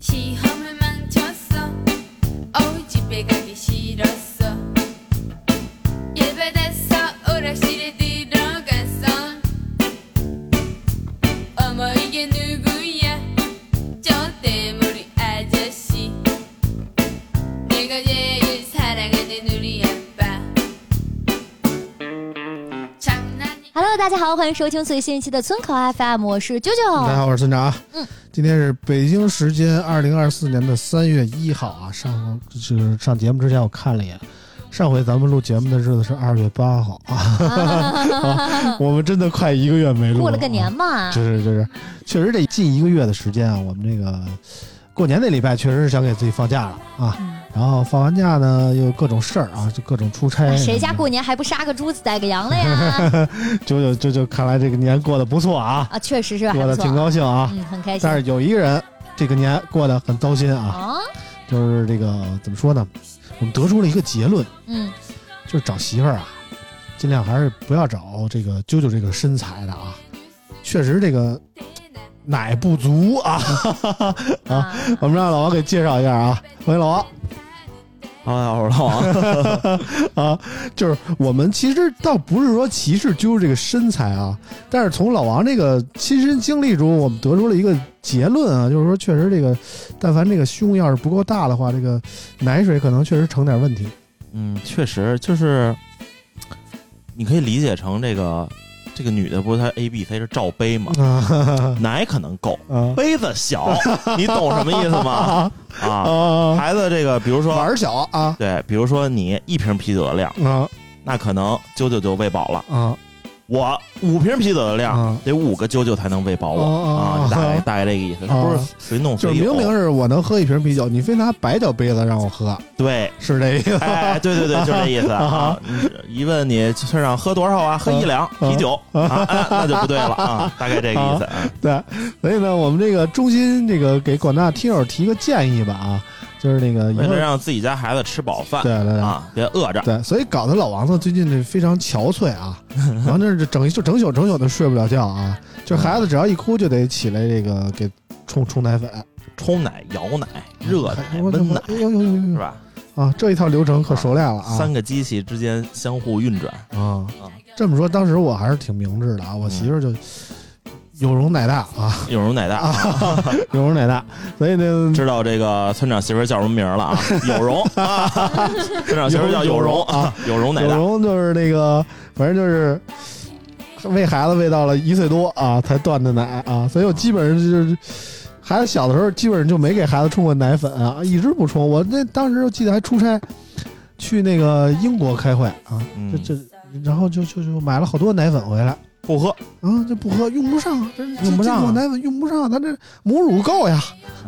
시험을 망쳤어 어우 집에 가기 싫었어 예배됐어 오락실에 들어갔어 어머 이게 누구야 저 때물이 아저씨 내가 제일 사랑하는 우리 아빠 장난이 Hello，大家好，欢迎收听最新一期的村口 FM，我是啾大家啾。好，我是村长啊。哦嗯，今天是北京时间二零二四年的三月一号啊。上就是上节目之前我看了一眼，上回咱们录节目的日子是二月八号啊 啊我们真的快一个月没录嗯过了个啊年嘛就，是就是，确实这近一个月的时间啊，我们这个过年那礼拜确实是想给自己放假了啊。嗯然后放完假呢，又各种事儿啊，就各种出差。谁家过年还不杀个猪宰个羊的呀？ 九九九九，看来这个年过得不错啊，啊，确实是还过不得挺错，高兴啊。嗯，很开心但。是有一个人这个年过得很糟心啊，啊，就是这个怎么说呢？我们得出了一个结论，嗯，就是找媳妇儿啊，尽量还是不要找这个啾啾这个身材的啊。确实这个奶不足啊， 啊，我们让老王给介绍一下啊，欢迎老王啊，我是老王。 啊，就是我们其实倒不是说歧视啾啾这个身材啊，但是从老王这个亲身经历中，我们得出了一个结论啊，就是说确实这个，但凡这个胸要是不够大的话，这个奶水可能确实成点问题。 嗯，确实就是，你可以理解成这个这个女的不是她 A B C 是罩杯嘛，啊奶可能够，啊杯子小，你懂什么意思吗？啊啊，啊！孩子这个，比如碗说。儿小啊对，比如说你一瓶啤酒的量，啊那可能九九就喂饱了。啊我五瓶啤酒的量，啊！得五个九九才能喂饱我哦哦啊！大概哦大概这个意思，哦不是随弄就是明随有明。是我能喝一瓶啤酒，你非拿白酒杯子让我喝，对，是这意思？ 哎，对对对，就这意思 啊啊！你一问你村长喝多少啊？喝一两啤 酒啊，啊那就不对了 啊，大概这个意思。啊对，所以呢，我们这个衷心这个给广大听友提个建议吧啊，就是那个以后为了对让自己家孩子吃饱饭对对、啊，别饿着。对，所以搞得老王呢最近这非常憔悴啊，然后那整就整宿整宿的睡不了觉啊，就是孩子只要一哭就得起来这个给冲冲奶粉，冲奶、摇奶、热哎奶、呦我温奶哎呦呦呦是呦吧？啊，这一套流程可熟练了啊。三个机器之间相互运转啊，啊，这么说，当时我还是挺明智的啊，我媳妇儿就有容乃大啊，有容乃大啊，有容乃大，所以呢，知道这个村长媳妇儿叫什么名儿 了啊？有容 啊，村长媳妇儿叫有容啊，有容乃有大。容就是那个，反正就是喂孩子喂到了一岁多啊才断的奶啊，所以我基本上就是。孩子小的时候，基本上就没给孩子冲过奶粉啊，一直不冲。我那当时我记得还出差，去那个英国开会啊，嗯这这，然后就就就买了好多奶粉回来，不喝啊，这不喝用不上，这这用不上啊进口奶粉用不上，咱这母乳够呀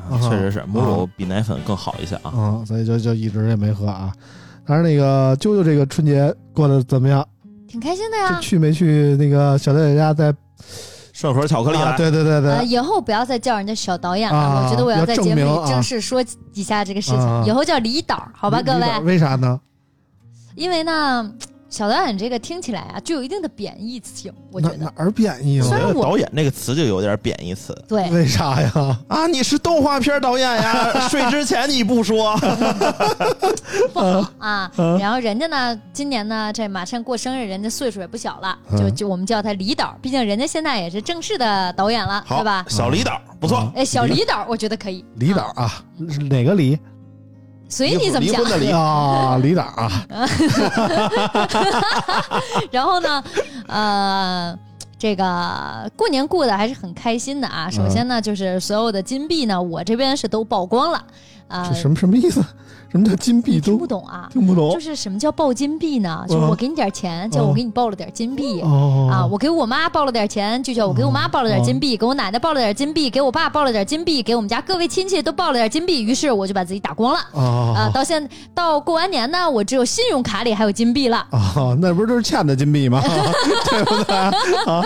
啊确实是母乳比奶粉更好一些啊。啊，所以就就一直也没喝啊。但是那个啾啾这个春节过得怎么样？挺开心的就呀。去没去那个小导演家在顺口巧克力啊？来，对对对对呃，，以后不要再叫人家小导演啊了，我觉得我要在节证目明啊里正式说一下这个事啊情，以后叫李导，好吧，你各你位，咋为啥呢？因为呢，小导演这个听起来啊，具有一定的贬义性，我觉哪得哪，儿贬义我了虽？觉然得我导演这个词就有点贬义词对， 为啥呀？啊！你是动画片导演 呀，睡之前你不说，不好啊。然后人家呢，今年呢，这马上过生日，人家岁数也不小了，就嗯就我们叫他李导，毕竟人家现在也是正式的导演了，好对吧？小李导不错，哎，小李导，我觉得可以，李导啊啊，是哪个李？随你怎么离讲婚。的离，啊，李导啊， 然后呢，呃。这个过年过得还是很开心的嗯啊！首先呢，就是所有的金币呢，我这边是都曝光了，啊、这什么什么意思？什么叫金币你听都不懂啊？听不懂就是什么叫抱金币呢？就嗯我给你点钱，叫嗯我给你抱了点金币。哦啊，我给我妈抱了点钱，就叫我给我妈抱了点金币，给我奶奶抱了点金币，给我爸抱了点金币，给我们家各位亲戚都抱了点金币，于是我就把自己打光了。啊啊，到现到过完年呢，我只有信用卡里还有金币 了。啊，那不是就是欠的金币吗？ 对不对啊？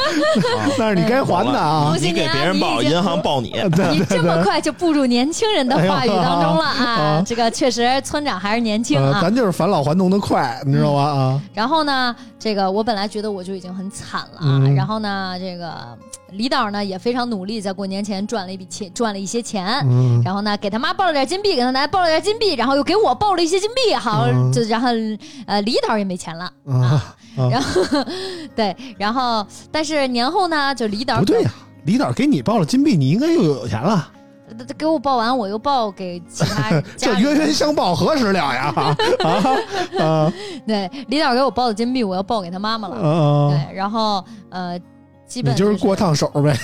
那是你该还的啊恭你喜你给啊别人你已报，经银行报你。你这么快就步入年轻人的话语当中了 哎呀啊啊！这个确实，村长还是年轻呃，啊。咱就是返老还童的快，你知道吧？啊，然后呢，这个我本来觉得我就已经很惨了啊嗯。然后呢，这个李导呢也非常努力，在过年前赚了一笔钱，赚了一些钱。嗯，然后呢，给他妈报了点金币，给他奶奶报了点金币，然后又给我报了一些金币，好，嗯就然后呃，李导也没钱了，啊，然后对，然后但是年后呢，就李导不对呀、李导给你报了金币，你应该又有钱了，给给我报完，我又报给其他 家这里冤 冤相报何时了呀？啊啊啊对，李导给我报的金币，我要报给他妈妈了，啊！对，然后呃，基本你就是过趟手呗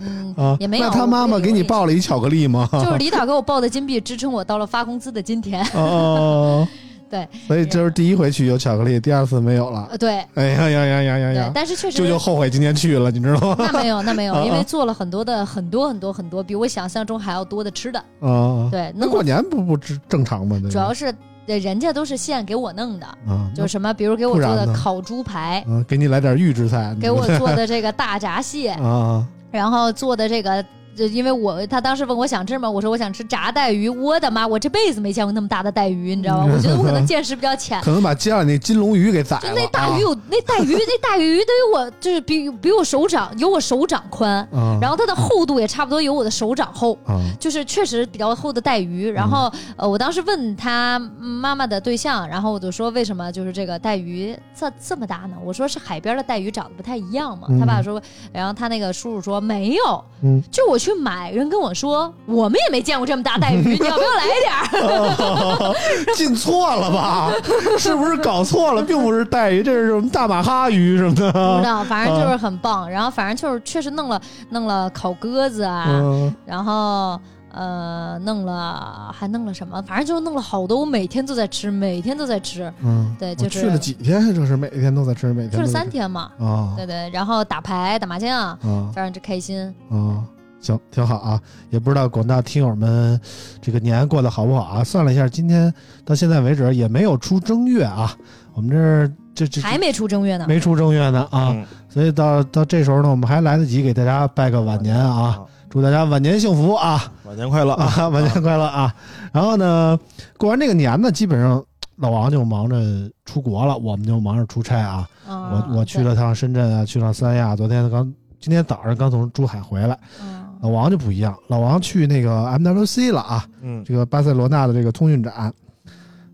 嗯。啊！也没有那他妈妈给你啊报了一巧克力吗？就是李导给我报的金币，支撑我到了发工资的今天。 哦， 对，所以这是第一回去有巧克力，第二次没有了。呃，对，哎呀呀呀呀呀对，呀！但是确实舅舅后悔今天去了，你知道吗？那没有，那没 啊啊有，因为做了很多的很多很多很多，比我想象中还要多的吃的。啊，对，那弄过年不不正正常吗？主要是是呃人家都是现给我弄的，啊，就是什么，比如给我不做然的呢烤猪排，嗯，给你来点预制菜，给我做 的这个大闸蟹，啊然后做的这个。就因为我他当时问我想吃吗？我说我想吃炸带鱼。我的妈！我这辈子没见过那么大的带鱼，你知道吗？我觉得我可能见识比 较浅。可能把街上那金龙鱼给宰就了。啊那大鱼有那大鱼，那大鱼得有我就是比比我手掌有我手掌宽，啊，然后它的厚度也差不多有我的手掌厚。啊就是确实比较厚的带嗯鱼，然后、呃，我当时问他妈妈的对象，然后我就说为什么就是这个带鱼这这么大呢？我说是海边的带鱼长得不太一样嘛。嗯他爸说，然后他那个叔叔说没有，嗯就我去买，人跟我说我们也没见过这么大带鱼，你要不要来一点儿？ 啊， 进错了吧？是不是搞错了？并不是带鱼，这是什么大马哈鱼什么 不知的？道，反正啊就是很棒。然后反正就是确实弄了弄了烤鸽子啊，嗯然后呃弄了还弄了什么，反正就是弄了好多，我每天都在吃，每天都在吃，嗯，对我就是去了几天，这是每天都在吃，每天就是都在三吃天嘛。啊对对，然后打牌、打麻将，啊非常之开心。啊！行，挺好啊，也不知道广大听友们这个年过得好不好啊？算了一下，今天到现在为止也没有出正月啊，我们这儿这这还没出正月呢，没出正月呢啊，嗯，所以到到这时候呢，我们还来得及给大家拜个晚年啊，，祝大家晚年幸福啊嗯晚年快乐啊！嗯啊， 晚年快乐啊！然后呢，过完这个年呢，基本上老王就忙着出国了，我们就忙着出差啊。嗯，我我去了趟深圳啊，去趟三亚，昨天刚今天早上刚从珠海回来。对，嗯老王就不一样，老王去那个 MWC 了啊，嗯，这个巴塞罗那的这个通讯展。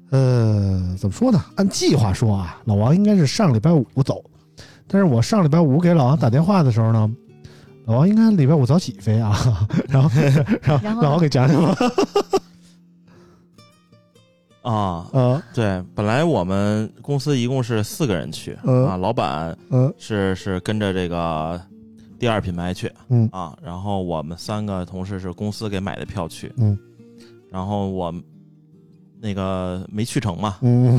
呃，怎么说呢？按计划说啊，老王应该是上礼拜五走，但是我上礼拜五给老王打电话的时候呢，老王应该礼拜五早起飞啊， 然后然然后后呢老王给讲讲吧。啊，啊对，本来我们公司一共是四个人去、嗯啊，老板嗯是是跟着这个第二品牌去，嗯啊，然后我们三个同事是公司给买的票去，嗯，然后我们那个没去成嘛，嗯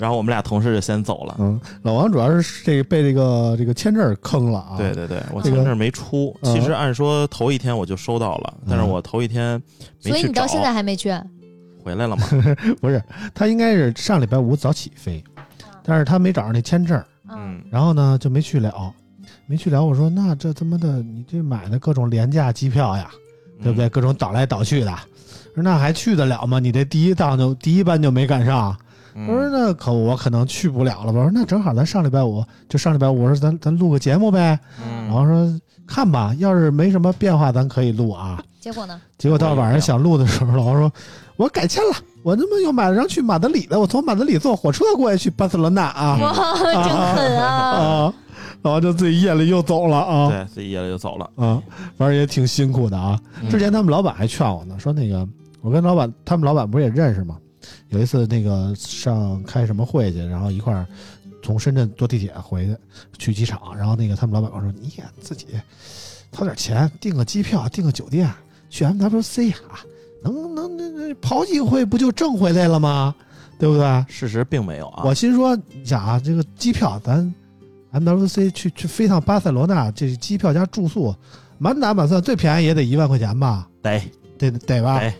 然后我们俩同事就先走了。嗯，老王主要是这个被这个这个签证坑了啊。对对对，我这签个证没出。嗯其实按说头一天我就收到了，但是我头一天没所以去你到找，现在还没去，啊回来了 嘛。 不是他应该是上礼拜五早起飞，但是他没找着那签证，嗯，嗯，然后呢就没去了，没去了。我说那这他妈的你这买的各种廉价机票呀，对不嗯对？各种倒来倒去的，我说那还去得了吗？你这第一趟就第一班就没赶上。嗯？我说那可我可能去不了了吧？我说那正好咱上礼拜五就上礼拜五，我说咱咱录个节目呗。嗯，然后说看吧，要是没什么变化，咱可以录啊。结果呢？结果到晚上想录的时候，老王说：“我改签了，我他妈又买了张去马德里的，我从马德里坐火车过去巴塞罗那啊 哇，真狠啊！啊！”然后就自己夜里又走了啊对，自己夜里就走了。啊，反正也挺辛苦的啊。嗯之前他们老板还劝我呢，说那个我跟老板，他们老板不是也认识吗？有一次那个上开什么会去，然后一块儿从深圳坐地铁回去去机场，然后那个他们老板跟我说，你也自己掏点钱订个机票，订个酒店，去 MWC 啊，能能能能那跑几回不就挣回来了吗？对不对？事实并没有啊。我心说，你想啊，这个机票咱 MWC 去去飞趟巴塞罗那，这机票加住宿，满打满算最便宜也得一万块钱吧？得得得吧？得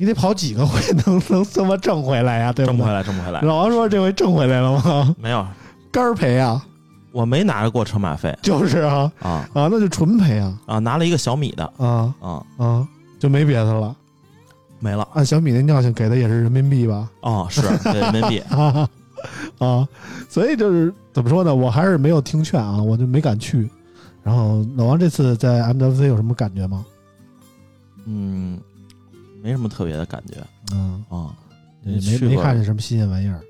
你得跑几个回能能这么挣回来呀、对不挣不回对？来，挣不回来。老王说这回挣回来了吗？没有，干儿赔啊，我没拿着过车马费就是啊啊啊，那就纯赔啊啊，拿了一个小米的啊啊，啊，就没别的了。没了按小米那尿性给的也是人民币吧？ 哦，是对人民币。啊啊，所以就是怎么说呢，我还是没有听劝啊，我就没敢去。然后老王这次在 MWC 有什么感觉吗？嗯，没什么特别的感觉嗯，啊，没去没过看见什么新鲜玩意儿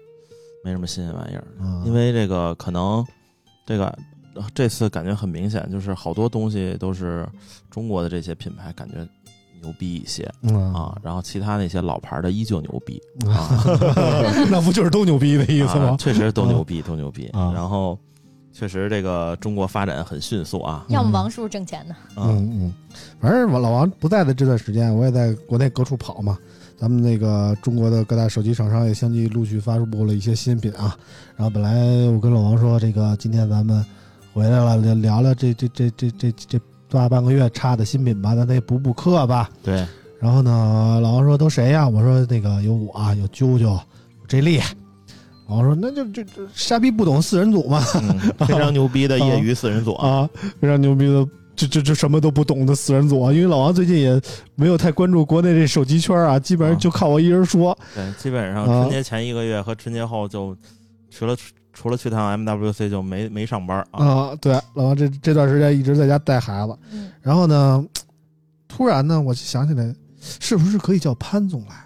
没什么新鲜玩意儿。啊，因为这个可能这个呃这次感觉很明显，就是好多东西都是中国的这些品牌感觉牛逼一些嗯啊，然后其他那些老牌的依旧牛 逼啊，啊， 那不就是都牛逼的意思啊吗？确实都牛逼，都牛逼。啊然后确实这个中国发展很迅速啊，要么王叔挣钱呢。啊嗯嗯，反正我老王不在的这段时间，我也在国内各处跑嘛。咱们那个中国的各大手机厂商也相继陆续发布了一些新品啊。然后本来我跟老王说，这个今天咱们回来了，聊聊聊这这这这这这大半个月差的新品吧，咱得补补课吧。对，然后呢，老王说都谁呀、我说那个有我、啊，有啾啾，有 J 莉。老王说那就就就瞎逼不懂四人组嘛。嗯非常牛逼的业余四人组啊，啊，非常牛逼的，这这这什么都不懂的死人组啊！因为老王最近也没有太关注国内这手机圈啊，基本上就靠我一人说。对，基本上啊春节前一个月和春节后就除了除了去趟 MWC 就没没上班啊，啊，对，老王这这段时间一直在家带孩子，嗯，然后呢，突然呢，我就想起来，是不是可以叫潘总来？嗯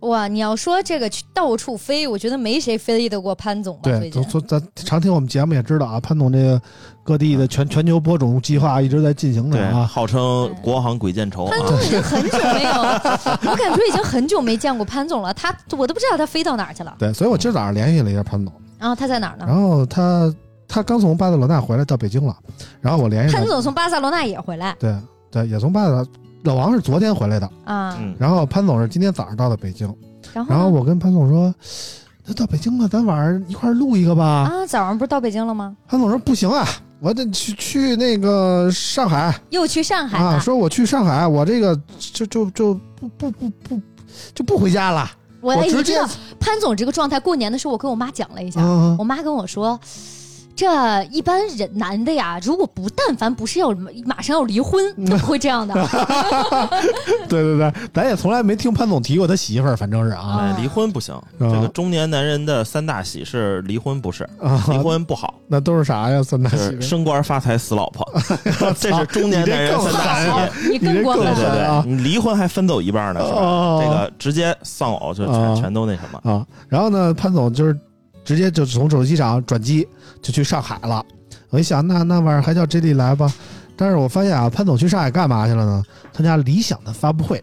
哇，你要说这个去到处飞，我觉得没谁飞得过潘总吧？对，最从从近咱常听我们节目也知道啊，潘总这个各地的全全球播种计划一直在进行着对，啊。号称国航鬼见愁潘啊。总已经很久没 有，我感觉已经很久没见过潘总了。他我都不知道他飞到哪儿去了。对，所以我今儿早上联系了一下潘总，然后他在哪儿然呢？后他他刚从巴塞罗那回来到北京了，然后我联系他潘，总从巴塞罗那也回来对对，也从巴塞罗老王是昨天回来的，啊，嗯，然后潘总是今天早上到的北哦京，然后然后呢我跟潘总说，那到北京了，咱晚上一块儿录一个吧。啊，早上不是到北京了吗？潘总说不行啊，我得去去那个上海又去上海啊，了。说我去上海，我这个就就就不不不不就不回家了，我哎，直你知接道潘总这个状态，过年的时候我跟我妈讲了一下，啊我妈跟我说。这一般人男的呀，如果不但凡不是要马上要离婚，嗯他不会这样的。对对对，咱也从来没听潘总提过他媳妇儿，反正是啊哎，啊离婚不行。这个中年男人的三大喜事，离婚不是，啊，离婚不好，那都是啥呀？三大就媳是妇儿升官发财死老婆， 这是中年男人三大喜啊好 事。，你你更这过更分对狠了。对啊对，你离婚还分走一半呢，是吧？哦这个直接丧偶就全哦全都那什么。啊。然后呢，潘总就是直接就从手机厂转机就去上海了。我一想，那那晚上还叫 J D 来吧。但是我发现啊，潘总去上海干嘛去了呢？参加理想的发布会。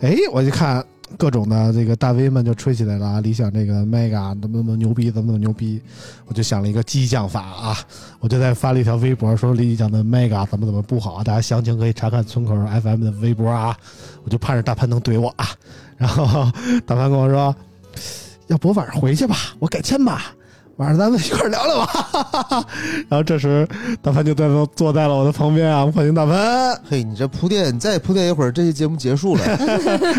哎，我就看各种的这个大 V 们就吹起来了啊，理想这个 mega 怎么怎么牛逼，怎么怎么牛逼。我就想了一个激将法啊，我就在发了一条微博说理想的 mega 怎么怎么不好啊，大家详情可以查看村口 FM 的微博啊。我就盼着大潘能怼我啊，然后大潘跟我说，要不我晚上回去吧，我改签吧，晚上咱们一块儿聊聊吧。 然后这时大潘就在坐在了我的旁边啊，欢迎大潘。嘿，你这铺垫，你再铺垫一会儿，这期节目结 束了，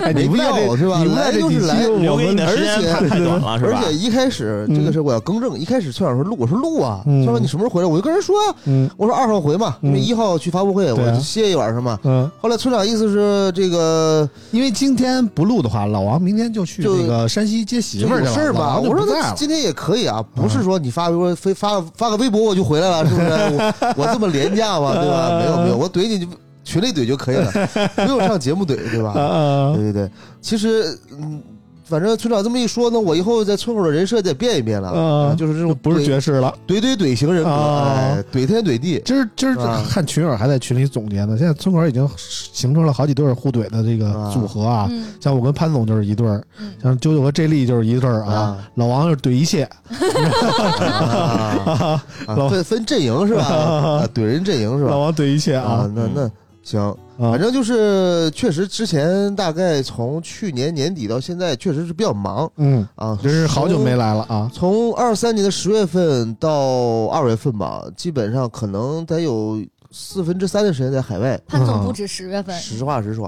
哎，你没不要必要这是吧你不要来这就几是期来我留给你们的时间太而且太短啊了，是而吧且？一开始嗯这个事儿我要更正，一开始崔老师说录，我说录啊，嗯崔老师你什么时候回来？我就跟人说啊，嗯我说二号回嘛，嗯因为一号去发布会，对啊我就歇一晚上嘛。嗯，后来村长意思是这个因为今天不录的话，老王明天就去就那个山西接媳妇儿有去了，事儿老吧？王就我说不在那了。今天也可以啊，不嗯是说你发微博非发发个微博我就回来了，是不是？我我这么廉价吗？对吧？没有没有，我怼你就群里怼就可以了，不用上节目怼，对吧？呃，对对对，其实嗯，反正村长这么一说呢，我以后在村口的人设得变一变了，啊啊就是这就种不是怼爵士了。怼怼怼型人格，啊哎，怼天怼 地。今儿今儿啊看群友还在群里总结呢，现在村口已经形成了好几对儿互怼的这个啊组合啊，嗯，像我跟潘总就是一对儿，嗯像啾啾和 J 莉就是一对儿啊，啊老王就是怼一切，啊老啊分分阵营是吧？啊怼人阵营是老吧？王怼一切啊啊，，那那行，啊反正就是确实之前大概从去年年底到现在，确实是比较忙嗯，啊，真是好久没来了啊，从二三年的十月份到二月份吧，基本上可能得有四分之三的时间在海外。潘总不止十月份，嗯实话实说，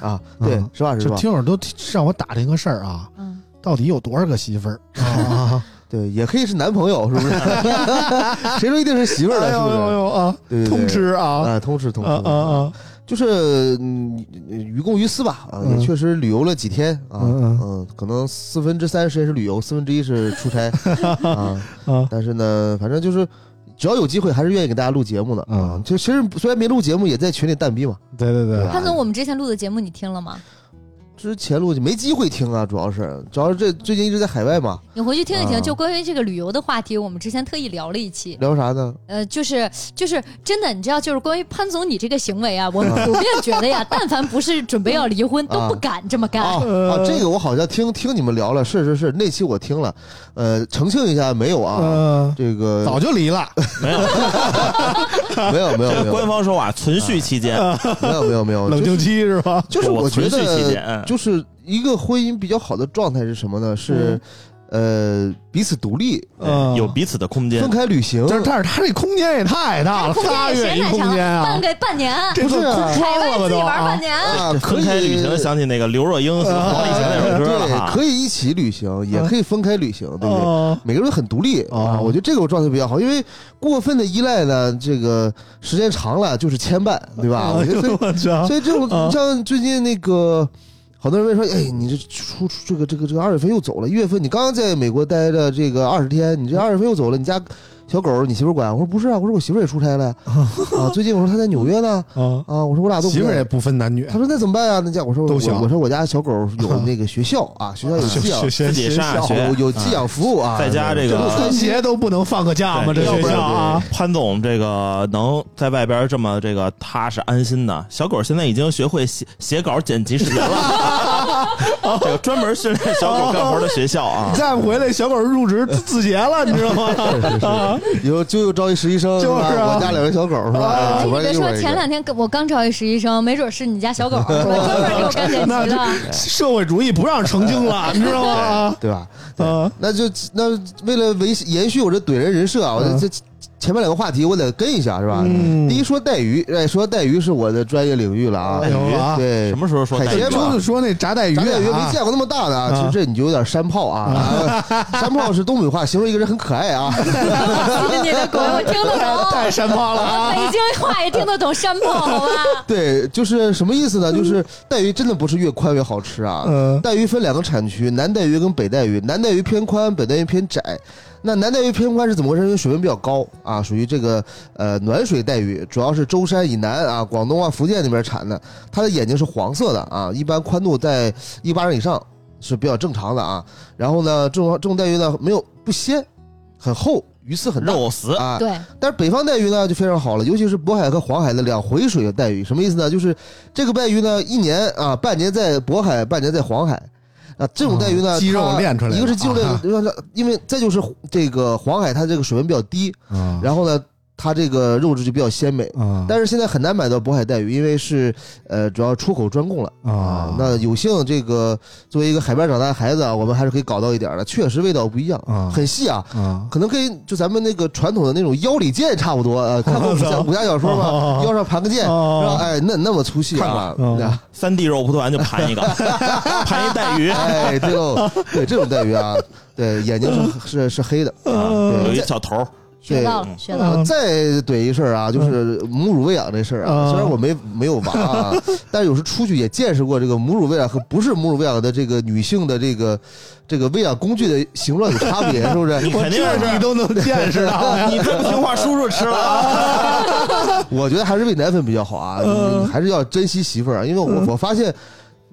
啊，嗯对，实话实这说，听友都让我打听个事儿啊，嗯，到底有多少个媳妇儿啊？对，也可以是男朋友， 是不是？谁说一 定是媳妇儿了？是不哎呦哎是呦啊，？对对对通吃啊啊，通吃通啊吃，啊啊！就是嗯于公于私吧，啊，嗯也确实旅游了几天啊，嗯嗯嗯，可能四分之三时间是旅游，四分之一是 出差啊啊，但是呢，反正就是。只要有机会，还是愿意给大家录节目的啊！嗯就其实虽然没录节目，也在群里蛋逼嘛。啊对对对，潘总，我们之前录的节目你听了吗？之前录就没机会听啊，主要是主要是这最近一直在海外嘛，你回去听一听，啊就关于这个旅游的话题，我们之前特意聊了一期。聊啥呢？呃，就是就是真的，你知道，就是关于潘总你这个行为啊，我们普遍觉得呀，但凡不是准备要离婚，都不敢这么干。啊呃啊！这个我好像听听你们聊了，是是是，那期我听了，呃，澄清一下没有啊？嗯，这个早就离了，没有， 没 有没有这没个有官方说法存续期间，没有没有没有，冷静期是吧？就是我啊我觉存续期间得，嗯就是一个婚姻比较好的状态是什么呢？是呃彼此独立，嗯，有彼此的空间分。开旅行。但是但是他这空间也太 大了，空间仨也月谁一太空长了，间半啊，个半年，这算不是啊空海窗外了自吧己都玩半啊！年。啊，这可分以啊开旅行，想起那个刘若英和黄以前那首歌了对，哈。可以一起旅行，嗯也可以分开旅行，对不对？哦每个人很独立哦啊，我觉得这种状态比较好，因为过分的依赖呢，这个时间长了就是牵绊，对吧？啊我觉得 所以我操！所以这种哎啊像最近那个，好多人问说，哎，你这出出这个这个这个二月份又走了，一月份你刚刚在美国待了这个二十天，你这二月份又走了，你家小狗你媳妇儿管？我说不是啊，我说我媳妇儿也出差了 呀啊，最近我说她在纽约呢啊，啊，我说我俩都不哦媳妇儿在也。不分男女，他说那怎么办啊呀、那家我说都我行我说我家小狗 有那个学校啊，学校有寄养学学自己学上校学有有寄养服务啊，在家这个都春三节都不能放个假吗？这对学要不然校啊，潘总这个能在外边这么这个踏实安心的小狗，现在已经学会写写稿、剪辑视频了， 这个专门训练小狗干活的学校啊你。再不回来，小狗入职字节了，你知道吗？有就又招一实习生，嗯就是啊啊吧我家两个小狗是吧？哎左你边别一个说右，边一个前两天跟我刚招一实习生，没准是你家小狗，专门给我干剪那辑了。 这社会主义不让成精了，你知道吗？对吧？啊，那就那为了维系延续我这怼人人设啊，我嗯这这前面两个话题我得跟一下是吧？嗯第一说带鱼，哎，说带鱼是我的专业领域了啊哎，呦啊，对，什么时候说海带鱼啊鲜了嘛就是说那炸带鱼，咱俩鱼没见过那么大的啊，啊其实这你就有点山炮啊，啊 山炮是东北话形容一个人很可爱 啊，你的鬼，我听得懂。太山炮了啊！北京话也听得懂山炮，好吧？ 对，就是什么意思呢？就是带鱼真的不是越宽越好吃啊，嗯带鱼分两个产区，南带鱼跟北带鱼。南带鱼偏宽，北带鱼偏窄。那南带鱼偏宽是怎么回事？因为水温比较高啊，属于这个呃暖水带鱼，主要是舟山以南啊、广东啊、福建那边产的。它的眼睛是黄色的啊，一般宽度在一巴掌以上是比较正常的啊。然后呢，这种这种带鱼呢没有不鲜，很厚，鱼刺很大肉丝啊。对，但是北方带鱼呢就非常好了，尤其是渤海和黄海的两回水的带鱼，什么意思呢？就是这个带鱼呢，一年啊，半年在渤海，半年在黄海。啊，这种带鱼呢，啊肌肉它练出来了一个是肌肉练啊，因为它因为再就是这个黄海，它这个水温比较低，啊然后呢，它这个肉质就比较鲜美。啊但是现在很难买到渤海带鱼，因为是呃主要出口专供了啊那有幸这个作为一个海边长大的孩子啊，我们还是可以搞到一点的，确实味道不一样，啊很细啊，啊可能跟就咱们那个传统的那种腰里剑差不多，呃， 看过武侠武侠小说哦哦吗？哦腰上盘个剑，是哦吧？哎，那那么粗细啊，看过那三 D 肉蒲团就盘 一个，盘一带哦鱼，哎，对喽， 对这种带鱼啊，对眼睛嗯是是是黑的，啊有一对再小头儿，学对。到了，学到了。呃再怼一事儿啊，就是母乳喂养这事儿啊。嗯虽然我没没有娃 啊，但是有时出去也见识过这个母乳喂养和不是母乳喂养的这个女性的这个这个喂养工具的形状有差别，是不是？肯定这是你都能见识哎到，你这么听话，叔叔吃了啊。我觉得还是喂奶粉比较好啊，嗯你还是要珍惜媳妇儿啊，因为我我发现。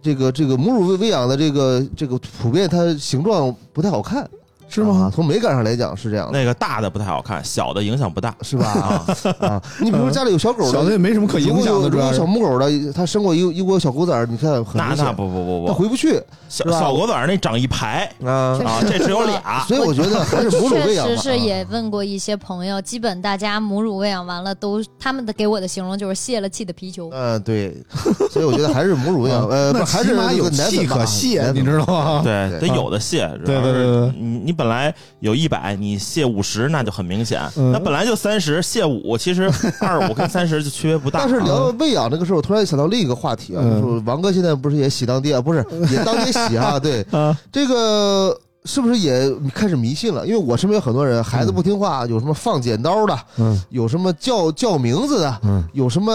这个这个母乳喂喂养的这个这个普遍它形状不太好看，是吗啊？从美感上来讲是这样 的，那个大的不太好看，小的影响不大。是吧？啊，你比如说家里有小狗小的也的，没什么可如影果响有的，如主果要有是小母狗的，它生过一一窝小狗崽儿，你看很那危那险，不不不它不，回不去小是吧小狗崽儿那长一排啊。 啊，这只有俩。所以我觉得还是母乳喂确养啊吧。实是也问过一些朋友，基本大家母乳喂养完了都，他们的给我的形容就是泄了气的皮球。嗯，对， 所以我觉得还是母乳喂养，呃，不那还起是码那有个奶气粉吧可泄，奶你粉知道吗？对，对得有的卸。啊对对对对你你本来有一百，你卸五十，那就很明显。嗯那本来就三十，卸五，其实二五跟三十就区别 不大。啊但是聊到喂养这个事儿，我突然想到另一个话题啊啊，嗯就是王哥现在不是也喜当爹啊，不 是也当爹喜啊？对，啊，这个是不是也开始迷信了？因为我身边有很多人，孩子不听话，有什么放剪刀的，嗯有什么叫叫名字的，嗯有什么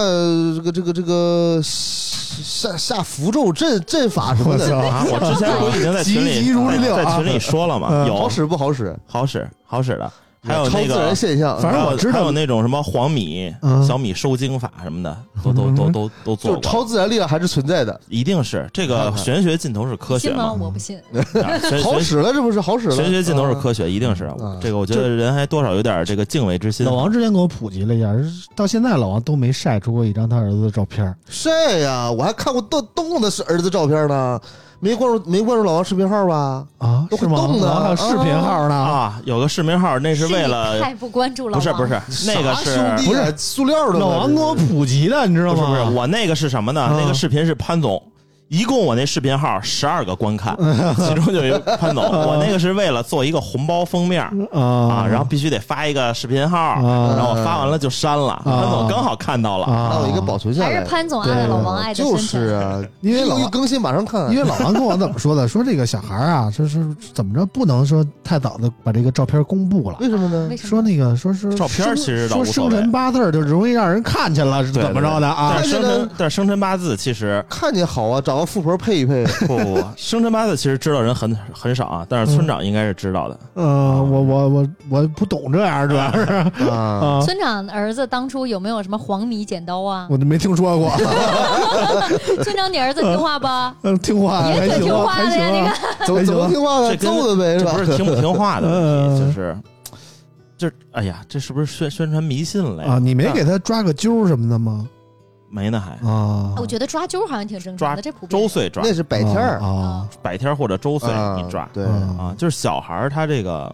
这个这个这个下下符咒阵阵法什么我的，操，啊，我之前不已经在群 急里哎急如律令啊在在群里说了嘛，嗯有好使不好使？好使好使的，还有超那自个然现象，反正还有我知道还有那种什么黄米嗯、小米收精法什么的，都都都都都就做是超过。自然力量还是存在的，一定是这看个嗯看玄学尽头是科学信吗？嘛？我不信。啊 玄好玄使了，这不是好使了？玄学尽头是啊科学，一定是嗯这个。我觉得人还多少有点这个敬畏之心啊老。王之前给我普及了一下，到现在老王都没晒出过一张他儿子的照片儿。晒呀、我还看过动动动的是儿子照片呢，没关注没关注老王视频号吧？啊，都是会吗？动的然后还有视频号呢，啊，有个市民号，那是为你了太不关注了。不是不是，那个啥是哦兄弟不啊是塑料的吗老王给我这是普及的，你知道不是吗？不是，我那个是什么呢？嗯那个视频是潘总。一共我那视频号十二个观看，其中就有一个潘总。我那个是为了做一个红包封面啊啊，然后必须得发一个视频号，然后我发完了就删了。潘总刚好看到了，那我啊，应该保存下还来。是潘总爱了老王爱的就深是沉。啊，因为 老一更新马上看，因为老王跟我怎么说的？说这个小孩儿啊，说是怎么着，不能说太早的把这个照片公布了。为什么呢为？什么说那个说是照片儿其实倒说无所生谓辰八字儿就容易让人看见了，是对怎么着的啊但？是生看见辰了但是生辰八字其实看见好啊，找个富婆配一 配。不不不，生辰八字其实知道人很很少啊，但是村长应该是知道的。呃，我我我我不懂这样，主要是 啊，啊，村长儿子当初有没有什么黄米剪刀啊？我都没听说过。 村长，你儿子听话 吧？嗯，听话也还挺行听啊，话还的行呀，你啊，看，怎么还行怎么听话哎这呢？跟揍他呗，这是吧不？是听不听话的问题，嗯就是这哎呀，这是不是宣宣传迷信了呀？啊，你没给他抓个揪儿什么的吗？没呢还啊，我觉得抓阄好像挺正常的，抓这普遍周岁抓那是百天儿啊百天或者周岁啊哦你抓对，啊啊，就是小孩儿他这个。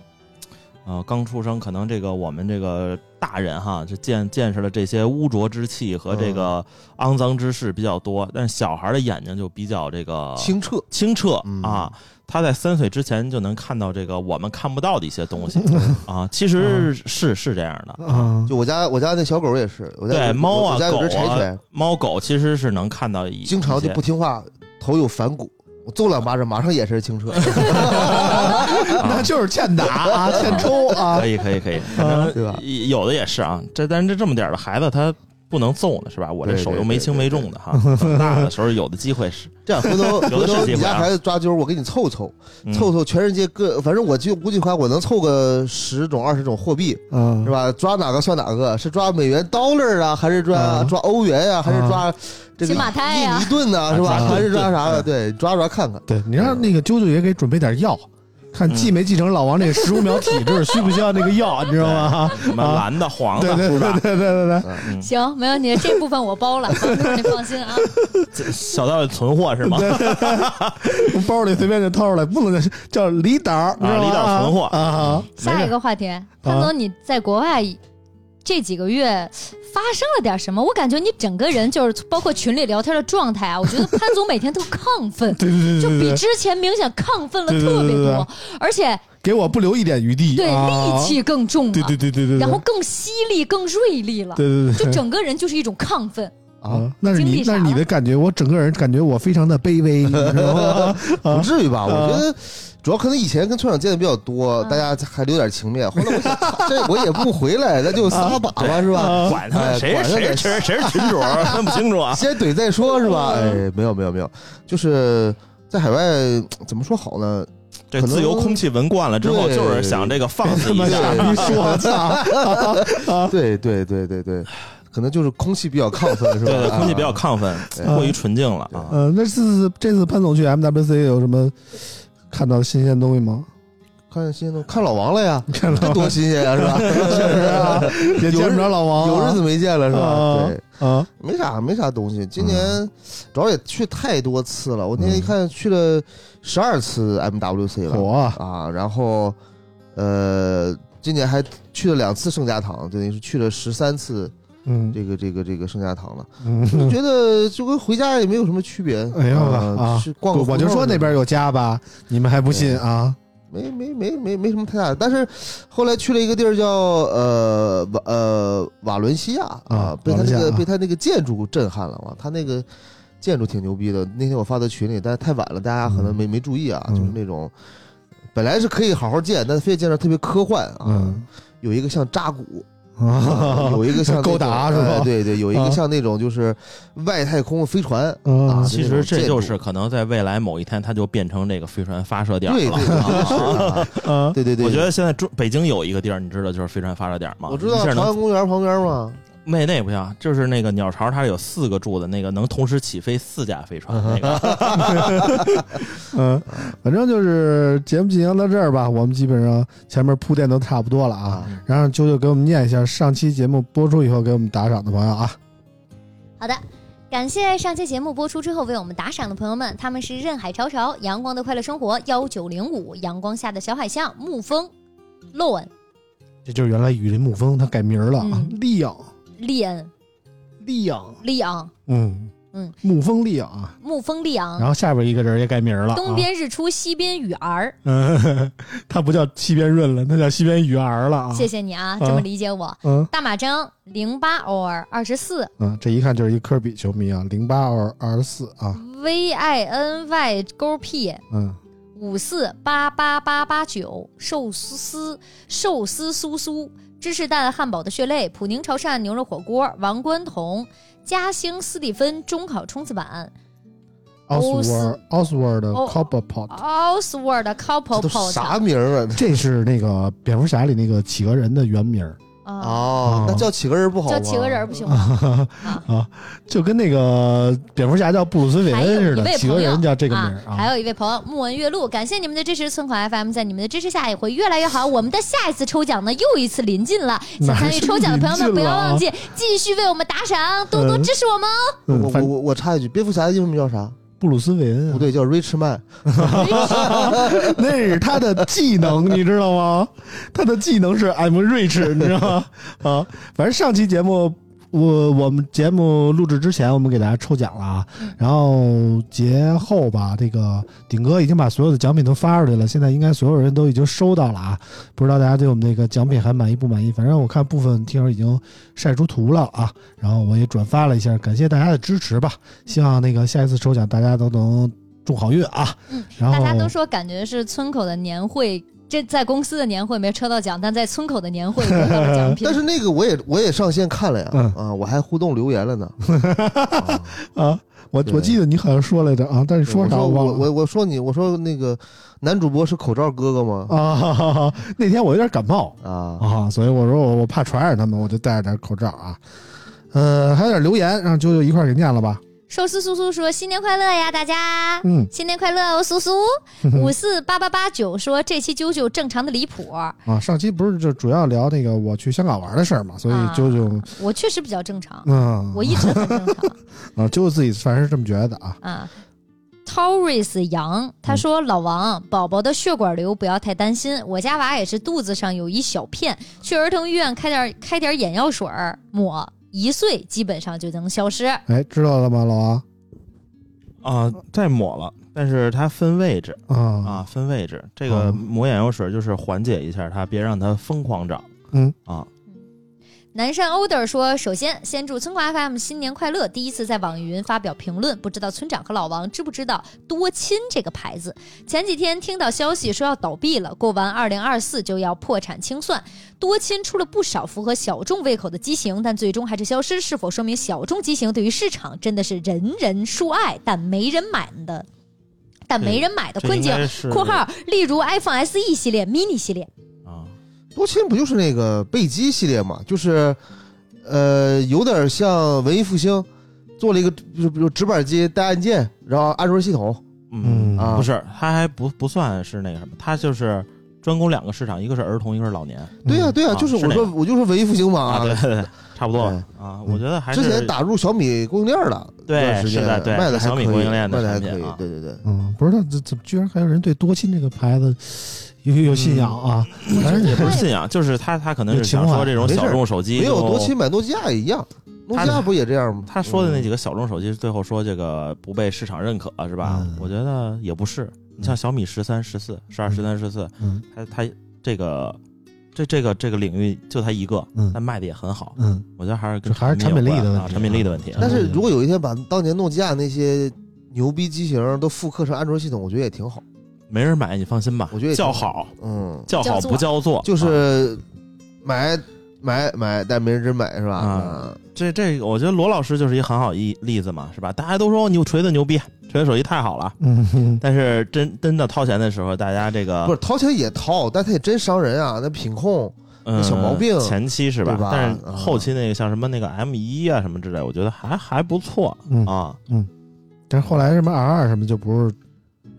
呃，刚出生，可能这个我们这个大人哈，就见见识了这些污浊之气和这个肮脏之事比较多，但是小孩儿的眼睛就比较这个清澈。清澈嗯啊，他在三岁之前就能看到这个我们看不到的一些东西啊，其实是是这样的。啊就我家我家那小狗也是，我家对有猫啊我家有只狗柴啊犬，猫狗其实是能看到一，经常一就些不听话，头有反骨，我揍两巴掌，马上眼神清澈。 那就是欠打啊，欠抽啊可，以可以可以，反正对吧有有的也是啊，这但是这这么点儿的孩子他不能揍呢是吧？我这对手对又没对轻对没重的哈，等大的时候有的机会 是这样回头 有的是回头机你会啊家孩子抓阄，我给你凑凑嗯凑凑，全世界各反正我就估计款我能凑个十种二十种货币嗯是吧？抓哪个算哪个，是抓美元 dollar 啊，还是抓、嗯抓欧元啊，还是抓这个金马泰呀印尼盾呐、是吧？啊还是抓啥嗯的？对，抓抓看看。对你让那个啾啾也给准备点药，看继没继承老王这个十五秒体质，需不需要那个药，你知道吗？什啊么蓝的黄对的对是对对吧？对对对，嗯行，没问题，这部分我包了， 房东你 放心啊。这小道存货是吗？从包里随便就掏出来，不能再叫李导儿，你知道吗啊李导儿存货啊，，下一个话题，潘总，你在国外这几个月发生了点什么？我感觉你整个人就是包括群里聊天的状态啊，我觉得潘总每天都亢奋对对对就对比对，之前明显亢奋了对对特别对对对多，而且给我不留一点余地，对啊力，气更重对对对了，对对，对然后更犀利、更锐利了，对对对就整个人就是一种亢奋。啊，那是经你历啥那了是你的感觉，我整个人感觉我非常的卑微，你知道 吗？嗯啊不至于吧？我啊觉得主要可能以前跟村长见的比较多，嗯大家还留点情面。后来我想， 这我也不回来，那就撒嗯把吧，是吧？管他们哎谁管是他谁是们群谁是群主儿，分不清楚啊。 先怼再说，是吧？嗯哎，没有没有没有，就是在海外怎么说好呢？这自由空气闻惯了之后，对就是想这个放肆他妈一下傻逼说，我 操！对对对对对，可能就是空气比较亢 奋，是 吧？对对，空气比较亢。亢奋，对过于纯净了啊。呃，那这次这次潘总去 MWC 有什么看到的新鲜东西吗？看新鲜的，看老王了呀， 看这多新鲜呀，是吧？确实啊， 也见不着老王啊， 有日子没见了，是吧？对，啊嗯啊，没啥没啥东西。今年主要也去太多次了，我嗯那天一看去了十二次 MWC 了火啊啊，然后呃，今年还去了两次圣家堂，等于是去了十三次嗯这个这个这个圣家堂了。就嗯，觉得就跟回家也没有什么区别。哎呀啊啊去逛个我就说那边有家吧，你们还不信啊？没没没没没什么太大的，但是后来去了一个地儿叫呃瓦呃瓦伦西亚啊啊，被瓦他那伦个西亚被他那个建筑震撼了哇，他那个建筑挺牛逼的。那天我发到群里，但是太晚了，大家可能没没注意啊，嗯就是那种本来是可以好好建，但非建的特别科幻啊，嗯有一个像扎古， 啊，有一个像那种高达是吧哎对对，有一个啊像那种就是外太空飞船啊嗯，其实这就建是可能在未来某一天，它就变成这个飞船发射点对对了。 对是啊，啊，对对对，我觉得现在中北京有一个地儿，你知道就是飞船发射点吗？我知道一下朝能阳公园旁边嘛，那那也不行，就是那个鸟巢，它有四个柱子，那个能同时起飞四架飞 船，那个 嗯，反正就是节目进行到这儿吧，我们基本上前面铺垫都差不多了啊。啊，然后啾啾给我们念一下上期节目播出以后给我们打赏的朋友啊，好的，感谢上期节目播出之后为我们打赏的朋友们，他们是任海潮潮、阳光的快乐生活、幺九零五、阳光下的小海象、沐风、洛恩、这就是原来雨林沐风他改名了啊嗯，利昂利恩、利昂，利昂、嗯嗯，沐风利昂啊。沐风利昂然。后下边一个人也改名了、啊，东边日出，西边雨儿。嗯， 他不叫西边润了，他叫西边雨儿了啊。谢谢你啊，啊这么理解我。嗯大马张零八 or 二十四嗯，这一看就是一科比球迷啊，零八二二十四啊， v i n y 勾 p 嗯五四八八八八九寿司丝寿司苏苏芝士蛋汉堡的血泪普宁潮汕牛肉火锅王冠彤嘉兴斯蒂芬中烤冲刺板欧斯，Oswald Oswald 哦 Copperpot，、 Oswald 这 Couple 都 Pot 啥名儿啊？这是那个蝙蝠侠里那个企鹅人的原名儿，啊，哦哦，那叫企鹅人不好吗？叫企鹅人不行吗？就跟那个蝙蝠侠叫布鲁斯韦还有恩似一的，位企鹅朋友人叫这个名儿还啊。有一位朋友木文月露，感谢你们的支持，村口 FM 在你们的支持下也会越来越好。我们的下一次抽奖呢，又一次临近了，想哪参与抽奖的朋友是临们不近要了啊忘记继续为我们打赏，多多嗯支持我们哦。嗯我反我我我插一句，蝙蝠侠的英文名叫啥？布鲁斯韦恩不啊，对，叫 Rich Man。那是他的技能，你知道吗？他的技能是 I'm rich，你知道吗？啊，反正上期节目。我我们节目录制之前，我们给大家抽奖了啊，嗯然后节后吧，这个顶哥已经把所有的奖品都发出去了，现在应该所有人都已经收到了啊，不知道大家对我们这个奖品还满意不满意？反正我看部分听友已经晒出图了啊，然后我也转发了一下，感谢大家的支持吧，希望那个下一次抽奖大家都能中好运啊。嗯然后大家都说感觉是村口的年会，这在公司的年会没抽到奖，但在村口的年会得到了奖 品但。是那个我也我也上线看了呀嗯，啊，我还互动留言了呢。啊啊，我对我记得你好像说来着啊，但是我说啥说忘我了。我我说你，我说那个男主播是口罩哥哥吗？啊 哈哈哈，那天我有点感冒啊，啊，所以我说我我怕传染他们，我就戴着点口罩啊。呃，还有点留言，让啾啾一块儿给念了吧。寿司苏苏说：“新年快乐呀，大家！嗯，新年快乐哦，苏苏！”五四八八八九说：“这期啾啾正常的离谱，啊，上期不是就主要聊那个我去香港玩的事儿嘛，所以啊啾啾，我确实比较正常，嗯，我一直很正常。”啊，啾啾自己反正是这么觉得啊。啊。Taurus 杨他说：“老王，宝宝的血管瘤不要太担心，我家娃也是肚子上有一小片，去儿童医院开点开点眼药水儿抹，一岁基本上就能消失。哎，知道了吗，老王？啊，再抹了，但是它分位置嗯啊，啊，分位置。这个哦抹眼药水就是缓解一下它，别让它疯狂长。嗯啊，南山 order 说：“首先，先祝村口 FM 新年快乐！第一次在网易云发表评论，不知道村长和老王知不知道‘多亲’这个牌子？前几天听到消息说要倒闭了，过完2024就要破产清算。多亲出了不少符合小众胃口的机型，但最终还是消失，是否说明小众机型对于市场真的是人人抒爱，但没人买的，但没人买的呃这困应境？”该是括号，例如 iPhone SE 系列、mini 系列，啊，多亲不就是那个贝基系列嘛？就是，呃，有点像文艺复兴，做了一个就是比如直板机带按键，然后安卓系统嗯嗯啊不是，它还不不算是那个什么，它就是专攻两个市场，一个是儿童，一个是老年对嗯呀、对呀、啊就是是我那说，我就说文艺复兴嘛啊，对对对，差不多嗯吧啊，我觉得还是之前打入小米供应链了，对一段时间是的对卖的还小米可以供应链的卖的还产可以品啊，对对对，嗯，不知道这怎么居然还有人对多亲这个牌子有有信仰啊？嗯反正也也不是是信仰，就是他他可能有是情想怀说这种啊没事小儿众手机没有就多亲买诺基亚也一样，诺基亚不也这样吗？他说的那几个小众手机，最后说这个不被市场认可，啊是吧？嗯我觉得也不是。嗯你像小米十三、十四、十二、十三、十四，嗯它它这个这这个这个领域就它一个，嗯但卖的也很好。嗯，我觉得还是跟这还是产品有产品力的关问啊题产品力的问题。但是如果有一天把当年诺基亚那些牛逼机型都复刻成安卓系统，我觉得也挺好。没人买，你放心吧。我觉得也挺叫好好，嗯，叫好叫座不叫座，就啊是买买买，但没人真买是吧？啊这这个，我觉得罗老师就是一个很好一例子嘛，是吧？大家都说你锤子牛逼，锤子手机太好了，嗯哼但是真真的掏钱的时候，大家这个啊不是掏钱也掏，但它也真伤人啊！那品控，嗯，小毛病前期是吧？对吧但是嗯后期那个像什么那个 M 一啊什么之类，我觉得还还不错嗯啊。但是后来什么 R 二什么就不是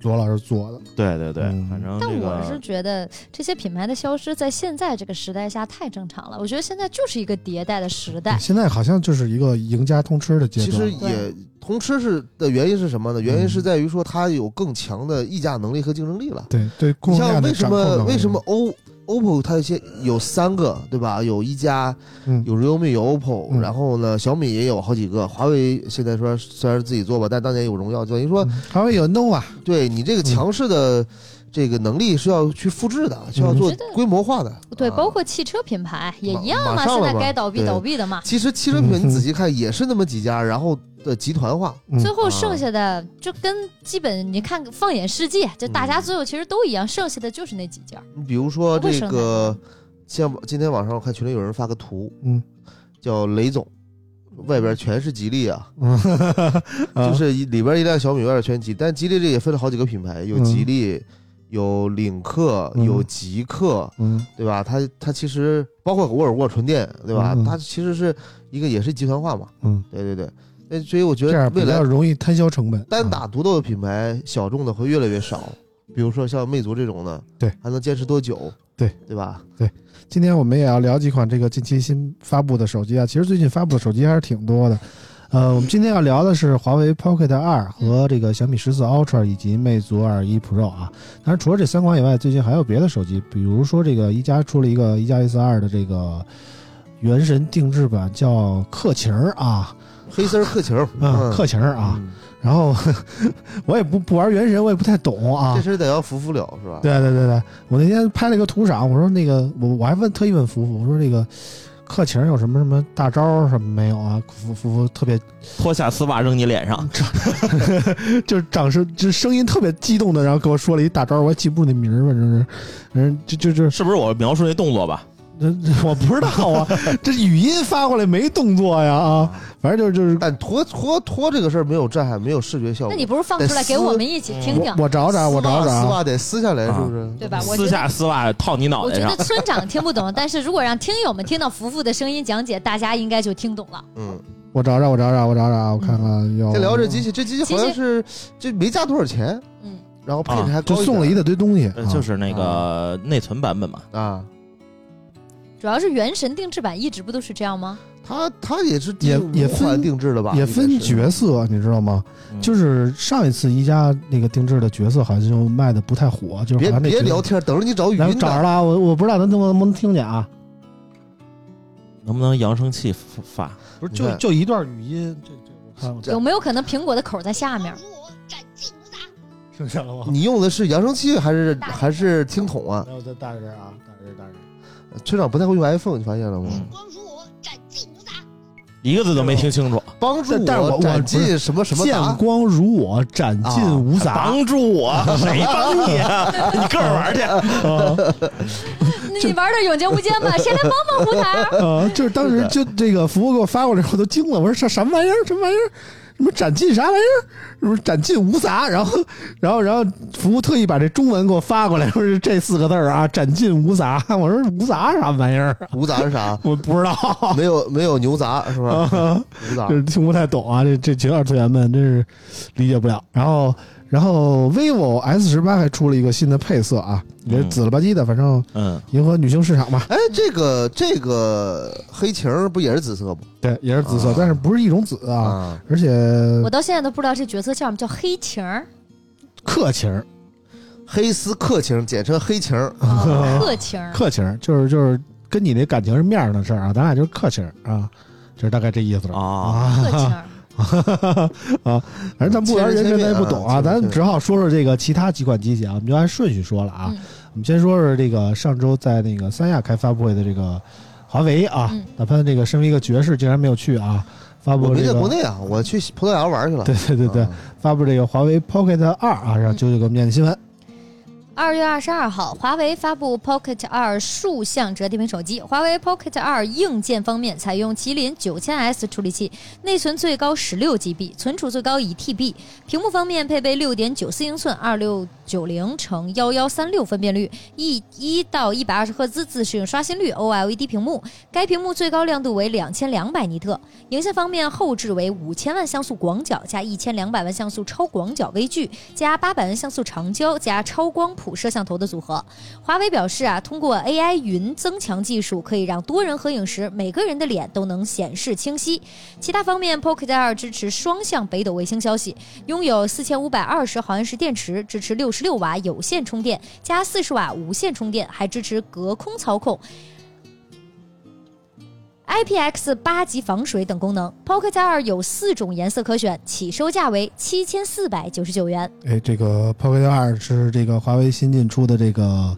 罗老师做的，对对对嗯，反正但这我是个觉得这些品牌的消失，在现在这个时代下太正常了。我觉得现在就是一个迭代的时代，现在好像就是一个赢家通吃的阶其段实了。也同吃是的原因是什么呢？原因是嗯在于说它有更强的议价能力和竞争力了。对对，供你应链像的为什掌控么能力为什么 O OPPO 它一些有三个对吧？有一加，嗯有 realme 有 OPPO，、嗯然后呢小米也有好几个，华为现在说虽然是自己做吧，但当年有荣耀，等于说嗯还会有 nova？对你这个强势的这个能力是要去复制的，是要嗯做觉得规模化的。对，啊包括汽车品牌也马一样马嘛，上现了在嘛该倒闭对倒闭的嘛。其实汽车品牌嗯你仔细看也是那么几家，然后的集团化。嗯最后啊剩下的就跟基本你看放眼世界，就大家嗯最后其实都一样，剩下的就是那几家儿。你比如说不会这生个，像今天晚上我看群里有人发个图，嗯，叫雷总，外边全是吉利啊，嗯，啊就是一里边一辆小米，外边全吉利。但吉利这也分了好几个品牌，有嗯吉利，有领克，嗯有极客，嗯对吧？它它其实包括沃尔沃纯电，对吧？嗯它其实是一个也是集团化嘛。嗯，对对对，那所以我觉这得样比未较来容易摊销成本。单打独斗的品牌，小众的会越来越少。比如说像魅族这种的，对，还能坚持多久？对对吧？今天我们也要聊几款这个近期新发布的手机啊。其实最近发布的手机还是挺多的。呃，我们今天要聊的是华为 Pocket 二和这个小米十四 Ultra 以及魅族二一 Pro 啊。当然，除了这三款以外，最近还有别的手机，比如说这个一加出了一个一加 S 二的这个原神定制版，叫克晴儿啊，黑丝儿克勤儿，嗯，克晴儿啊。嗯然后 我也不不玩原神，我也不太懂啊。这事儿得要服服了，是吧？对对对对，我那天拍了一个图赏，我说那个我我还问特意问福福，我说这个克勤有什么什么大招儿什么没有啊？福福福特别 脱下丝袜扔你脸上，就是掌声，就是声音特别激动的，然后给我说了一大招儿，我也记不住那名儿，反正是，嗯，就就就是 不是我描述那动作吧？我不知道啊， 这语音发过来没动作呀啊，反正就是就是但脱脱脱这个事儿没有震撼，没有视觉效果。那你不如放出来给我们一起听听我，我找找我找丝袜丝找，袜得撕下来，啊是不是？对吧？我觉撕得下丝袜套你脑我袋觉上得，村长听不懂，但是如果让听友们听到福福的声音讲解，大家应该就听懂了。嗯，我找找我找找我找找，我看看有。先聊这机器，这机器好像是这没加多少钱，嗯，然后配置啊还高就点送了一大堆东西，呃就是那个内存版本嘛。啊，主要是原神定制版一直不都是这样吗？它它也是也定也五款分定制的吧？啊也应分该是角色，你知道吗？嗯就是上一次一加那个定制的角色好像就卖的不太火，就是别好像那角别色聊，天，等着你找语来我音找着的。了啊，我我不知道咱能不能能不能听见啊？能不能扬声器发？不是就就一段语音，这这我看这有没有可能苹果的口在下面？听见了吗？你用的是扬声器还是大还是听筒啊？然后再大一点啊，大一点，大一点。村长不太会用 iPhone，你发现了吗？嗯一个字都没听清楚，帮助但但是我我斩不尽什么什么见达，光如我，斩尽啊 无杂。帮助我，谁帮你啊？ 你个人玩儿去。啊那你玩的《永劫无间》吧，谁来帮帮胡桃 儿？啊！就是当时就这个服务给我发过来，我都惊了，我说这什么玩意儿？什么玩意儿？什么斩尽啥玩意儿？什么斩尽无杂？然后，然后，然后服务特意把这中文给我发过来，说是这四个字儿啊，斩尽无杂。 我说无杂啥玩意儿？啊无杂是 ？啥我不知道，啊没有没有牛杂是吧？无杂就是听不太懂啊，这这情感队员们真是理解不了。然后，然后 vivo S 十八还出了一个新的配色啊，也是嗯紫了吧唧的，反正嗯，迎合女性市场吧。哎，这个这个黑旗儿不也是紫色吗？对，也是紫色，啊但是不是一种紫啊，啊，而且 我到现在都不知道这角色叫什么，叫黑情 儿，克情儿，黑丝克情，简称黑情儿。 哦克情儿。克情儿就是就是跟你那感情是面上的事儿啊，咱俩就是克情儿啊，就是大概这意思哦了啊克情 儿， 啊，反正咱不玩人真咱也不懂啊，千人千面啊咱只好说说这个其他几款机器啊，我们就按顺序说了啊。嗯我们先说说这个上周在那个三亚开发布会的这个华为啊，嗯哪怕这个身为一个爵士，竟然没有去啊，发我布没这在个国内啊，我去葡萄牙玩去了。对对对对，啊发布这个华为 Pocket 二啊，让嗯九九给我们念念新闻。二月二十二号，华为发布 Pocket 二竖向折叠屏手机。华为 Pocket 二硬件方面采用麒麟九千 S 处理器，内存最高十六 GB，存储最高一 TB。屏幕方面配备六点九四英寸二六九零乘幺幺三六分辨率，一一到一百二十赫兹自适应刷新率 OLED 屏幕。该屏幕最高亮度为两千两百尼特。影像方面，后置为五千万像素广角加一千两百万像素超广角微距，加八百万像素长焦加超光谱摄像头的组合。华为表示啊，通过 AI 云增强技术，可以让多人合影时每个人的脸都能显示清晰。其他方面，Pocket 二支持双向北斗卫星消息，拥有四千五百二十毫安时电池，支持六十六瓦有线充电加四十瓦无线充电，还支持隔空操控。IPX 八级防水等功能，Pocket 二有四种颜色可选，起售价为七千四百九十九元。哎，这个 Pocket 二是这个华为新进出的这个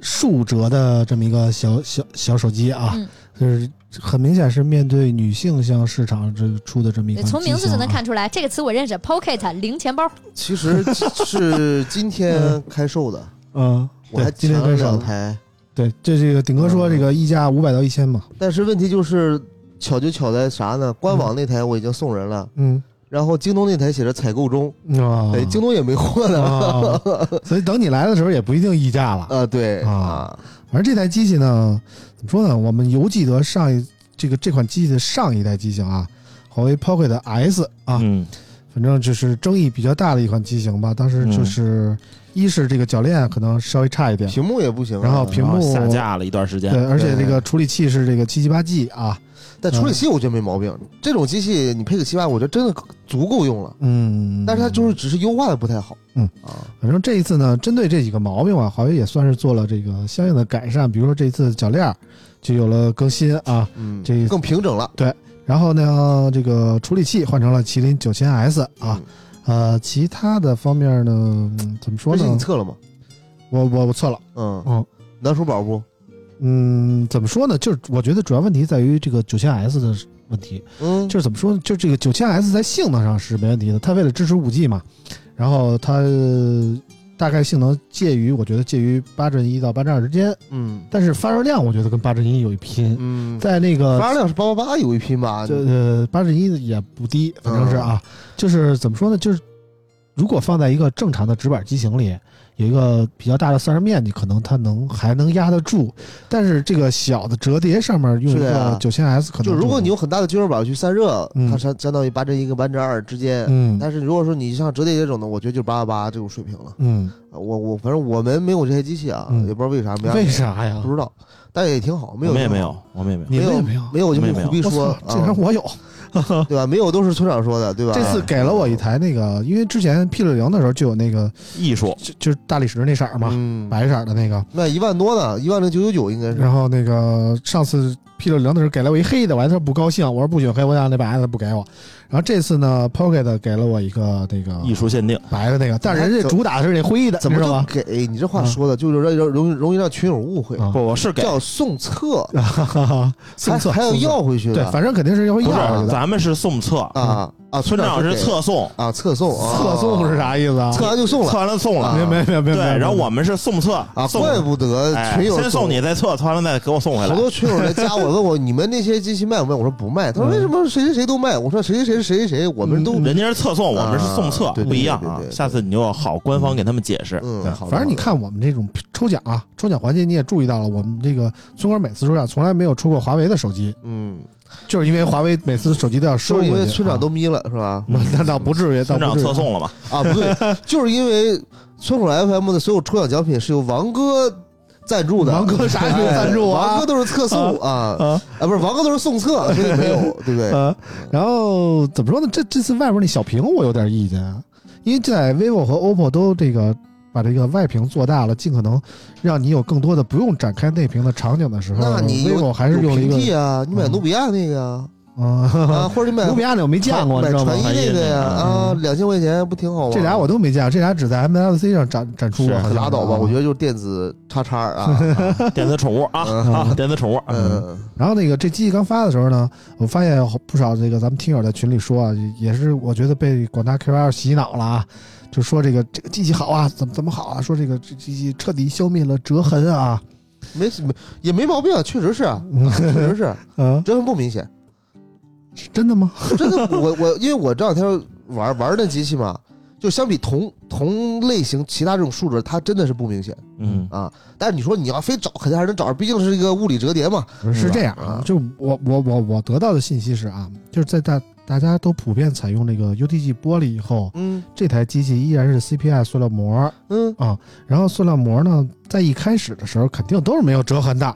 竖折的这么一个小小小手机啊，嗯就是很明显是面对女性向市场这出的这么一对款、从名啊字就能。看出来，这个词我认识，pocket 零钱包。其实是今天开售的，嗯，我还对今天抢了开始两了。台，对，这这个顶哥说这个溢价五百到一千嘛。但是问题就是巧就巧在啥呢？官网那台我已经送人了，嗯然后京东那台写着采购中，啊，哎，京东也没货呢。啊，所以等你来的时候也不一定溢价了。啊，对啊啊，而这台机器呢，怎么说呢？我们犹记得上一这个这款机器的上一代机型啊，华为 Pocket S 啊，嗯反正就是争议比较大的一款机型吧。当时就是、一是这个铰链可能稍微差一点，屏幕也不行啊，然后屏然后幕下架了一段时间，对，而且这对个处理器是这个七七八 G 啊，但处理器我觉得没毛病，这种机器你配个七八，我觉得真的足够用了。嗯，但是它就是只是优化的不太好。嗯啊，反正这一次呢，针对这几个毛病啊，华为也算是做了这个相应的改善，比如说这次铰链儿就有了更新啊，嗯，这更平整了然后呢，这个处理器换成了麒麟九千 S 啊，。呃，其他的方面呢，嗯怎么嗯说这是呢你？测了吗？我我我错了，嗯，嗯难数宝不？嗯，怎么说呢？就是我觉得主要问题在于这个九千 S 的问题，嗯，就是怎么说呢？就这个九千 S 在性能上是没问题的，它为了支持五 G 嘛，然后它呃大概性能介于我觉得介于八阵一到八阵二之间，嗯但是发热量我觉得跟八阵一有一拼，嗯，在那个发热量是八八八有一拼吧？这呃八十一也不低，反正是啊，嗯就是怎么说呢，就是如果放在一个正常的直板机型里，有一个比较大的散热面积，可能它能还能压得住，但是这个小的折叠上面用一是个啊九千 S 可能就如果你用用很大的聚热板去散热，嗯它相相当于八针一跟八针二之间。嗯但是如果说你像折叠这种的，我觉得就是八八八这种水平了。啊嗯，我我反正我们没有这台机器啊，嗯也不知道为啥没安为排啥呀不？知道，但也挺好，没我有们也没挺好有，我们也没你有。没们也有没有，没有我就我们也不没有胡逼我说操，竟然啊我有，对吧？没有都是村长说的，对吧？这次给了我一台那个，因为之前 P 六零的时候就有那个，艺术，就就是大理石那色儿嘛，嗯，白色儿的那个，那一万多呢，一万零九九九应该是。然后那个上次 P 六零的时候给了我一黑的，我还特不高兴，我说不许黑，我想那白的他不给我。然后这次呢，Pocket 给了我一个那嗯个艺术限定，白的那个，但是人家怎主打的是那灰的，怎知道么吗？就给？你这话说的，就是让让容易容易让群友误会，啊不，我是给，叫送测， 送测还还要送测要回去对，的反正肯定是要不要是，回去的。咱们是送测，啊啊！村长是是给测送，啊，测送啊，测送是？啥意思啊？测完就送测了完了送了，没没没没没。对，然后我们是送测啊，送怪不得哎群友先送你，再测，测完了再给我送回好来。多群友来加我问我你们那些机器卖不卖？我说不卖。他嗯说为什么谁谁谁都卖？我说谁谁谁谁谁谁，我们都人家是测送，我们是送测，啊对对不一样对对啊对。对下次你就要好官方给他们解释。嗯，对好的反正你，好看我们这种抽奖啊，抽奖环节你也注意到了，我们这个村官每次抽奖从来没有出过华为的手机的，嗯，就是因为华为每次手机都要收就回是去，因为村长啊都眯了是吧？ 那倒不至于，倒村长不至于测送了嘛？ 啊，不对，就是因为村口 FM 的所有抽奖奖品是由王哥赞助的，王哥啥时候赞助啊哎王哥都是测送啊啊啊，不是王哥都是送测，所以没有，对不对？呃，然后怎么说呢？这这次外边那小屏我有点意见啊，因为在 vivo 和 OPPO 都这个把这个外屏做大了，尽可能让你有更多的不用展开内屏的场景的时候那你有，vivo 还是用了一有个平替啊，你买努比亚那个呀啊， 啊，或者你买努比亚那我没见过，你买知道吗传？一那个呀啊，两千块钱不挺好吗？嗯这俩我都没见过，这俩只在 MLC 上展展出过，是好像啊拉倒吧，我得。觉得就是电子叉 叉啊，电子宠物啊啊，电子宠物。 啊嗯，然后那个这机器刚发的时候呢，我发现有好不少这个咱们听友在群里说啊，也是我觉得被广大 QL 洗脑了啊，就说这个这个机器好啊，怎么怎么好啊，说这个这机器彻底消灭了折痕啊，没什么也没毛病啊，确实 是啊，嗯确实是，啊，真的不明显。是真的吗？真的， 我我因为我这两天玩玩那机器嘛，就相比同同类型其他这种数值，它真的是不明显嗯，啊。但是你说你要非找，肯定还是能找着，毕竟是一个物理折叠嘛。是这样啊啊，就我我我我得到的信息是啊，就是在大大家都普遍采用这个 UTG 玻璃以后，嗯这台机器依然是 CPI 塑料膜，嗯，然后塑料膜呢，在一开始的时候肯定都是没有折痕的，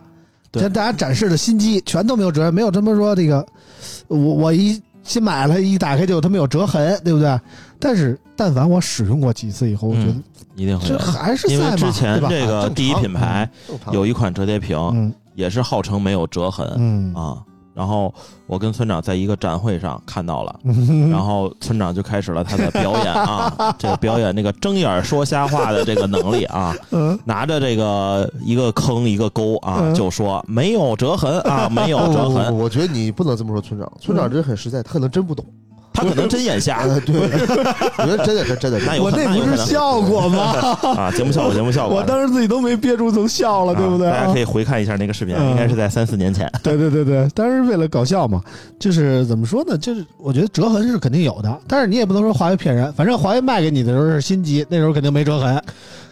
对像大家展示的新机全都没有折痕，没有这么说这个，我我一新买了，一打开就它没有折痕，对不对？但是但凡我使用过几次以后，我觉得嗯一定会这有。还是因在为嘛，之前对吧？这啊个正第一常品牌正常有一款折叠屏，嗯也是号称没有折痕嗯 啊。然后我跟村长在一个展会上看到了，嗯，然后村长就开始了他的表演 啊，这个表演那个睁眼说瞎话的这个能力啊，嗯拿着这个一个坑一个沟啊，嗯就说没有折痕 啊，没有不折不不痕，不，我觉得你不能这么说，村长，嗯村长真很实在，他可能真不懂。 他可能真眼瞎啊，对，我觉得真的是真的是，哎那有我可能那不是效果 吗？啊。节目效果，节目效果，我当时自己都没憋住就笑了，啊对不对？大家可以回看一下那个视频，嗯应该是在三四年前。对对对对，当然是为了搞笑嘛，就是怎么说呢？就是我觉得折痕是肯定有的，但是你也不能说华为骗人，反正华为卖给你的时候是新机，那时候肯定没折痕。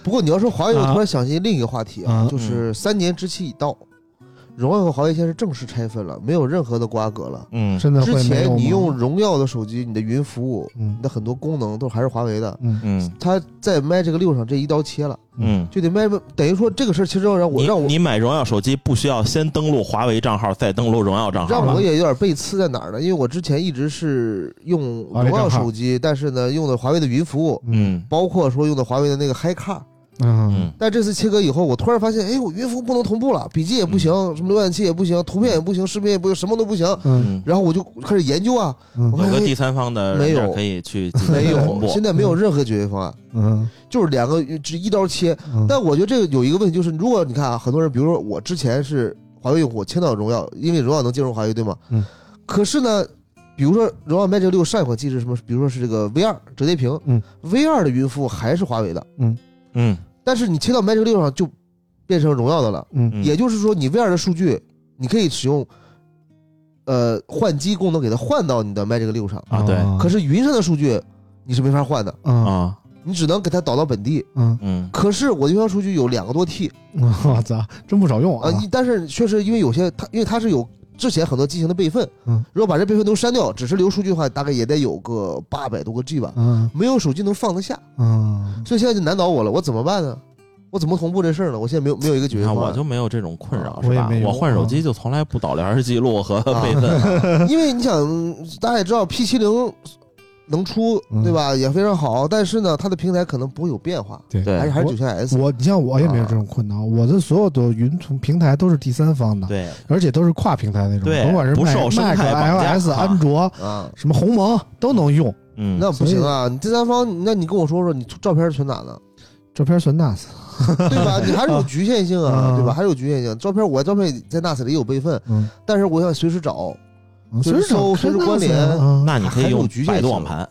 不过你要说华为，我啊突然想起另一个话题啊啊，就是三年之期已到，荣耀和华为现在是正式拆分了，没有任何的瓜葛了。嗯，真的会之没有前吗你用荣耀的手机，你的云服务，嗯你的很多功能都还是华为的。嗯嗯它在 Magic 六上这一刀切了，嗯。就得 Magic 等于说这个事儿，其实要让我你让我你买荣耀手机不需要先登录华为账号，再登录荣耀账号让吗我也有点背刺在哪儿呢？因为我之前一直是用华为荣耀账号手机，但是呢用的华为的云服务，嗯包括说用的华为的那个 Hi Car。嗯嗯但这次切割以后，我突然发现，哎，我云服务不能同步了，笔记也不行， 什么浏览器也不行，图片也不行，视频也不行，什么都不行。嗯嗯，然后我就开始研究啊，嗯我有看个哎第三方的没有软件可以去进行没同有，步 现在没有任何解决方案，嗯就是两个只一刀切。嗯，但我觉得这个有一个问题，就是如果你看啊，很多人，比如说我之前是华为用户，我签到荣耀，因为荣耀能兼容华为，对吗？嗯。可是呢，比如说荣耀 Magic 六上一款机是什么？比如说是这个 V 二折叠屏，嗯，V 二的云服务还是华为的，嗯但是你切到 Magic 六上就变成荣耀的了。嗯嗯，也就是说，你 V 二的数据你可以使用，呃，换机功能给它换到你的 Magic 六上，啊对嗯可是云上的数据你是没法换的，啊啊你只能给它导到本地。嗯，嗯可是我云上数据有两个多 T 嗯我操，真不少用啊啊，！你但是确实因为有些它，因为它是有之前很多机型的备份，嗯，如果把这备份都删掉，只是留数据的话，大概也得有个八百多个 G 吧，嗯没有手机能放得下，嗯，所以现在就难倒我了，我怎么办呢？我怎么同步这事儿呢？我现在没有没有一个解你决看方我案就，没有这种困扰，啊是我也吧没？有我换手机就从来不导聊天记录和备份 啊，因为你想，大家也知道 P 七零能出，嗯对吧？也非常好，但是呢，它的平台可能不会有变化，对还是对还是九千 S。我你像我也没有这种困扰，我的所有的云从平台都是第三方的，对而且都是跨平台那种，对甭管是不卖受生态绑架 iOS、啊安卓啊，什么鸿蒙都能用，嗯，那不行啊！你第三方，那你跟我说说，你照片存哪呢？照片存 NAS。 对 吧？你还是有局限性啊，啊对吧？还是有局限性。照片我照片在 NAS 里有备份，嗯，但是我想随时找，嗯就是随时找搜随时看关到联谁啊那你可以还有用局限啊百度性网盘，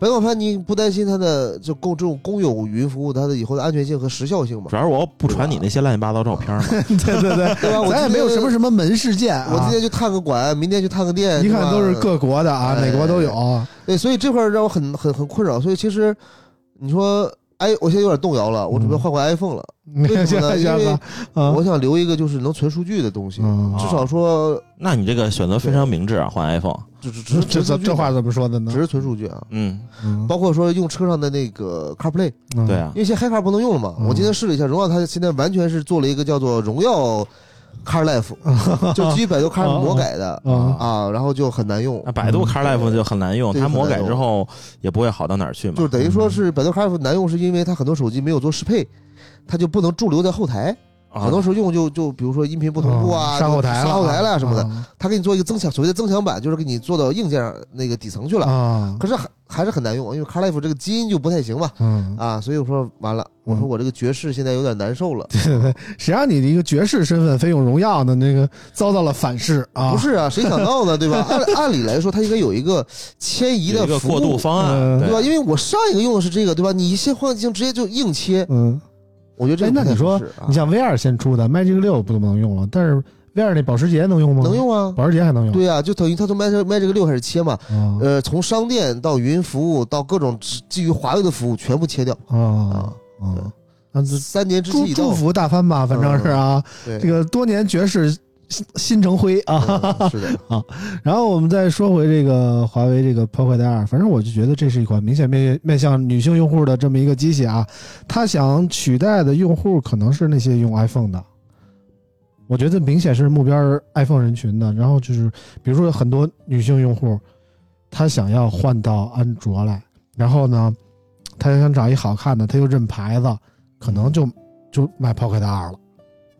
白广帆，你不担心它的就公这种公有云服务它的以后的安全性和时效性吗主？要是啊我不传你那些乱七八糟照片嘛，对对嗯 对， 对吧？我咱也今天没有什么什么门事件啊，我今天去探个馆，明天去探个店，一是吧看都是各国的啊，哎哪国都有。对，所以这块儿让我很很很困扰。所以其实你说，哎，我现在有点动摇了，我准备换回 iPhone 了。嗯 你为看什现么呢在想因为想啊，我想留一个就是能存数据的东西，嗯至少说那你这个选择非常明智啊，换 iPhone。只只只这是这存这数据这话怎么说的呢只？是存数据啊。嗯，嗯包括说用车上的那个 CarPlay，嗯 对啊因，为现在 HiCar 不能用了嘛。嗯我今天试了一下，荣耀它现在完全是做了一个叫做荣耀 CarLife，就基于百度 Car 啊魔改的啊啊，然后就很难用那。百度 CarLife 就很难用，嗯对它魔改很难用之后也不会好到哪儿去就嘛是。嗯等于说是百度 CarLife 难用，是因为它很多手机没有做适配，它就不能驻留在后台。啊很多时候用就就比如说音频不同步嗯啊，上后台啊上后台了什么的，的它给你做一个增强，所谓的增强版，就是给你做到硬件那个底层去了。啊，可是还还是很难用，因为 CarLife 这个基因就不太行嘛。嗯，啊，所以我说完了，我说我这个爵士现在有点难受了。谁让你的一个爵士身份非用荣耀呢？那个遭到了反噬啊！不是 啊，谁想到呢，对吧？按按理来说，它应该有一个迁移有的一个服务呃过渡，方案，嗯对吧？因对为我上一个用的是这个，对吧？你一切换镜直接就硬切，嗯，我觉得这哎个那不太你合说适啊你像 V 二先出的 Magic 六不能用了，但是 V 二那保时捷能用吗？能，用啊？保时捷还能用。对呀、啊，就等于它从 Magic Magic 六开始切嘛，嗯啊呃，从商店到云服务到各种基基于华为的服务全部切掉啊啊。啊！那这三年之期祝已祝到，福大番吧，反正是啊，嗯对这，个多年爵士心心成灰啊。 嗯是的，然后我们再说回这个华为这个 Pocket 二，反正我就觉得这是一款明显面面向女性用户的这么一个机器啊，它想取代的用户可能是那些用 iPhone 的，我觉得明显是目标儿 iPhone 人群的。然后就是比如说很多女性用户，她想要换到安卓来，然后呢，她想找一好看的，她又认牌子，可能就就买 Pocket 二了，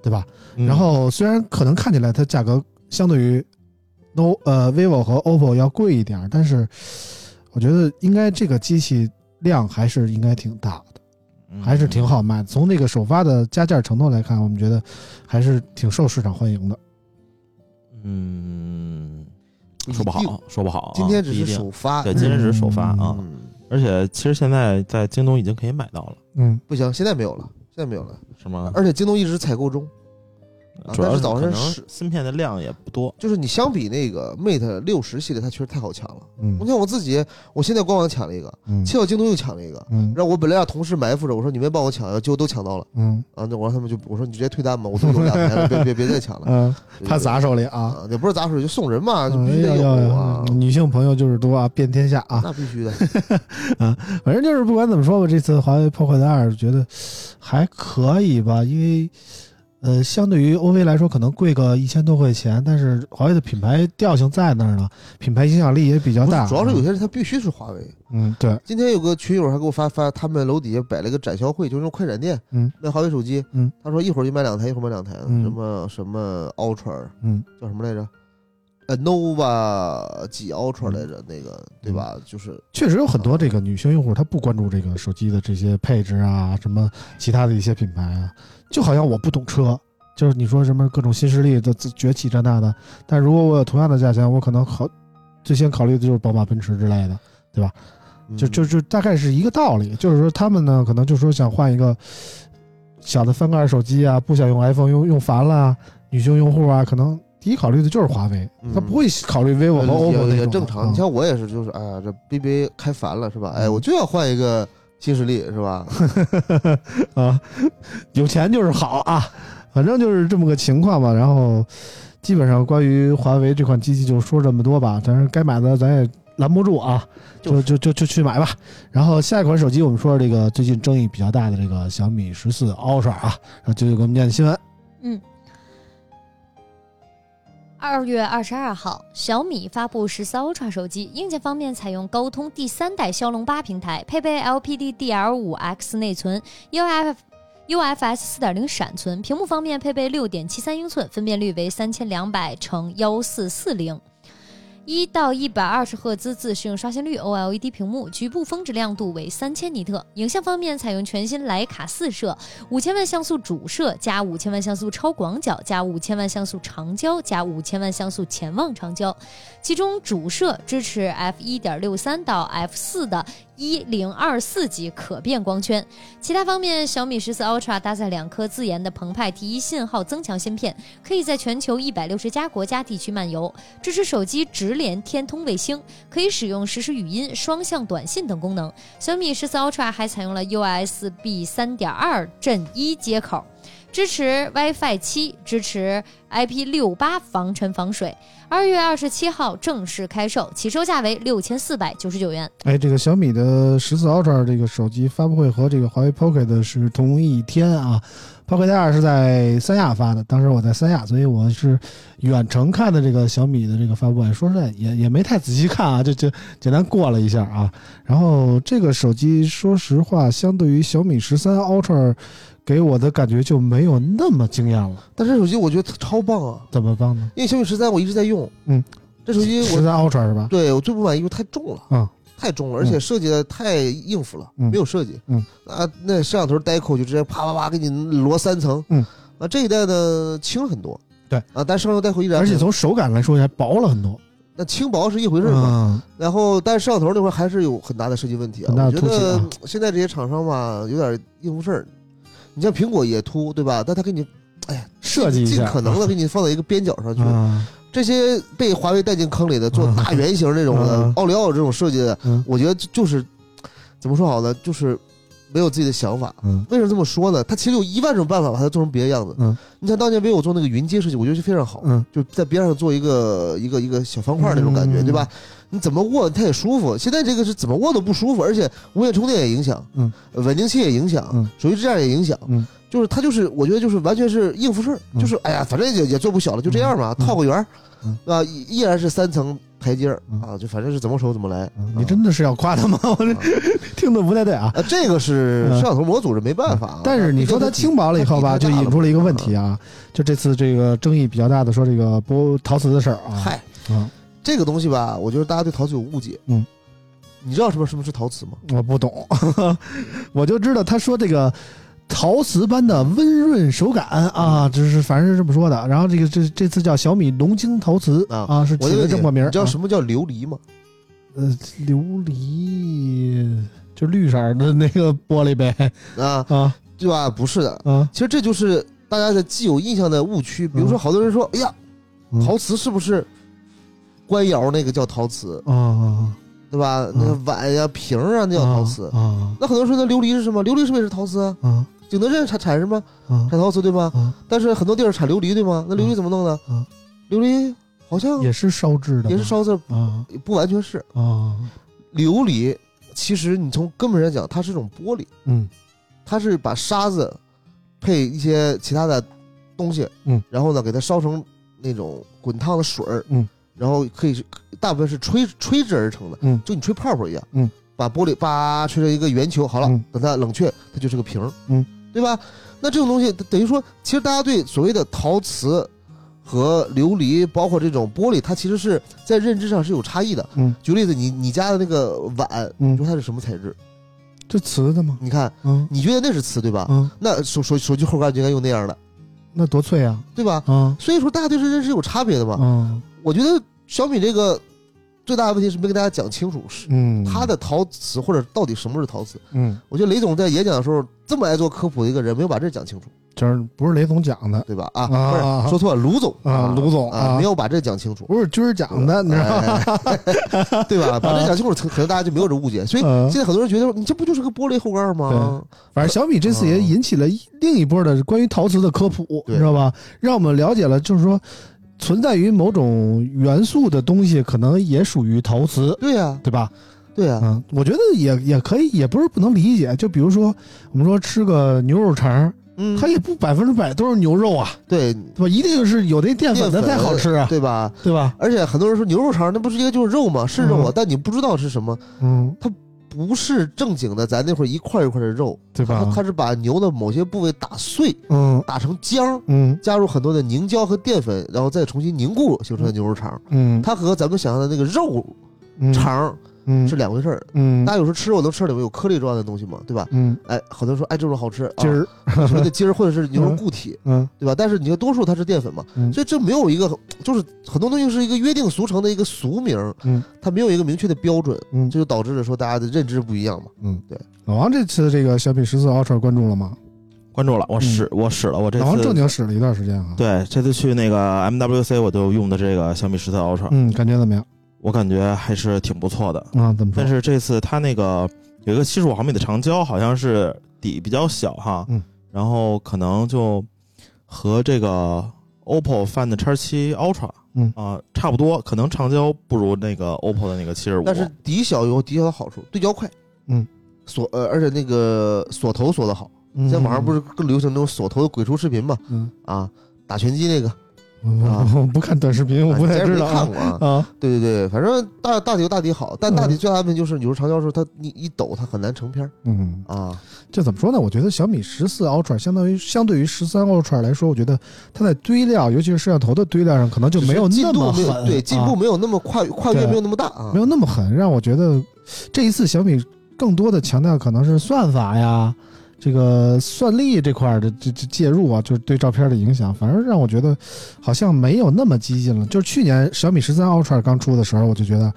对吧？嗯然后虽然可能看起来它价格相对于 no 呃 vivo 和 oppo 要贵一点儿，但是我觉得应该这个机器量还是应该挺大的，嗯还是挺好卖的。从那个首发的加价程度来看，我们觉得还是挺受市场欢迎的。嗯，说不一定好，说不好啊。今天只不一是定首发，对，今天只是首发啊，嗯，而且其实现在在京东已经可以买到了，嗯，不行，现在没有了，现在没有了。是吗？而且京东一直采购中，啊主要但是早可上能是芯片的量也不多，就是你相比那个 Mate 六十系列，它确实太好抢了。嗯你看我自己，我现在官网抢了一个，嗯切到京东又抢了一个，嗯让我本来让同事埋伏着，我说你们帮我抢，结果都抢到了嗯啊！那我让他们就我说你直接退单吧，我都都两年了，别别别再抢了，嗯，对怕砸手里对啊。啊！也不是砸手就送人嘛，就必哎须得呀有呀啊呀！，女性朋友就是多啊，遍天下啊！那必须的。反正就是不管怎么说吧，这次华为 Pocket 二觉得还可以吧，因为呃，相对于 OV 来说，可能贵个一千多块钱，但是华为的品牌调性在那儿呢，品牌影响力也比较不大。啊是，主要是有些人他必须是华为。嗯，对，今天有个群友还给我发发，他们楼底下摆了个展销会，就是那种快闪店，嗯，卖华为手机，嗯，他说一会儿就买两台，一会儿买两台，嗯什么什么 Ultra 嗯叫什么来着？呃，nova 几 Ultra 来着？那个对吧？就是确实有很多这个女性用户，她不关注这个手机的这些配置啊，什么其他的一些品牌啊，就好像我不懂车，就是你说什么各种新势力的崛起这那的，但如果我有同样的价钱，我可能考最先考虑的就是宝马、奔驰之类的。就就就大概是一个道理，就是说他们呢，可能就说想换一个小的翻盖手机啊，不想用 iPhone 用用烦了啊，女性用户啊，可能第一考虑的就是华为，嗯他不会考虑 vivo 和呃 OPPO 那也种也的正常。啊你像我也是，就是哎呀，这 BBA 开烦了是吧？哎，嗯我就要换一个新势力是 吧？啊，有钱就是好啊，反正就是这么个情况吧。然后基本上关于华为这款机器就说这么多吧，但是该买的咱也拦不住啊，就就就就去买吧。然后下一款手机我们说这个最近争议比较大的这个小米十四 Ultra 啊，然后九九给我们念新闻。二月二十二号，小米发布十三 Ultra 手机，硬件方面采用高通第三代骁龙八平台，配备 LPDDR5X 内存，UF。UFS 四点零闪存，屏幕方面配备六点七三英寸，分辨率为三千两百乘幺四四零，一到一百二十赫兹自适应刷新率 OLED 屏幕，局部峰值亮度为三千尼特。影像方面采用全新徕卡四摄，五千万像素主摄加五千万像素超广角加五千万像素长焦加五千万像素潜望长焦，其中主摄支持 f 一点六三到 f 四的一零二四级可变光圈。其他方面，小米十四 Ultra 搭载两颗自研的澎湃 T1 信号增强芯片，可以在全球一百六十家国家地区漫游，支持手机直连天通卫星，可以使用实时语音、双向短信等功能。小米十四 Ultra 还采用了 USB 三点二阵一接口，支持 WiFi 七，支持 IP 六八防尘防水。二月二十七号正式开售，起售价为六千四百九十九元。哎，这个小米的十四 Ultra 这个手机发布会和这个华为 Pocket 是同一天啊。Pocket 二是在三亚发的，当时我在三亚，所以我是远程看的这个小米的这个发布会。说实在也也没太仔细看啊，就就简单过了一下啊。然后这个手机，说实话，相对于小米十三 Ultra，给我的感觉就没有那么惊艳了。但这手机我觉得超棒啊，怎么办呢？因为小米十三我一直在用，嗯，这手机十我三 Ultra 是吧？对啊我最不满意就是太重了，嗯，太重嗯了，而且设计的太应付了，嗯没有设计，嗯，啊，那摄像头 Deco 就直接啪啪啪给你摞三层，嗯，啊，这一代呢轻了很多，对，啊，但摄像头 Deco 依然，而且从手感来说还薄了很多。那轻薄是一回事嘛，嗯，然后，但是摄像头那块儿还是有很大的设计问题啊。很大的我觉凸起得啊现在这些厂商吧，有点应付事儿。你像苹果也凸，对吧？但它给你，哎呀，设计一下尽可能的给你放到一个边角上去。啊，这些被华为带进坑里的，做大圆形这种的， 嗯奥利奥这种设计的，嗯我觉得就是怎么说好呢？就是没有自己的想法。嗯为什么这么说呢？它其实有一万种办法把它做成别的样子。嗯你像当年 vivo 做那个云接设计，我觉得是非常好。嗯，就在边上做一个一个一个小方块那种感觉，嗯对吧？你怎么握它也舒服。现在这个是怎么握都不舒服，而且无线充电也影响，嗯，稳定器也影响，嗯手机支架也影响，嗯，就是它就是我觉得就是完全是应付事儿，嗯就是哎呀，反正也也做不小了，就这样吧，嗯套个圆儿嗯，啊，依依然是三层台阶儿嗯啊，就反正是怎么手怎么来。嗯啊你真的是要夸他 吗？我这啊听的不太对啊。啊，这个是嗯摄像头模组是没办法啊，但是你说它轻薄了以后吧，就引出了一个问题啊，就这次这个争议比较大的说这个玻陶瓷的事儿啊，嗨，啊，这个东西吧，我觉得大家对陶瓷有误解。嗯，你知道什么什么是陶瓷吗？我不懂， 我就知道他说这个陶瓷般的温润手感嗯啊，这是反正是这么说的。然后这个这这次叫小米龙晶陶瓷啊啊，是 我起就的问这么个名你儿，你知道啊什么叫琉璃吗？呃琉璃就绿色儿的那个玻璃呗啊，啊对吧？不是的，啊，其实这就是大家的既有印象的误区。比如说，好多人说，哎呀，嗯陶瓷是不是官窑那个叫陶瓷，啊啊对吧？那嗯碗呀、瓶儿啊，那叫陶瓷。啊那很多人说，那琉璃是什么？琉璃是不是也是陶瓷啊？啊景德镇产产什么？啊产陶瓷对吧？啊，但是很多地儿产琉璃对吗？那琉璃怎么弄的嗯？琉璃好像也是烧制的，也是烧字，啊不完全是啊琉璃。其实你从根本上讲，它是一种玻璃。嗯它是把沙子配一些其他的东西，嗯，然后呢给它烧成那种滚烫的水儿，嗯，然后可以是大部分是吹吹制而成的，嗯就你吹泡泡一样，嗯，把玻璃叭吹成一个圆球，好了，嗯等它冷却，它就是个瓶儿，嗯，对吧？那这种东西等于说，其实大家对所谓的陶瓷。和琉璃，包括这种玻璃，它其实是在认知上是有差异的。嗯举例子，你你家的那个碗，你嗯，说它是什么材质？这瓷的吗？你看，嗯你觉得那是瓷对吧？嗯，那手手手机后盖就应该用那样的，那多脆啊对吧？啊所以说大家对这认识有差别的嘛。啊我觉得小米这个最大的问题是没跟大家讲清楚，是嗯，它的陶瓷或者到底什么是陶瓷。嗯。我觉得雷总在演讲的时候这么爱做科普的一个人，没有把这讲清楚，就是不是雷总讲的，对吧？啊，啊不啊是说错了，卢总啊卢总啊啊，没有把这讲清楚，啊不是军儿讲的，你知道吗？ 哎对吧？把这讲清楚，可可能大家就没有这误解。所以嗯现在很多人觉得你这不就是个玻璃后盖吗？反正小米这次也引起了一另一波的关于陶瓷的科普，你对知道吧？让我们了解了，就是说存在于某种元素的东西，可能也属于陶瓷，对呀，对吧？对呀，嗯，我觉得也也可以，也不是不能理解。就比如说，我们说吃个牛肉肠，嗯它，也不百分之百都是牛肉啊，对对吧？一定是有那淀粉的淀粉才好吃啊，对吧？对吧？而且很多人说牛肉肠那不直接就是肉吗？是肉啊，嗯但你不知道是什么，嗯，不是正经的，咱那会儿一块一块的肉，对它吧？它是把牛的某些部位打碎，嗯打成浆，嗯加入很多的凝胶和淀粉，然后再重新凝固形成的牛肉肠。嗯它和咱们想象的那个肉嗯，肠嗯，是两回事儿。嗯大家有时候吃肉都吃里面有颗粒状的东西嘛，对吧？嗯，哎，好多人说哎这种好吃，今啊、儿什么的筋儿或者是牛肉固体，嗯对吧？但是你看多数它是淀粉嘛，嗯所以这没有一个就是很多东西是一个约定俗成的一个俗名，嗯，它没有一个明确的标准，嗯这就导致了说大家的认知不一样嘛。嗯，对。老王这次这个小米十四 Ultra 关注了吗？关注了，我使嗯我使了，我这老王正次经使了一段时间啊。，对这次去那个 MWC 我就用的这个小米十四 Ultra，嗯，感觉怎么样？我感觉还是挺不错的。啊，怎么说？但是这次它那个有一个七十五毫米的长焦，好像是底比较小哈，嗯，然后可能就和这个 OPPO Find X7 Ultra，嗯啊、差不多，可能长焦不如那个 OPPO 的那个七十五，但是底小有底小的好处，对焦快，嗯，锁呃，而且那个锁头锁的好，现现在网上不是更流行那种锁头的鬼畜视频嘛？嗯，啊，打拳击那个，我我 不看短视频，我啊不你太在知这没道看啊过 啊？啊。对对对，反正大大体有大体好，但大体嗯最大的问题就是，有时候长焦的时候它你一抖它很难成片儿嗯，啊。这怎么说呢？我觉得小米十四 Ultra 相当于相对于十三 Ultra 来说，我觉得它在堆料，尤其是摄像头的堆料上，可能就没有进那度么没有狠，对进啊步没有那么跨跨越对没有那么大啊没。有那么狠，让我觉得这一次小米更多的强调可能是算法呀，这个算力这块儿的这这介入啊，就是对照片的影响，反而让我觉得好像没有那么激进了。就是去年小米十三 Ultra 刚出的时候，我就觉得。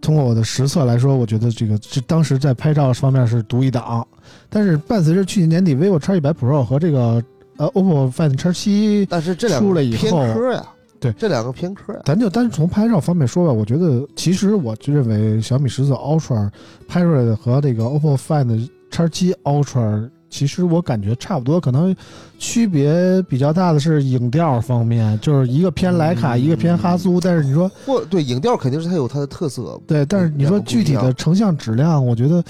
通过我的实测来说，我觉得这个这当时在拍照方面是独一档，但是伴随着去年年底 vivo X 一百 Pro 和这个呃 OPPO Find X 七但是这两出个了以偏后科呀，对这两个偏科呀。咱就单从拍照方面说吧，我觉得其实我就认为小米十四 Ultra 拍出来的和这个 OPPO Find X7 Ultra，其实我感觉差不多，可能区别比较大的是影调方面，就是一个偏徕卡，嗯一个偏哈苏，但是你说或对影调肯定是它有它的特色，对，但是你说具体两个不一的样成像质量，我觉得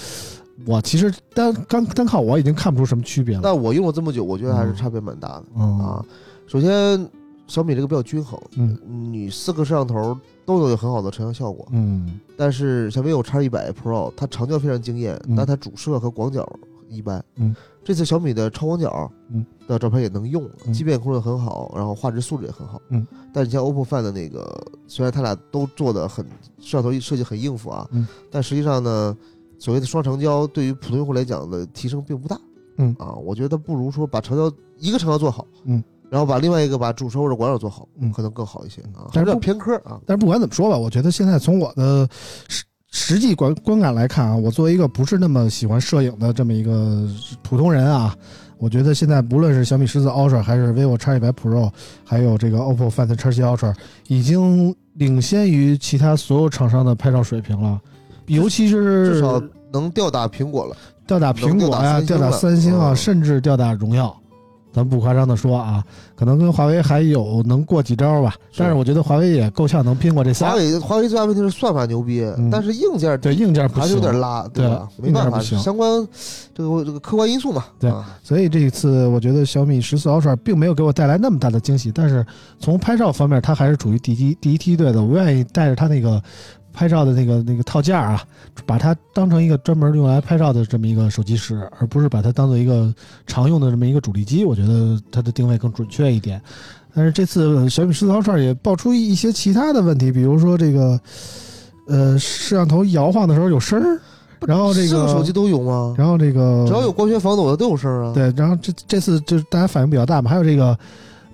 我其实单刚单靠我已经看不出什么区别了。但我用了这么久，我觉得还是嗯差别蛮大的、嗯啊。首先，小米这个比较均衡，嗯你四个摄像头都有很好的成像效果，嗯但是小米有 X 一百 Pro，它长焦非常惊艳，嗯但它主摄和广角一般。嗯，这次小米的超广角嗯的照片也能用，嗯畸变控制得很好，然后画质素质也很好。嗯，但是你像 OPPO Find 的那个，虽然它俩都做的很摄像头设计很应付啊，嗯但实际上呢，所谓的双长焦对于普通用户来讲的提升并不大。嗯啊，我觉得不如说把长焦一个长焦做好，嗯，然后把另外一个把主摄或者广角做好，嗯可能更好一些啊，但是还有点不偏科啊。但是不管怎么说吧，我觉得现在从我的实实际观观感来看啊，我作为一个不是那么喜欢摄影的这么一个普通人啊，我觉得现在不论是小米十四 Ultra 还是 vivo X 一百 Pro，还有这个 OPPO Find X 七 Ultra，已经领先于其他所有厂商的拍照水平了。尤其至是少能吊打苹果了。吊打苹果呀、能吊吊打打三三星星了啊，嗯甚至吊打荣耀。咱不夸张的说啊，可能跟华为还有能过几招吧，是但是我觉得华为也够呛能拼过这仨华。为华为最大问题是算法牛逼，嗯但是硬件对硬件不还是行有，点拉，对吧？没硬件办法，不行相关这个这个客观因素嘛。对啊所以这一次我觉得小米十四 Ultra 并没有给我带来那么大的惊喜，但是从拍照方面，它还是处于第一第一梯队的。我愿意带着它那个拍照的那个那个套件儿啊，把它当成一个专门用来拍照的这么一个手机使，而不是把它当做一个常用的这么一个主力机。我觉得它的定位更准确一点。但是这次小米十四 Ultra 也爆出一些其他的问题，比如说这个呃摄像头摇晃的时候有声儿，然后这个是手机都有吗？然后这个只要有光学防抖的都有声儿啊。，对，然后这这次就是大家反应比较大嘛，还有这个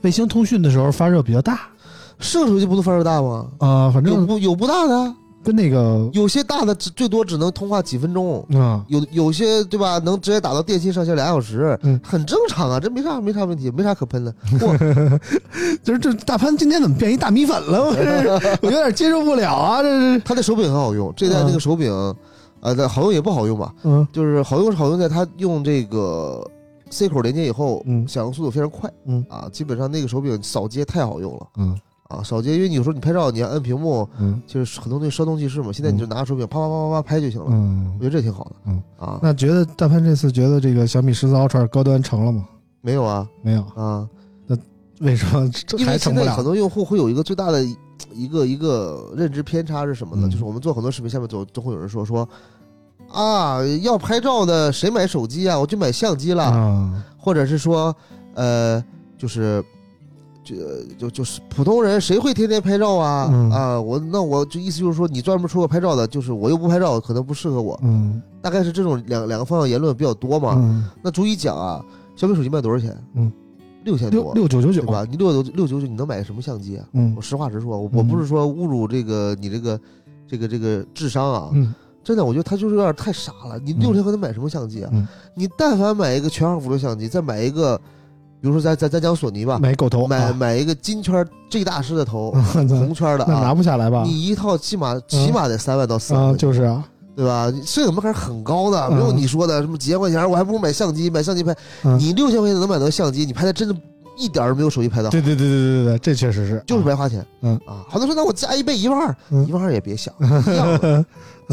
卫星通讯的时候发热比较大，是个手机不能发热大吗？呃，反有正不有不大的，跟那个有些大的只最多只能通话几分钟，啊，有有些对吧？能直接打到电信上线俩小时，嗯很正常啊，这没啥没啥问题，没啥可喷的。就是这大潘今天怎么变一大米粉了？我这是我有点接受不了啊，这是 它的手柄很好用，这代那个手柄，呃，那好用也不好用吧？嗯就是好用是好用在它用这个 C 口连接以后，嗯响应速度非常快，嗯啊，基本上那个手柄扫街太好用了嗯啊，扫街，因为你有时候你拍照你要摁屏幕，嗯就是很多东西稍纵即逝嘛，现在你就拿手柄啪啪啪啪啪拍就行了，我嗯，觉得这挺好的，嗯啊，那觉得大潘这次觉得这个小米十四 Ultra 高端成了吗？没有啊没有，啊，为什么这因还为成现不在很了？多用户会有一个最大的一个一个认知偏差是什么呢？嗯就是我们做很多视频，下面总总会有人说说。啊，要拍照的谁买手机啊？我就买相机了。啊，或者是说，呃，就是就就就是普通人谁会天天拍照啊、嗯啊！我那我就意思就是说，你专门出来拍照的，就是我又不拍照，可能不适合我，嗯大概是这种两两个方向言论比较多嘛。嗯，那逐一讲啊，小米手机卖多少钱？嗯，六千六哦多，六九九对九吧？你六九六九九，你能买什么相机啊？嗯我实话实说，我我不是说侮辱这个你这个这个这个智商啊，嗯真的，我觉得他就是有点太傻了。你嗯六千块能买什么相机啊？嗯你但凡买一个全画幅的相机，再买一个，比如说咱咱咱讲索尼吧，买狗头，买、啊买一个金圈 G 大师的头，那红圈的那拿啊，不下来吧？你一套起码起码得三万到四万啊，块钱，就是啊，对吧？摄影门槛很高的，嗯没有你说的什么几千块钱，我还不如买相机，买相机拍，嗯你六千块钱能买到相机，你拍的真的一点儿都没有手机拍的好，对对对对对对，这确实是，就是白花钱。嗯啊，很多人说那我加一倍一万二，嗯一万二也别想，一样的，嗯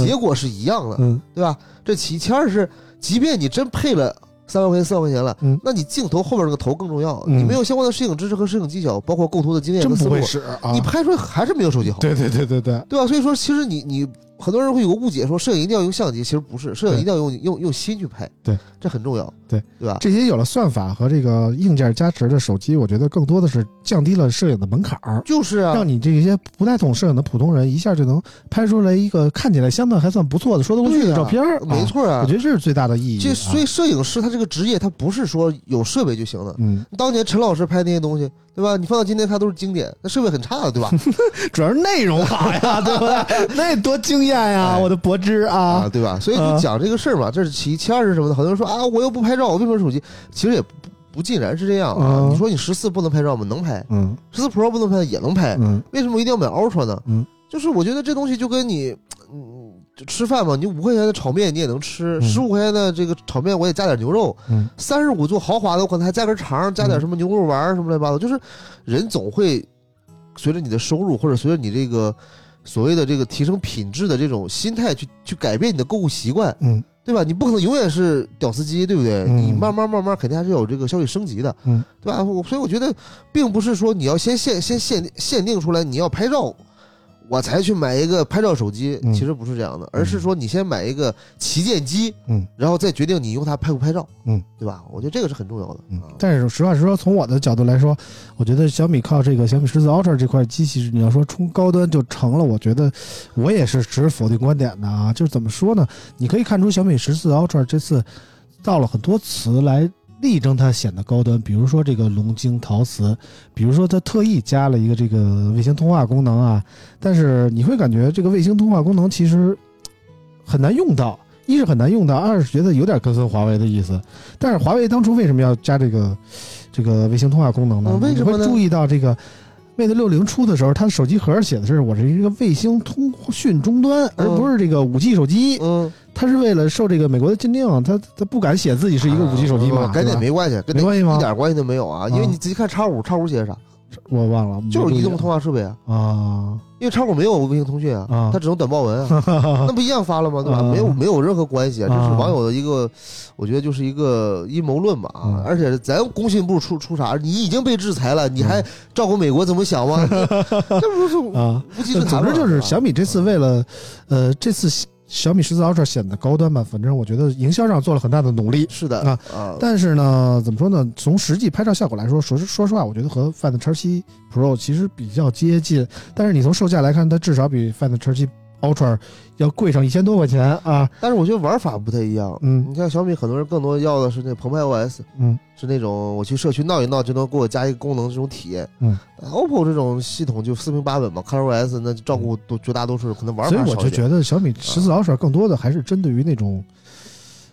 结果是一样的。嗯对吧？这其其二是，即便你真配了三万块钱、四万块钱了，嗯那你镜头后边那个头更重要。嗯你没有相关的摄影知识和摄影技巧，包括构图的经验真和思不路会，使啊你，拍出来还是没有手机好，对对对对对，对吧？所以说，其实你你很多人会有个误解，说摄影一定要用相机，其实不是，摄影一定要用用用心去拍，对，这很重要，对对吧？这些有了算法和这个硬件加持的手机，我觉得更多的是降低了摄影的门槛儿，就是啊让，你这些不太懂摄影的普通人一下就能拍出来一个看起来相对还算不错的、说得过去对的啊照片儿。没啊，错啊我觉。得这是最大的意义。这所以啊，摄影师他这个职业，他不是说有设备就行了。嗯，当年陈老师拍那些东西，对吧？你放到今天看都是经典，那设备很差啊的，对吧？主要是内容好呀，对不对？ 那多惊艳呀，哎我的柏芝啊，啊，对吧？所以就啊讲这个事儿嘛，这是其一其二是什么呢？很多人说啊，我又不拍照，我为什么有手机？其实也不不尽然是这样啊啊。你说你十四不能拍照吗？能拍，嗯十四 Pro 不能拍也能拍，嗯为什么一定要买 Ultra 呢？嗯，就是我觉得这东西就跟你，嗯，就吃饭嘛，你五块钱的炒面你也能吃，嗯十五块钱的这个炒面我也加点牛肉，嗯三十五做豪华的我可能还加根肠，加点嗯什么牛肉丸儿什么乱七八糟，就是人总会随着你的收入或者随着你这个所谓的这个提升品质的这种心态去去改变你的购物习惯，嗯对吧？你不可能永远是屌丝机，对不对？嗯你慢慢慢慢肯定还是有这个消费升级的，嗯对吧？我所以我觉得，并不是说你要先限先限限定出来你要拍照，我才去买一个拍照手机，嗯其实不是这样的，而是说你先买一个旗舰机，嗯，然后再决定你用它拍不拍照，嗯，对吧？我觉得这个是很重要的。嗯啊。但是实话实说，从我的角度来说，我觉得小米靠这个小米十四 Ultra 这块机器，你要说冲高端就成了，我觉得我也是持否定观点的啊。就是怎么说呢？你可以看出小米十四 Ultra 这次造了很多词来力争它显得高端，比如说这个龙晶陶瓷，比如说它特意加了一个这个卫星通话功能啊。但是你会感觉这个卫星通话功能其实很难用到，一是很难用到，二是觉得有点跟随华为的意思。但是华为当初为什么要加这个这个卫星通话功能呢？嗯为什么呢你会注意到这个 Mate 六零出的时候，它的手机壳写的是我是一个卫星通讯终端，而不是这个五 G 手机。嗯，它是为了受这个美国的禁令，它它不敢写自己是一个五 G 手机嘛？啊跟对那吧没关系，跟没那关系吗一点关系都没有啊！因为啊嗯你仔细看叉五，叉五写的啥？我忘了，就是移动通通话设备啊，啊。因为叉五没有微信通讯啊啊，它只能短报文啊。 那不一样发了吗？对吧？啊没有没有任何关系啊，这啊是网友的一个，我觉得就是一个阴谋论吧啊嗯！而且咱工信部出出啥？你已经被制裁了，你还照顾美国怎么想 吗？这这不是嗯 啊无稽之谈总吗？之就是吧小米这次为了，呃，这次小米十四 Ultra 显得高端吧，反正我觉得营销上做了很大的努力。是的啊啊，但是呢，怎么说呢？从实际拍照效果来说，说实说实话，我觉得和 Find X7 Pro 其实比较接近。但是你从售价来看，它至少比 Find X7 Ultra 要贵上一千多块钱啊。但是我觉得玩法不太一样。嗯你看小米很多人更多要的是那澎湃 OS，嗯是那种我去社区闹一闹就能给我加一个功能这种体验。嗯啊，OPPO 这种系统就四平八稳嘛，ColorOS 那就照顾多绝大多数，可能玩所以法我少就一点，觉得小米十四 Ultra 更多的还是针对于那种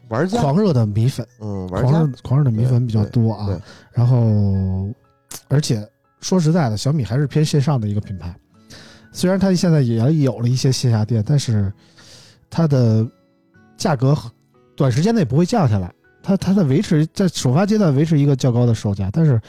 玩家狂热的米粉，嗯啊玩狂家热狂热的米粉比较多啊对对。然后，而且说实在的，小米还是偏线上的一个品牌，虽然它现在也有了一些线下店，但是它的价格很短时间内不会降下来，它它在维持在首发阶段维持一个较高的售价，但是。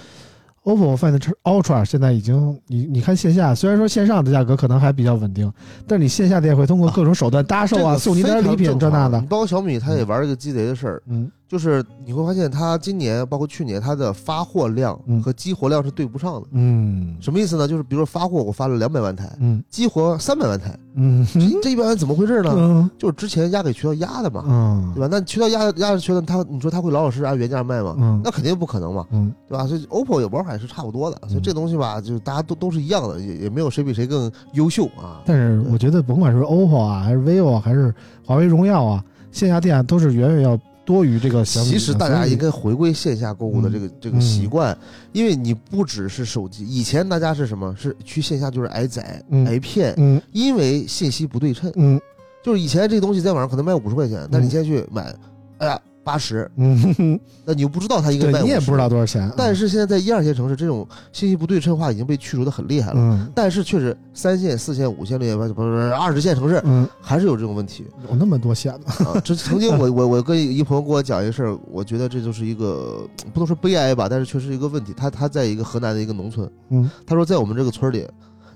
OPPO Find X- Ultra 现在已经，你你看线下，虽然说线上的价格可能还比较稳定，但是你线下店会通过各种手段搭售这啊，个送你点非常礼品正这那常的你，包括小米，它也玩这个鸡贼的事儿，嗯就是你会发现它今年包括去年它的发货量嗯和激活量是对不上的。嗯什么意思呢？就是比如说发货我发了两百万台，嗯激活三百万台，嗯这这一百万怎么回事呢？嗯就是之前压给渠道压的嘛，嗯对吧？那渠道压压着渠道，他你说他会老老实实按原价卖吗？嗯那肯定不可能嘛，嗯对吧？所以 OPPO 也玩法也是差不多的，所以这东西吧，就大家都都是一样的，也也没有谁比谁更优秀啊。但是我觉得，甭管是 OPPO 啊，还是 vivo 啊，还是华为、荣耀啊，线下店啊都是远远要多于这个小米的。其实大家所以应该回归线下购物的这嗯个、这个习惯，因为你不只是手机，以前大家是什么？是去线下就是挨宰、嗯挨骗，嗯因为信息不对称。嗯就是以前这东西在网上可能卖五十块钱，但是你现在去买，哎呀八十，嗯，嗯那你又不知道它应该对卖，你也50不知道。多少钱。啊但是现在在一二线城市，这种信息不对称化已经被去除的很厉害了。嗯但是确实，三线、四线、五线、六线、八不不不二十线城市嗯，还是有这种问题。有那么多线吗？啊，这曾经我我我跟一朋友跟我讲一事儿，我觉得这就是一个不能说悲哀吧，但是确实一个问题。他他在一个河南的一个农村，嗯，他说在我们这个村儿里，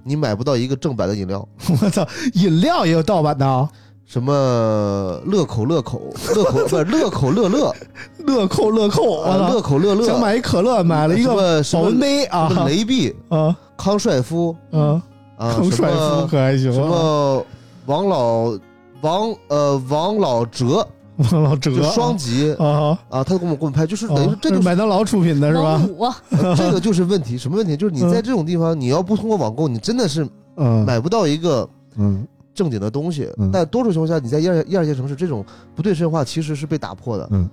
你买不到一个正版的饮料， 我操，饮料也有盗版的啊，什么乐口乐口 乐口不是乐口乐乐，乐扣乐扣，我啊操乐，口乐乐，想买一可乐，买了一个什保么温杯什么啊雷碧、啊康帅夫啊，啊，坑什帅夫么可还行什啊，么王老王呃王老哲，王老哲就双极啊，啊，他给我们给我们拍，就是啊等于说这是 就是麦当劳出品的是蒙吧？古嗯这个就是问题，什么问题？就是你在这种地方，你要不通过网购，你真的是嗯买不到一个嗯正经的东西。嗯但多数情况下，你在一二一二线城市，这种不对称化其实是被打破的。嗯，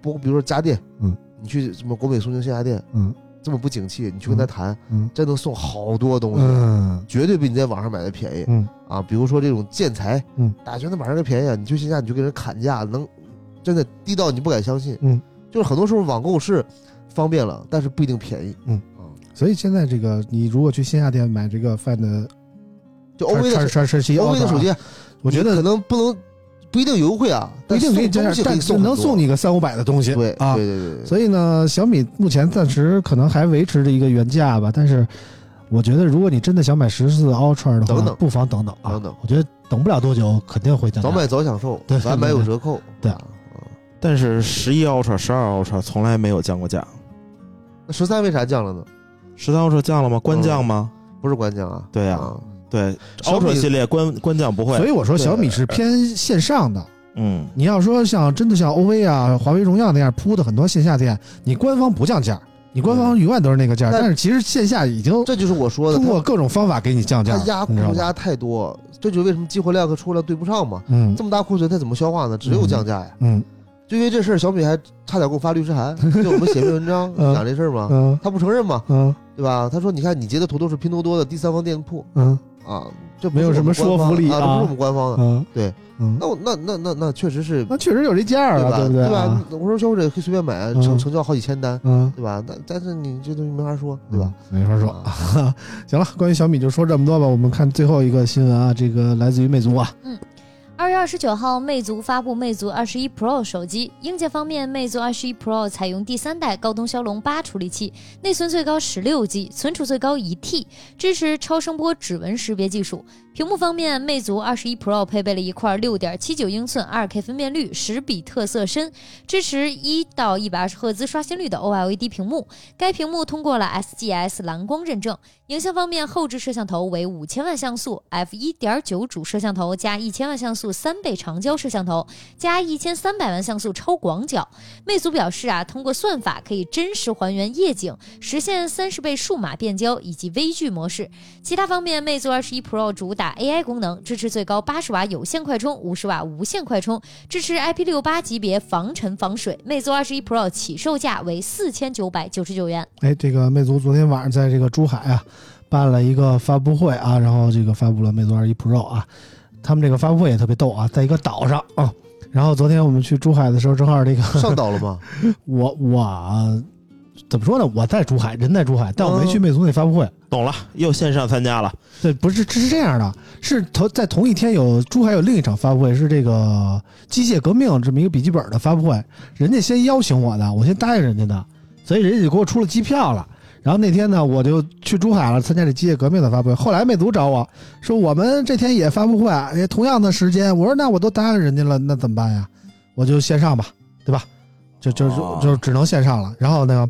不，比如说家电，嗯，你去什么国美、苏宁线下店嗯这么不景气，你去跟他谈，嗯真能送好多东西，嗯绝对比你在网上买的便宜嗯啊。比如说这种建材，嗯，大家觉得网上这便宜啊，你去线下你就给人砍价，能真的低到你不敢相信。嗯，就是很多时候网购是方便了，但是不一定便宜。嗯啊。所以现在这个，你如果去线下店买这个 Find 就 OV 的叉手叉十七 OV 的手，机，啊我觉你可得能不能不一定有优惠啊，不一定但可以这送样东西，可但以是送能很多送你个三五百的东西，对啊。对对对，以所以呢，小米目前暂时可能还维持着一个原价吧，但是我觉得如果你真的想买十四 Ultra 的话，等等不妨等等啊。等等我觉得等不了多久肯定会降价早。买早享受，对晚买有折扣，对啊。但是十一 Ultra、十二 Ultra 从来没有降过价，那十三为啥降了呢？十三 Ultra 降了吗？官降吗？嗯不是官降啊，对呀啊，对小米，Ultra 系列官官降不所会。以我说小米是偏线上的。嗯，你要说像真的像 OV 啊、华为、荣耀那样铺的很多线下店，你官方不降价，你官方永远都是那个价，但但是其实线下已经这就是我说的，通他过各种方法给你降价，他压库你知道存吗？压太多，这就是为什么激活量和出货量对不上嘛。嗯这么大库存，它怎么消化呢？只有降价呀。嗯就因为这事儿，小米还差点给我发律 师函，就我们写篇文章嗯讲这事儿嘛，嗯他不承认嘛，嗯对吧？他说：“你看你截的图都是拼多多的第三方店铺嗯啊，这不没有是我们什么说官方服力啊，这啊不是我们官方的。”嗯，对，嗯，那我那那那那确实是，那确实有这价儿吧？了，不对对？吧啊？我说消费者可以随便买，嗯成成交好几千单，嗯，对吧？那但是你这东西没法说，对吧？嗯？没法说。啊行了，关于小米就说这么多吧。我们看最后一个新闻啊，这个来自于魅族啊，二月二十九号，魅族发布魅族二十一 Pro 手机。硬件方面，魅族二十一 Pro 采用第三代高通骁龙八处理器，内存最高十六 G，存储最高一 T，支持超声波指纹识别技术。屏幕方面，魅族二十一 Pro 配备了一块六点七九英寸二 K 分辨率十比特色深，支持一到一百二十赫兹刷新率的 OLED 屏幕。该屏幕通过了 SGS 蓝光认证。影像方面，后置摄像头为五千万像素 f 一点九主摄像头加一千万像素三倍长焦摄像头加一千三百万像素超广角。魅族表示啊，通过算法可以真实还原夜景，实现三十倍数码变焦以及微距模式。其他方面，魅族二十一 Pro 主打 AI 功能，支持最高八十瓦有线快充、五十瓦无线快充，支持 IP 六八级别防尘防水。魅族二十一 Pro 起售价为四千九百九十九元。哎，这个魅族昨天晚上在这个珠海啊办了一个发布会啊，然后这个发布了魅族二一 Pro 啊，他们这个发布会也特别逗啊，在一个岛上啊。然后昨天我们去珠海的时候，正好这个上岛了 吗？我我怎么说呢？我在珠海，人在珠海，但我没去魅族那发布会。懂了，又线上参加了。对，不是，这是这样的，是同在同一天有珠海有另一场发布会，是这个《机械革命》这么一个笔记本的发布会，人家先邀请我的，我先答应人家的，所以人家就给我出了机票了。然后那天呢，我就去珠海了，参加这《机械革命》的发布会。后来魅族找我说，我们这天也发布会，哎也同样的时间。我说那我都答应人家了，那怎么办呀？我就线上吧，对吧？就就就哦就只能线上了。然后呢，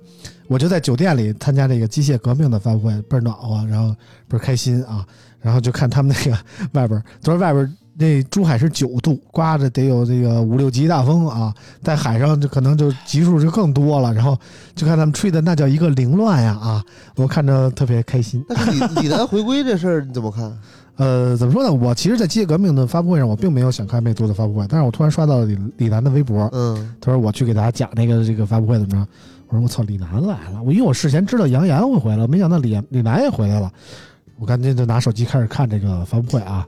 我就在酒店里参加这个机械革命的发布会，倍儿暖和，然后倍儿开心啊。然后就看他们那个外边儿，昨儿外边儿那珠海是九度，刮着得有这个五六级大风啊，在海上就可能就级数就更多了。然后就看他们吹的那叫一个凌乱呀啊，我看着特别开心。但是李李楠回归这事儿你怎么看？呃，怎么说呢？我其实，在机械革命的发布会上，我并没有想看魅族的发布会，但是我突然刷到了李李楠的微博，嗯，他说我去给大家讲那个这个发布会怎么着。我说我操，李楠来了！我因为我事先知道杨洋会回来，我没想到李李楠也回来了。我赶紧就拿手机开始看这个发布会啊。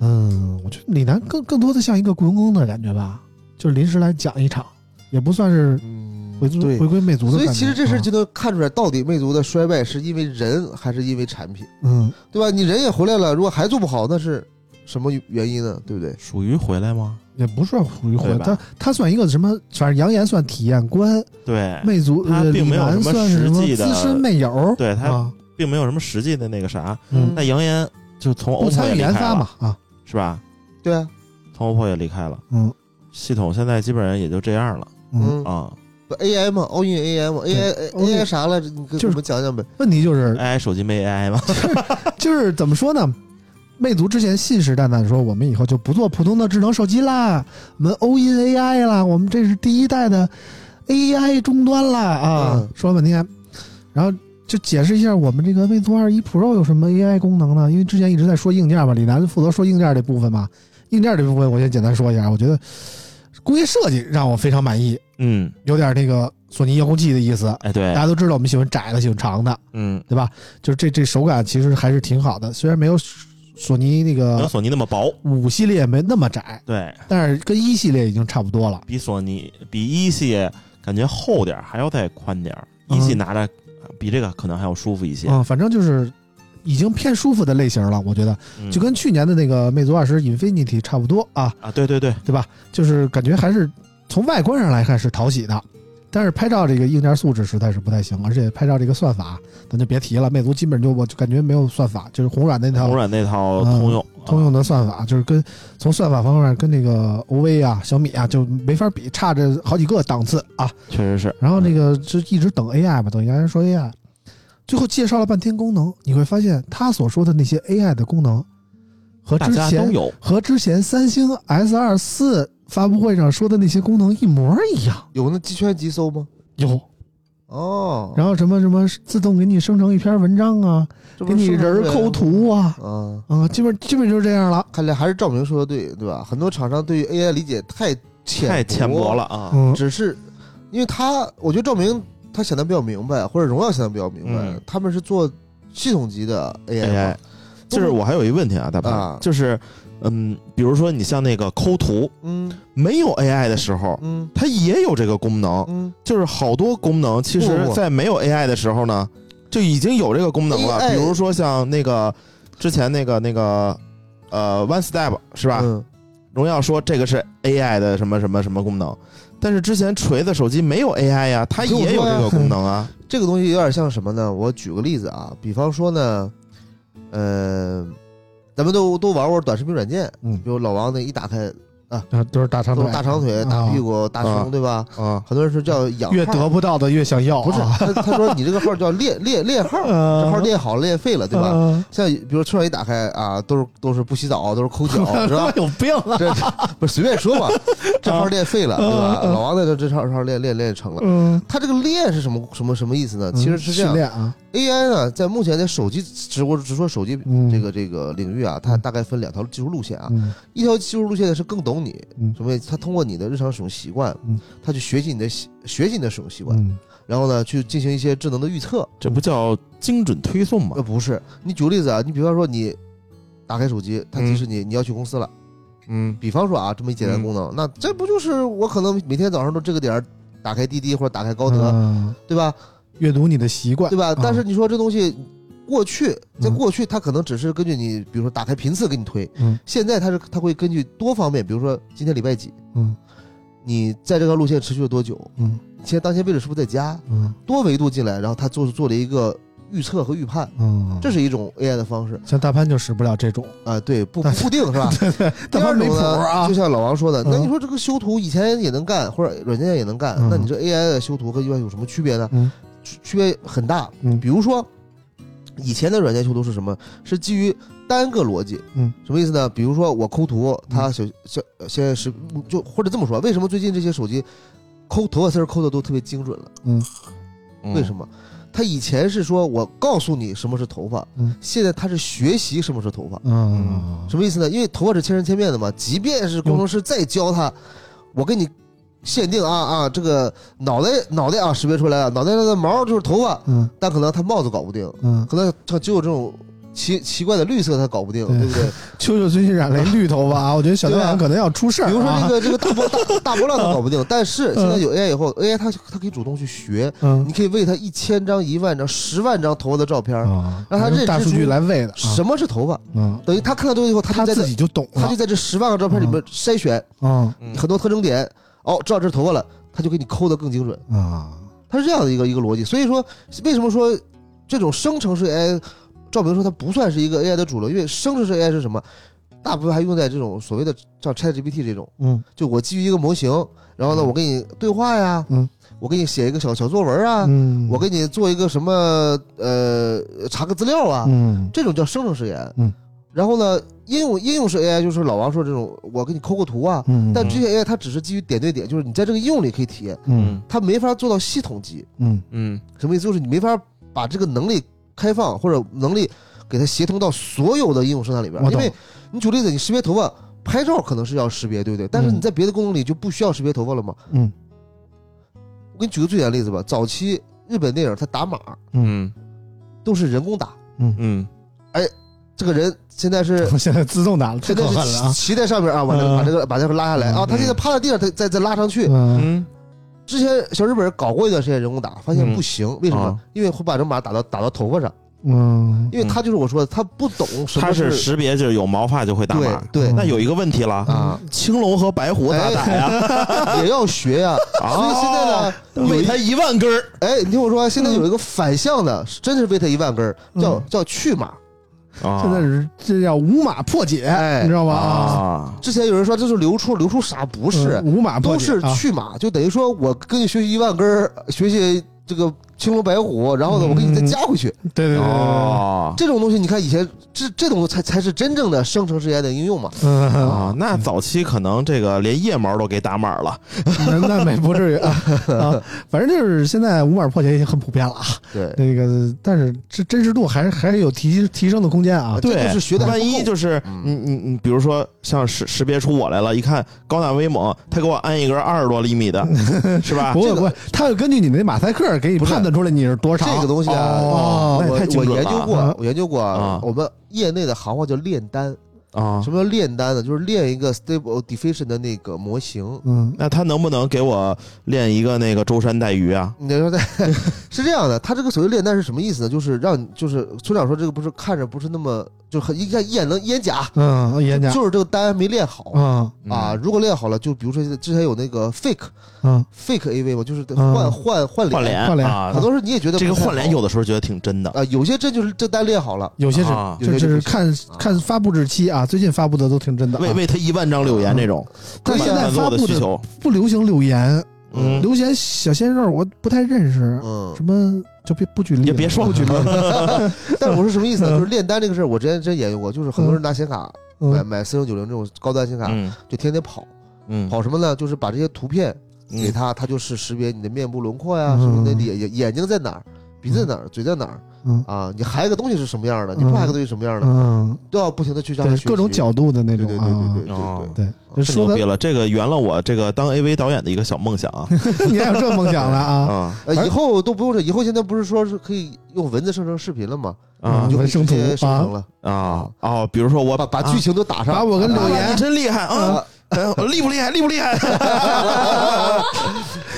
嗯，我觉得李楠更更多的像一个雇佣工的感觉吧，就是临时来讲一场，也不算是嗯回族对回。归魅族的所感以觉。其实这事儿啊就能看出来，到底魅族的衰败是因为人还是因为产品，嗯，对吧？你人也回来了，如果还做不好，那是什么原因呢？对不对？属于回来吗？也不算属于回对吧他他算一个什么？反正杨言算体验官，对，魅族哎他呃并李没有楠什么算是实什么际的资深魅友，对他啊，并没有什么实际的那个啥。嗯，那扬言就从不 OPPO 参也与离研开发了嘛啊，是吧？对啊，从 OPPO 也离开了，嗯系统现在基本上也就这样了嗯。嗯，啊。不 AI 嘛，奥运 AI 嘛，AI ，All in AI 啥了？你给就是我们讲讲呗。问题嗯就是， AI 手机没 AI 吗？就是怎么说呢？魅族之前信誓旦旦地说，我们以后就不做普通的智能手机啦，我们 all in AI 啦，我们这是第一代的 AI 终端啦啊！嗯说了半天，然后就解释一下我们这个魅族二一 Pro 有什么 AI 功能呢？因为之前一直在说硬件嘛，李楠负责说硬件这部分嘛，硬件这部分我先简单说一下，我觉得工业设计让我非常满意，嗯，有点那个索尼遥控器的意思。大哎对，家都知道我们喜欢窄的，喜欢长的，嗯，对吧？就是这这手感其实还是挺好的，虽然没有索尼那没有个索尼那么薄，五系列没那么窄，对但是跟一系列已经差不多了。比索尼比一系感觉厚点儿，还要再宽点儿。嗯一系拿着比这个可能还要舒服一些，嗯，反正就是已经偏舒服的类型了，我觉得嗯就跟去年的那个魅族二十 Infinity 差不多啊，啊，对对对，对吧？就是感觉还是从外观上来看是讨喜的。但是拍照这个硬件素质实在是不太行，而且拍照这个算法咱就别提了，魅族基本就我就感觉没有算法，就是红软那套红软那套嗯通用，啊通用的算法，就是跟从算法方面跟那个 OV 啊、小米啊就没法比，差着好几个档次啊。确实是。然后那个就一直等 AI 吧，等杨洋说 AI，最后介绍了半天功能，你会发现他所说的那些 AI 的功能和大之家都前有，和之前三星 S 二四发布会上说的那些功能一模一样。有那机圈急搜吗？有，哦，然后什么什么自动给你生成一篇文章啊，这给不是你人儿抠图啊，啊。啊、基本基本就是这样了。看来还是赵明说的对，对吧？很多厂商对于 AI 理解太浅太浅薄了。了啊！嗯，只是因为他，我觉得赵明他想的比较明白，或者荣耀想的比较明白，嗯他们是做系统级的 AI，, 嘛 AI，就是我还有一个问题啊，大啊鹏，就是嗯，比如说你像那个抠图，嗯没有 AI 的时候，嗯它也有这个功能，嗯，就是好多功能，其实不不在没有 AI 的时候呢，就已经有这个功能了。 AI 比如说像那个之前那个那个呃 One Step 是是吧？嗯，荣耀说这个是 AI 的什么什么什么功能，但是之前锤子手机没有 AI 呀、它跟我也有说呀这个功能啊。这个东西有点像什么呢？我举个例子啊，比方说呢，呃，咱们都都玩过短视频软件，嗯比如老王那一打开啊，都是大长都腿，是大长腿、大屁股、大啊胸，对吧？啊，很多人说叫养越号得不到的越想要啊，不是他他说你这个号叫练练练啊号，这号练好了练废了，对吧？嗯像比如村上一打开啊，都是都是不洗澡，都是抠脚， 是 吧？有病 啊！这不是随便说嘛，啊这号练废了，对吧？嗯嗯老王在这这号这号练练练成了。嗯，他这个练是什么什么什么意思呢？呃其实是这训样练啊， ，AI 呢，在目前在手机只我只说手机嗯这个这个领域啊，它大概分两条技术路线啊。嗯一条技术路线呢是更懂你嗯，什么意思？它通过你的日常使用习惯嗯，它去学习你的习学习你的使用习惯，嗯然后呢去进行一些智能的预测。这不叫精准推送吗呃，？不是，你举个例子啊，你比方说你打开手机，嗯它提示你你要去公司了。嗯，比方说啊，这么一简单功能，那这不就是我可能每天早上都这个点儿打开滴滴或者打开高德，嗯对吧？阅读你的习惯，对吧？啊但是你说这东西，过去在嗯过去它可能只是根据你，比如说打开频次给你推，嗯现在它是它会根据多方面，比如说今天礼拜几，嗯你在这条路线持续了多久，嗯现在当前位置是不是在家，嗯多维度进来，然后它做做了一个预测和预判，嗯，这是一种 AI 的方式像大潘就使不了这种，啊。对，不不固定是吧？啊 第大二潘没种谱呢，啊就。像老王说的，嗯那你说这个修图以前也能干，或者软件也能干，嗯那你这 AI 的修图和一般有什么区别呢？嗯区区别很大。嗯比如说以前的软件修图是什么？是基于单个逻辑。嗯，什么意思呢？比如说我抠图，它嗯小小现在是就或者这么说，为什么最近这些手机抠头发丝儿抠的都特别精准了？嗯为什么？么？它以前是说我告诉你什么是头发，嗯现在它是学习什么是头发。嗯，什么意思呢？因为头发是千人千面的嘛，即便是工程师再教他，我给你限定啊啊，这个脑袋脑袋啊识别出来了，脑袋上的毛就是头发，嗯但可能他帽子搞不定，嗯，可能他只有这种奇奇怪的绿色他搞不定，对对不对？秋秋最近染了一绿头发啊，我觉得小太阳可能要出事儿啊。比如说这个 这个大波大大波浪他搞不定，但是嗯现在有 AI 以后，AI 它它可以主动去学，嗯你可以喂它一千张、一万张、十万张头发的照片，啊，让他认用知大数据出来喂的啊，什么是头发？嗯，等于他看到这个以后，他他就在自这己就嗯懂他就了在这十万个照片里面筛选。啊嗯很多特征点，哦，知道这是头发了，他就给你抠的更精准。啊，它是这样的一个一个逻辑。所以说，为什么说这种生成式 AI，赵明说它不算是一个 AI 的主流，因为生成式 AI 是什么？大部分还用在这种所谓的像 ChatGPT 这种，嗯就我基于一个模型，然后呢，我给你对话呀，嗯，我给你写一个小小作文啊，嗯，我给你做一个什么呃查个资料啊，嗯这种叫生成式 AI。嗯，然后呢，应用应用式 AI 就是老王说这种，我给你抠个图啊，嗯，但这些 AI 它只是基于点对点，就是你在这个应用里可以体验，嗯它没法做到系统级。嗯嗯什么意思？就是你没法把这个能力开放或者能力给它协同到所有的应用生态里边我。因懂为你举例子，你识别头发拍照可能是要识别，对不对？但是嗯你在别的功能里就不需要识别头发了嘛。嗯我给你举个最简单的例子吧，早期日本电影它打码嗯都是人工打，嗯这个人现 在是嗯，现在自动打了，太现可在狠是了啊骑，骑在上面啊，把这个嗯把这个把这个拉下来啊，嗯他现在趴在地上，他再再拉上去，嗯嗯之前小日本搞过一段时间人工打，发现不行，为什么？啊因为会把人马打到打到头发上，嗯因为他就是我说的，他不懂什它么是是识别就是有毛发就会打对码。嗯对那有一个问题了，啊，青龙和白虎咋打呀？也要学呀。所以现在呢， 有喂一它哦一万根 儿，哎，你听我说，现在有一个反向的，是真是为他一万根儿，叫嗯叫去马。现啊现在是这叫五马破解，哎你知道吗？啊，啊，之前有人说这是流出，流出啥？不是嗯，五马破都解是啊去马，就等于说我跟你学习一万根儿，学习这个青龙白虎，然后呢，我给你再嗯加回去。对对对对对，哦这种东西，你看以前这这种才才是真正的生成式 AI 的应用嘛。嗯，哦啊，那早期可能这个连腋毛都给打码了。那那没不至于啊啊，反正就是现在五马破解已经很普遍了啊，对，那个但是这真实度还是还是有提提升的空间啊，这对就是学的万一就是嗯你你你，比如说像识识别出我来了，一看高大威猛，他给我安一根二十多厘米 的，是吧不？会啊这个不会，他会根据你那马赛克给你不是判断出来你是多少这个东西啊，哦我那也太精我准研了究啊过，我研究过啊我们业内的行话叫炼丹。啊什，么叫炼丹呢？就是炼一个 stable diffusion 的那个模型。嗯那他能不能给我练一个那个舟山带鱼啊？你说的 是这样的，他这个所谓炼丹是什么意思呢？就是让你就是村长说这个不是看着不是那么就很一看一眼能一眼假，嗯，演讲就是这个丹没炼好嗯啊。如果炼好了，就比如说之前有那个 fake 嗯 fake AV 嘛，就是嗯换换换换脸，脸换脸啊很，多时候你也觉得这个不太换脸好有的时候觉得挺真的。啊，有些真就是这丹炼好了。有些是啊就有些是就不行看啊看发布日期啊，最近发布的都挺真的啊为。为他一万张留言这种，但满现在满足发我的布需的求，不流行柳岩，嗯柳岩小鲜肉我不太认识，嗯，什么就别不举例了，也别说不举例了， 但是我是什么意思呢？嗯就是炼丹这个事儿，我之前真研究过，就是很多人拿显卡买嗯买四零九零这种高端显卡， 嗯就天天跑嗯，跑什么呢？就是把这些图片给嗯他，他就是识别你的面部轮廓呀，嗯什么你的脸眼眼睛在哪儿，鼻子在哪儿，嘴在哪儿嗯啊？你含一个东西是什么样嗯的？你不含一个东西是什么样的？嗯，都要不停的去让他对学习各种角度的那对种对对啊，对对对哦对。对就太说牛逼的了，这个圆了我这个当 AV 导演的一个小梦想 啊你还有这梦想了啊啊呃，反正以后都不用这，以后现在不是说是可以用文字生成视频了吗？嗯啊你就可以直接文生图生成了，啊哦！比如说我把把剧情都打上，把我跟柳啊岩你真厉害啊！呃厉不厉害？厉不 厉害？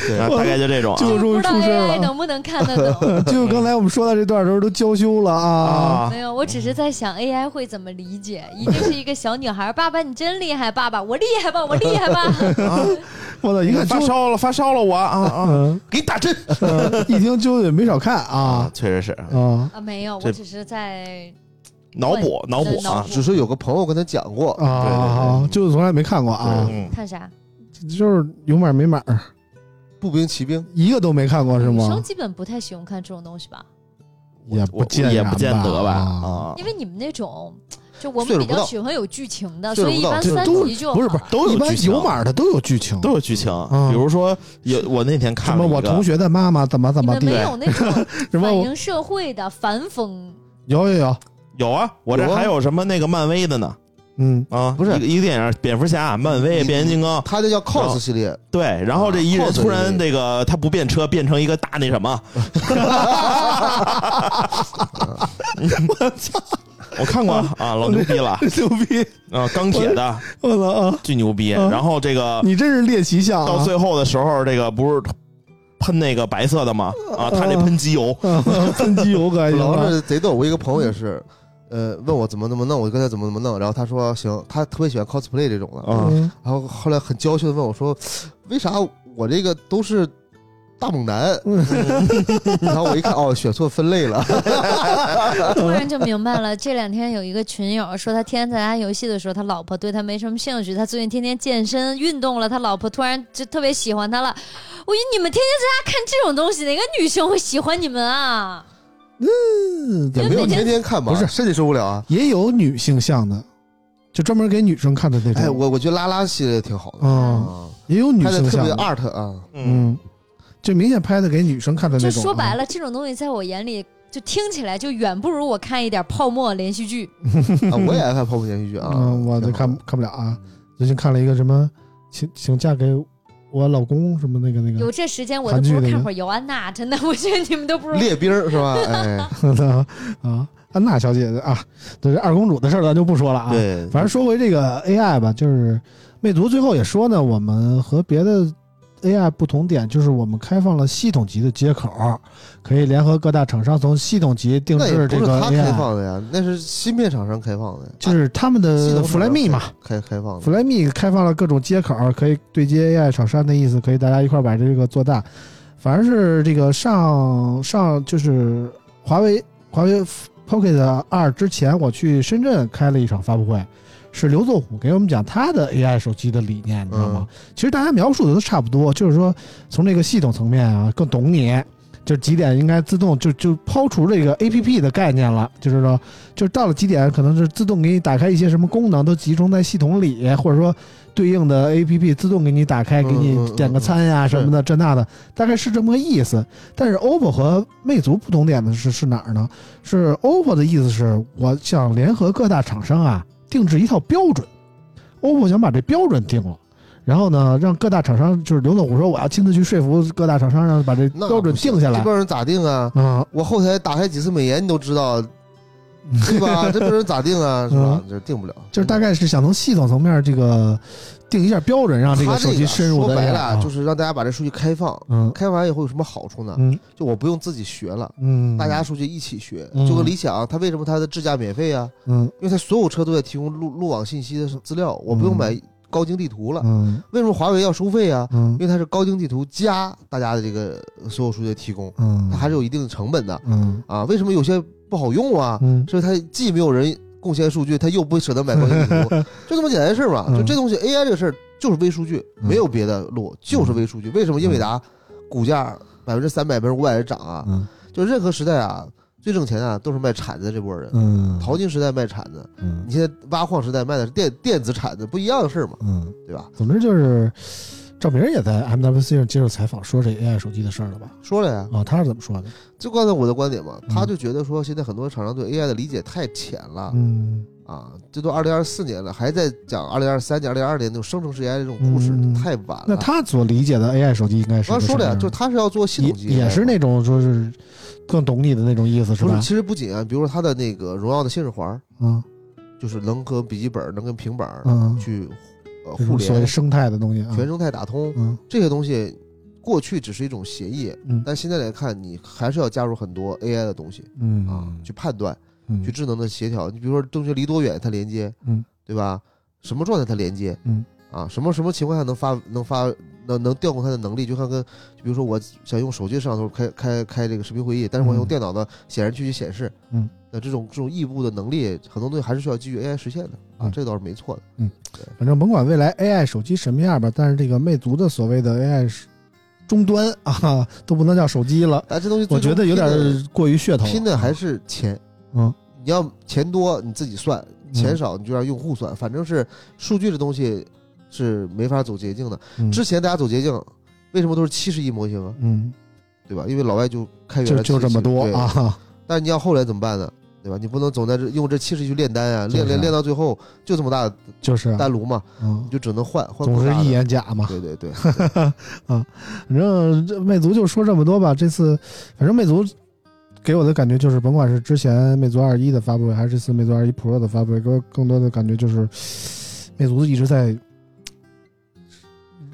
对啊大概就这种 就终于不知道出声 AI 了能不能看得懂？啊，就刚才我们说到这段的时候都娇羞了啊啊，啊没有，我只是在想 AI 会怎么理解，一定是一个小女孩儿。爸爸，你真厉害！爸爸，我厉害吧？我厉害吧？我操，一看发就烧了，发烧了，我啊啊，嗯，给你打针。呃一听就也没少看啊确实是啊啊，没有，这我只是在脑补脑补啊脑补，只是有个朋友跟他讲过啊啊！就是从来没看过啊，嗯，看啥？就是有码没码，步兵、骑兵，一个都没看过是女生吗？基本不太喜欢看这种东西吧，也我不见也然不见得吧啊，啊因，为你们那种，就我岁们数比不到较喜欢有剧情的，岁所数以不一到般这三都集就不是好了都一有剧般情有码的都有剧情，都有剧情嗯，比如说有我那天看什了么一个我同学的妈妈怎么怎你么们地没，有那种什么反我映社会的反讽，有有有，有啊，我这有啊还有什么那个漫威的呢嗯，啊，不是一个一个电影，蝙蝠侠、漫威、你变形金刚，他这叫然后 cos 系列，对，然后这一人啊突然对这个他不变车，变成一个大那什么， 我操！我看过啊，老牛逼 了 牛逼！啊，钢铁的我操啊！巨牛逼。啊然后这个你真是猎奇向啊！到最后的时候，这个不是喷那个白色的吗？啊，他这喷机油， 啊喷机油可以老了是贼逗。我一个朋友也是，呃，问我怎么怎么弄，我就跟他怎么怎么弄，然后他说行，他特别喜欢 cosplay 这种的，啊嗯然后后来很娇羞的问我说，为啥我这个都是大猛男？嗯然后我一看，哦，选错分类了。突然就明白了。这两天有一个群友说，他天天在家游戏的时候，他老婆对他没什么兴趣。他最近天天健身运动了，他老婆突然就特别喜欢他了。我说你们天天在家看这种东西，哪个女生会喜欢你们啊？也嗯没有天天看吧，不是身体受不了啊。 也有女性向的，就专门给女生看的那种。哎，我我觉得拉拉系列挺好的啊，啊，也有女拍的性特向别的， art 啊，嗯，嗯，就明显拍的给女生看的那就种。啊说白，了，这种东西在我眼里就听起来就远不如我看一点泡沫连续剧。啊我也爱看泡沫连续剧啊，嗯，我挺这好看看不了啊。最近看了一个什么，请请嫁给我老公什么那个那有个这时间，我嗯都韩不剧如那看个会儿尤安娜，真的，我觉得你们都不如。列兵儿是吧？ 哎，啊，安娜小姐的啊，对这二公主的事儿咱就不说了啊。对，反正说回这个 AI 吧，就是魅族最后也说呢，我们和别的 AI 不同点就是我们开放了系统级的接口，可以联合各大厂商从系统级定那也制不这是个他开 AI，放的啊呀，那是芯片厂商开放的呀，就是他们系的统厂商 Flyme 嘛。开开放的。 Flyme 开放了各种接口，可以对接 AI 厂商的意思，可以大家一块儿把这个做大。反正是这个上上就是华为华为 Pocket 二之前，我去深圳开了一场发布会，是刘作虎给我们讲他的 AI 手机的理念，你知道嗯吗？其实大家描述的都差不多，就是说从这个系统层面啊更懂你。就是几点应该自动就就抛除这个 A P P 的概念了，就是说，就是到了几点可能是自动给你打开一些什么功能都集中在系统里，或者说对应的 A P P 自动给你打开，嗯给你嗯嗯点个餐呀、什么的，这那的，大概是这么个意思。但是 OPPO 和魅族不同点的是是哪儿呢？是 OPPO 的意思是我想联合各大厂商啊，定制一套标准。OPPO 想把这标准定了，然后呢，让各大厂商就是刘总，我说我要亲自去说服各大厂商，让把这那标准不行定下这来标准咋定啊？啊。我后台打开几次美颜，你都知道，对吧？这标准咋定啊？是吧？这定不了， 嗯就是大概是想从系统层面这个定一下标准，让这他啊个手机深入说的啊白了，就是是让大家把这数据开放，嗯开完以后有什么好处呢？嗯就我不用自己学了。嗯，大家数据一起学，嗯就跟理想，它为什么它的智驾免费啊？嗯因为它所有车都在提供路路网信息的资料，我不用买高精地图了。嗯为什么华为要收费啊？嗯因为它是高精地图加大家的这个所有数据的提供，嗯，它还是有一定的成本的嗯啊。为什么有些不好用啊？嗯所以它既没有人贡献数据，它又不舍得买高精地 图，就这么简单的事儿嘛。嗯就这东西 AI 这个事儿就是微数据，嗯没有别的路，就是微数据。为什么英伟达股价百分之三百、百分之五百的涨啊？嗯就任何时代啊，最挣钱啊都是卖铲子这波人。嗯，淘金时代卖铲子，嗯你现在挖矿时代卖的是电电子铲子，不一样的事儿嘛，嗯。对吧？总之就是，赵明儿也在 MWC 上接受采访，说这 AI 手机的事儿了吧？说了呀，啊、他是怎么说的？就刚才我的观点嘛，嗯他就觉得说现在很多厂商对 AI 的理解太浅了、嗯啊，这都二零二四年了，还在讲二零二三年、二零二年那种生成式 AI 这种故事，嗯太晚了。那他所理解的 AI 手机应该是刚啊才说了呀，什么样的就是他是要做系统级也 AI 嘛，也是那种说是更懂你的那种意思是不吧是？？其实不仅啊，比如说他的那个荣耀的信任环儿，嗯就是能和笔记本儿、能跟平板儿嗯，去呃这种互所谓联、生态的东西啊，全生态打通，嗯这些东西过去只是一种协议，嗯但现在来看，你还是要加入很多 AI 的东西嗯啊，去判断，嗯去智能的协调。你比如说，正确离多远它连接，嗯，对吧？什么状态它连接，嗯，啊，什么什么情况下能发能发能能调控它的能力，就像跟就比如说我想用手机摄像头开开开这个视频会议，但是我用嗯电脑的显示器去显示，嗯，那这种这种异步的能力，很多东西还是需要基于 AI 实现的啊嗯，这倒是没错的。反正甭管未来 AI 手机什么样吧，但是这个魅族的所谓的 AI 是终端啊，都不能叫手机了，但这东西我觉得有点过于噱头了。啊拼的还是钱，嗯，你要钱多你自己算，钱少你就让用户算，反正是数据这东西是没法走捷径的。嗯之前大家走捷径，为什么都是七十亿模型啊？嗯，对吧？因为老外就开源就了就这么多。 70对啊， 但你要后来怎么办呢？对吧？你不能总在这用这七十亿去炼丹啊，就是啊炼炼炼到最后就这么大的就是啊，丹炉嘛，嗯你，就只能换换总更是大的一。眼假嘛。对对对， 反正这魅族就说这么多吧。这次反正魅族给我的感觉就是，甭管是之前魅族二一的发布会，还是这次魅族二一 Pro 的发布会，给我更多的感觉就是，魅族一直在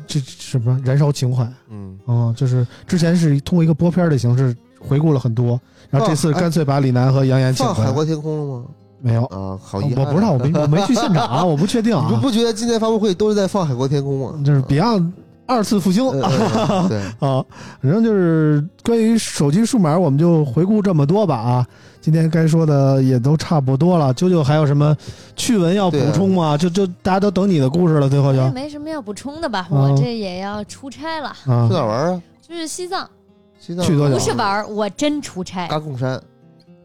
这这什么燃烧情怀啊、嗯，嗯就是之前是通过一个播片儿的形式回顾了很多，然后这次放哎干脆把李楠和杨澜请放回海来。阔天空了吗？没有，啊，好遗憾我啊、不知道，我没我没去现场啊，我不确定 你不啊。不觉得今天发布会都是在放海阔天空 吗？就是 Beyond 二次复兴 嗯。嗯嗯对，啊，反正就是关于手机数码，我们就回顾这么多吧啊。今天该说的也都差不多了，啾啾还有什么趣闻要补对啊充吗？就就大家都等你的故事了，最后就也哎没什么要补充的吧，嗯我这也要出差了，啊 去哪儿玩啊？就是西藏，西藏去多久啊不是玩儿，我真出差啊嘎贡山、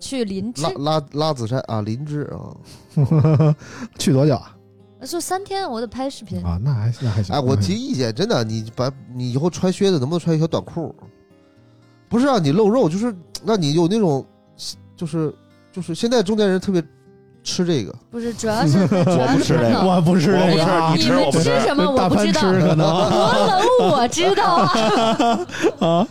去林芝拉，拉拉子山啊，林芝啊。去多久啊？就三天，我得拍视频。啊，那还那还行。哎，我那还提行意见，真的，你把你以后穿靴子能不能穿一条短裤？不是让你露肉，就是让你有那种，就是就是现在中年人特别吃这个，不是，主要是主要不是吃看这到我不是我这不个吃啊，你你吃我们不吃吃什么我大不潘知吃道，可 能多冷我知道啊。啊，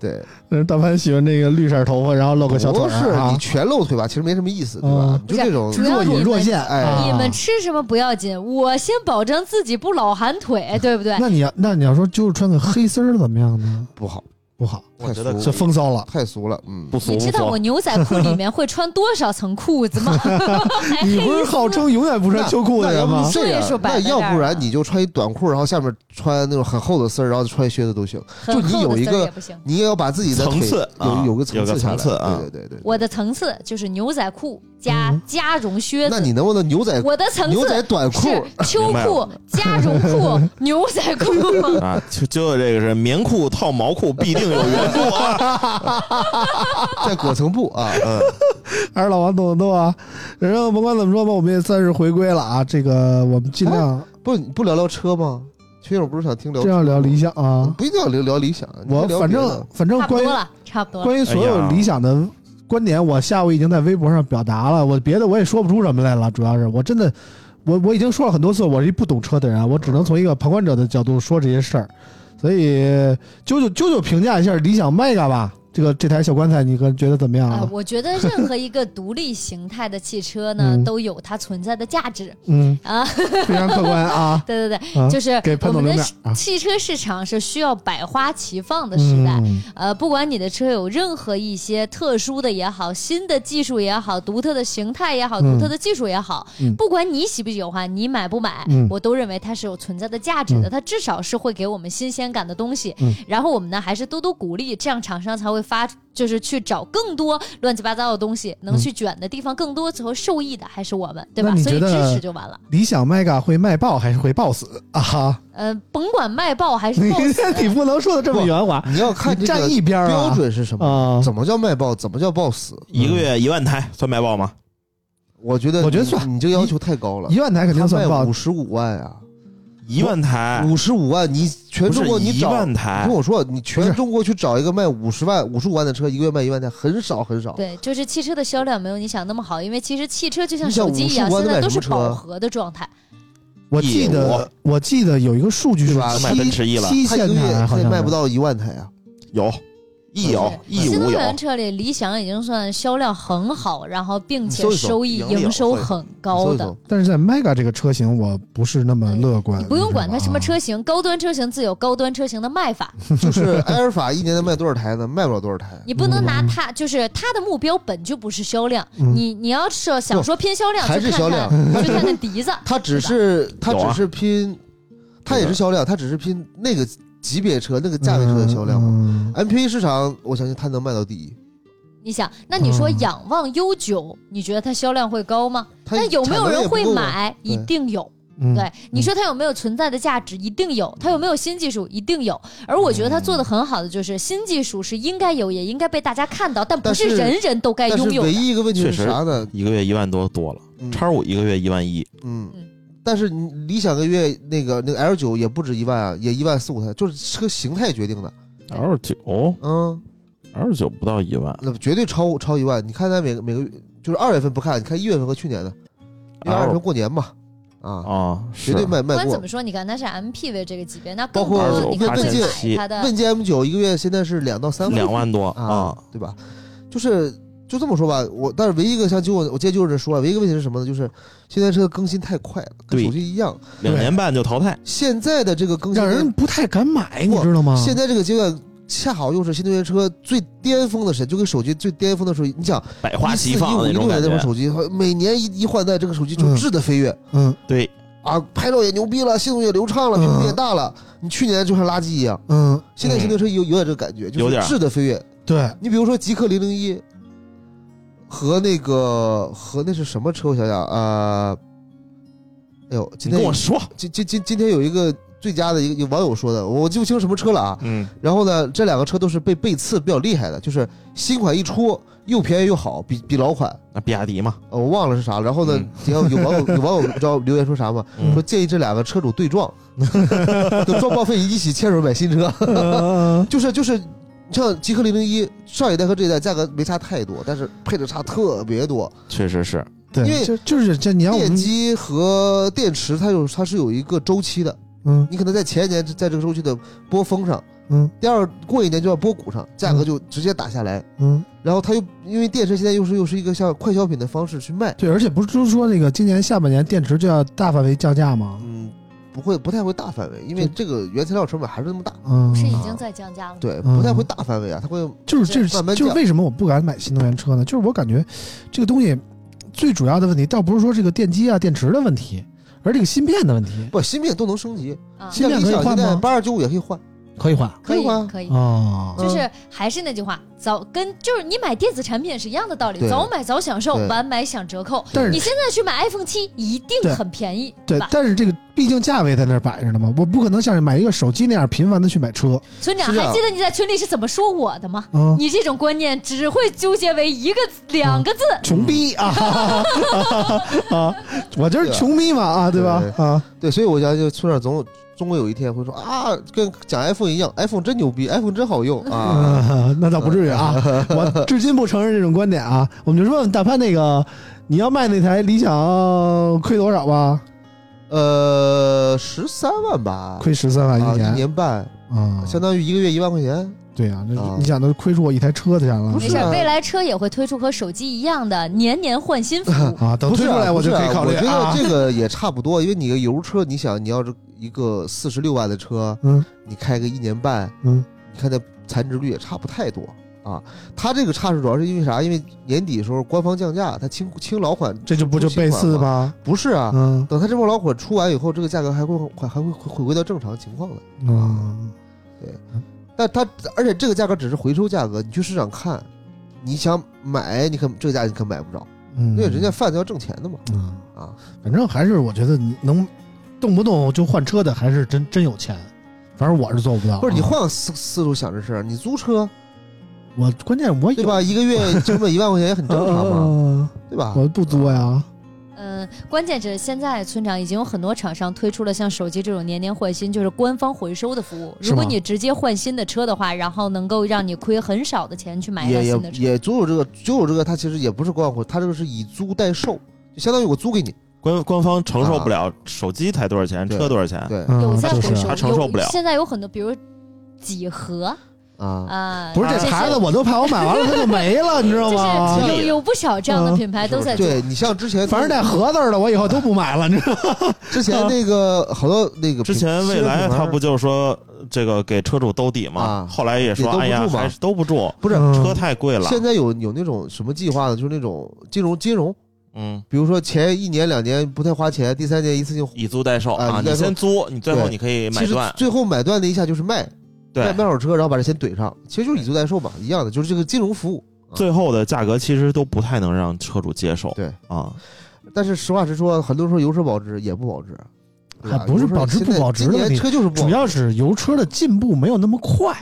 对，那大潘喜欢那个绿色头发，然后露个小腿不是儿啊你，全露腿吧，其实没什么意思，对吧嗯？你就这种不是主要若隐若现。哎啊你们吃什么不要紧，我先保证自己不老寒腿，对不对？那你要那你要说就是穿个黑丝儿怎么样呢？不好，不好，太我觉得俗这了，风骚了。太俗了，嗯，不俗你不知道我俗。牛仔裤里面会穿多少层裤子吗？还你不黑是丝号称永远不穿秋裤的那要人不吗你？这岁数样，摆那在要这儿不了然你就穿一短裤，然后下面穿那种很厚的丝儿，然后穿靴子都行。很就你厚的有一丝儿个也不行。你也要把自己的层腿次啊有有个有个次下层次来啊对对对对。我的层次就是牛仔裤加嗯加绒靴那子，你能不能牛仔我的层牛仔次短裤？是秋明白裤了加绒裤、牛仔裤。 啊，就就这个是棉裤套毛裤，必定有缘故啊！在裹层布 啊，嗯，还是老王懂得多啊？然后甭管怎么说吧，我们也算是回归了啊。这个我们尽量哎不你不聊聊车吗？群友不是想听聊这样聊理想啊。不一定要聊聊理想，你我可以聊反别正的反正差不关于多了，差不多了。关于所有理想的观点，我下午已经在微博上表达了，我别的我也说不出什么来了。主要是我真的，我我已经说了很多次，我是一不懂车的人啊，我只能从一个旁观者的角度说这些事儿。所以，啾啾啾啾评价一下理想 Mega 吧，这个这台小棺材，你个觉得怎么样啊、啊？我觉得任何一个独立形态的汽车呢，嗯都有它存在的价值嗯，啊！。非常客观啊 对对对，啊就是给潘我总们留的点啊。汽车市场是需要百花齐放的时代。嗯呃，不管你的车有任何一些特殊的也好，新的技术也好，独特的形态也好，嗯独特的技术也好，嗯不管你喜不喜欢，你买不买，嗯我都认为它是有存在的价值的，嗯它至少是会给我们新鲜感的东西。嗯然后我们呢，还是多多鼓励，这样厂商才会发，就是去找更多乱七八糟的东西，能嗯去卷的地方更多，最后受益的还是我们，对吧那？你所以觉支得持就完了。理想 Mega 会卖爆还是会爆死啊？哈，呃，甭管卖爆还是你爆死你 不能说的这么圆滑， 你要看你这个站一边儿啊标准是什么，啊！怎么叫卖爆，怎么叫爆死？一个月一万台，算卖爆吗？我觉得你，我觉得算你这个要求太高了，一万台肯定算爆五，十五万啊，一万台，五十五万，你全哎不是中国你一找。万你台听，我说，你不是全中国去找一个卖五十万、五十五万的车，一个月卖一万台，很少很少。对，就是汽车的销量没有你想那么好，因为其实汽车就像你想手机一样， 55万现在能都买是什么车饱啊和的状态。我记得我记得有一个数据是对吧能卖七奔驰 E 了，七他一千个台，月好他也像卖不是。到一万台啊！有，一有对一新无能有。源车里，理想已经算销量很好，然后并且你搜一搜收益、盈利有营收很高你搜一的搜。但是在 Mega 这个车型，我不是那么乐观。你不用管它你知什道吗么车型，高端车型自有高端车型的卖法，就是埃尔法一年能卖多少台呢？卖不了多 少台。你不能嗯拿它，就是它的目标本就不是销量。嗯你你要是想说拼销量，还去是看销看量去看看笛子，他只是他有啊只是拼，他也是销量，他只是拼那个级别车、那个价位车的销量嘛。嗯 MPV 市场，我相信它能卖到第一。你想，那你说嗯仰望 U 九，你觉得它销量会高吗？它那有没有产能人也不会够啊？买？对一定有。嗯对，你说它有没有存在的价值？一定有。它有没有新技术？一定有。而我觉得它做的很好的就是新技术是应该有，也应该被大家看到，但不但是是人人都该但是拥有唯的。一一个问题确是实啥呢？一个月一万多多了，嗯叉五一个月一万一，嗯嗯，但是你理想个月那个那个 L 九也不止一万啊，也一万四五台，就是车形态决定的。 L 九嗯， L 九不到一万那绝对超超一万。你看它每个每个月，就是二月份不看，你看一月份和去年的，因为二月份过年嘛，啊，啊，绝对哦是卖不卖管怎过么。说，你看它是 MPV 这个级别，那更包括多我你看看会这买期它的问界 M 九一个月现在是两到三万两万多啊，，对吧？就是就这么说吧，我但是唯一一个像就我我接就是说啊了，唯一一个问题是什么呢？就是现在车的更新太快了，跟对手机一样，两年半就淘汰，现在的这个更新让的人不太敢买，你不知道啊吗？现在这个阶段，恰好又是新能源车最巅峰的时，就跟手机最巅峰的时候，你想百花一齐四一放五那一种六感年那种觉。手机，每年一一换代，这个手机就嗯质的飞跃、嗯对，啊，拍照也牛逼了，系统也流畅了，嗯屏幕也大了，你去年就像垃圾一样。嗯，现在新能源车有有点这个感觉，就有是点质的飞跃。 对，你比如说极氪零零一和那个和那是什么车？我想想啊、呃哎呦，今你跟天我说，今今今今天有一个最佳的一个有网友说的，我记不清什么车了啊。嗯，然后呢，这两个车都是被背刺比较厉害的，就是新款一出又便宜又好，比比老款。那比亚迪嘛，呃，我忘了是啥了。然后呢嗯，底下有网友有网友知道留言说啥吗？嗯说建议这两个车主对撞， 就撞报废一起牵手买新车。就是就是，像极氪零零一上一代和这一代价格没差太多，但是配置差特别多。确实是，对，因为就就是这你让我电们机和电池它有它是有一个周期的，嗯你可能在前一年在这个周期的波峰上，嗯第二过一年就要波谷上，价格就直接打下来。嗯，然后它又因为电池现在又是又是一个像快消品的方式去卖，对，而且不是就是说那个今年下半年电池就要大范围降价吗？嗯，不会不太会大范围，因为这个原材料成本还是那么大，嗯不，是已经在降价了吗？对，嗯不太会大范围啊，它会就是这是慢慢就降是为什么我不敢买新能源车呢？就是我感觉这个东西最主要的问题，倒不是说这个电机啊、电池的问题，而这个芯片的问题，不芯片都能升级，啊，芯像片理可以想换现在吗？八二九五也可以换，可以换可以可以吗嗯可以。哦，就是还是那句话，早跟就是你买电子产品是一样的道理，对早买早享受，对晚买享折扣。但你是现在去买 iPhone 七一对定很便宜，对吧，？但是这个毕竟价位在那儿摆着呢嘛，我不可能像是买一个手机那样频繁的去买车，村长是这样还记得你在群里是怎么说我的吗？嗯，你这种观念只会纠结为一个字两个字，穷逼 啊，啊，我就是穷逼嘛啊，对吧对？啊，对，所以我相信村长总终归有一天会说啊，跟讲 iPhone 一样，iPhone 真牛逼，iPhone 真好用啊，嗯，那倒不至于 啊，我至今不承认这种观点啊。我们就说大潘那个，你要卖那台理想亏多少吧？呃，十三万吧，亏十三万啊，一一年年半，啊，相当于一个月一万块钱，对呀，那啊你想都亏出我一台车的钱嗯了。不没是事儿啊，未来车也会推出和手机一样的年年换新服务 啊，等不推是出啊来不我就是可以啊考虑我觉啊得。这个也差不多，因为你个油车，你想你要是一个四十六万的车，嗯你开个一年半，嗯，你看那残值率也差不太多啊。它这个差是主要是因为啥？因为年底的时候官方降价，它清清老款这就不就背刺吗？不是啊。嗯等它这波老款出完以后，这个价格还会还还会回归到正常情况的。嗯，但它而且这个价格只是回收价格，你去市场看，你想买，你可这个价你可买不着，嗯因为人家贩子要挣钱的嘛。嗯，啊，反正还是我觉得你能动不动就换车的，还是真真有钱。反正我是做不到。不是你啊，换个思思路想这事儿，你租车我关键我对有吧？一个月成本一万块钱也很正常嘛，啊啊对吧？我不作呀。嗯，关键是现在村长已经有很多厂商推出了像手机这种年年换新，就是官方回收的服务。是吗如果你直接换新的车的话，然后能够让你亏很少的钱去买一也辆新也的车。也租有这个，租有这个，它其实也不是官网，它这个是以租代售，就相当于我租给你，官官方承受不了，手机才多少钱，啊对车多少钱？对嗯有在就回是收，啊他承受不了有现在有很多，比如几何啊，啊，哦不是这些牌子，我都怕我买完了它就没 了，你知道吗嗯就？是啊有有不少这样的品牌都在做。对你像之前凡是带盒子儿的，我以后都不买了，你知道吗？之前那个好多那个之前蔚来他不就说这个给车主兜底嘛，啊后来也说也兜不哎呀住嘛还是兜不住，不是嗯车太贵了。现在有有那种什么计划呢？就是那种金融金融金融嗯，比如说前一年两年不太花钱，第三年一次性以租代售啊啊，以租代你售先租，你最后对你可以买其实断，最后买断的一下就是卖对卖卖，手车，然后把这钱怼上，其实就是以租代售嘛，一样的，就是这个金融服务。最后的价格其实都不太能让车主接受。对啊，但是实话实说，很多人说油车保值也不保值，对吧还不是油车保值不现在保值的今问年题车就是不好主要是油车的进步没有那么快。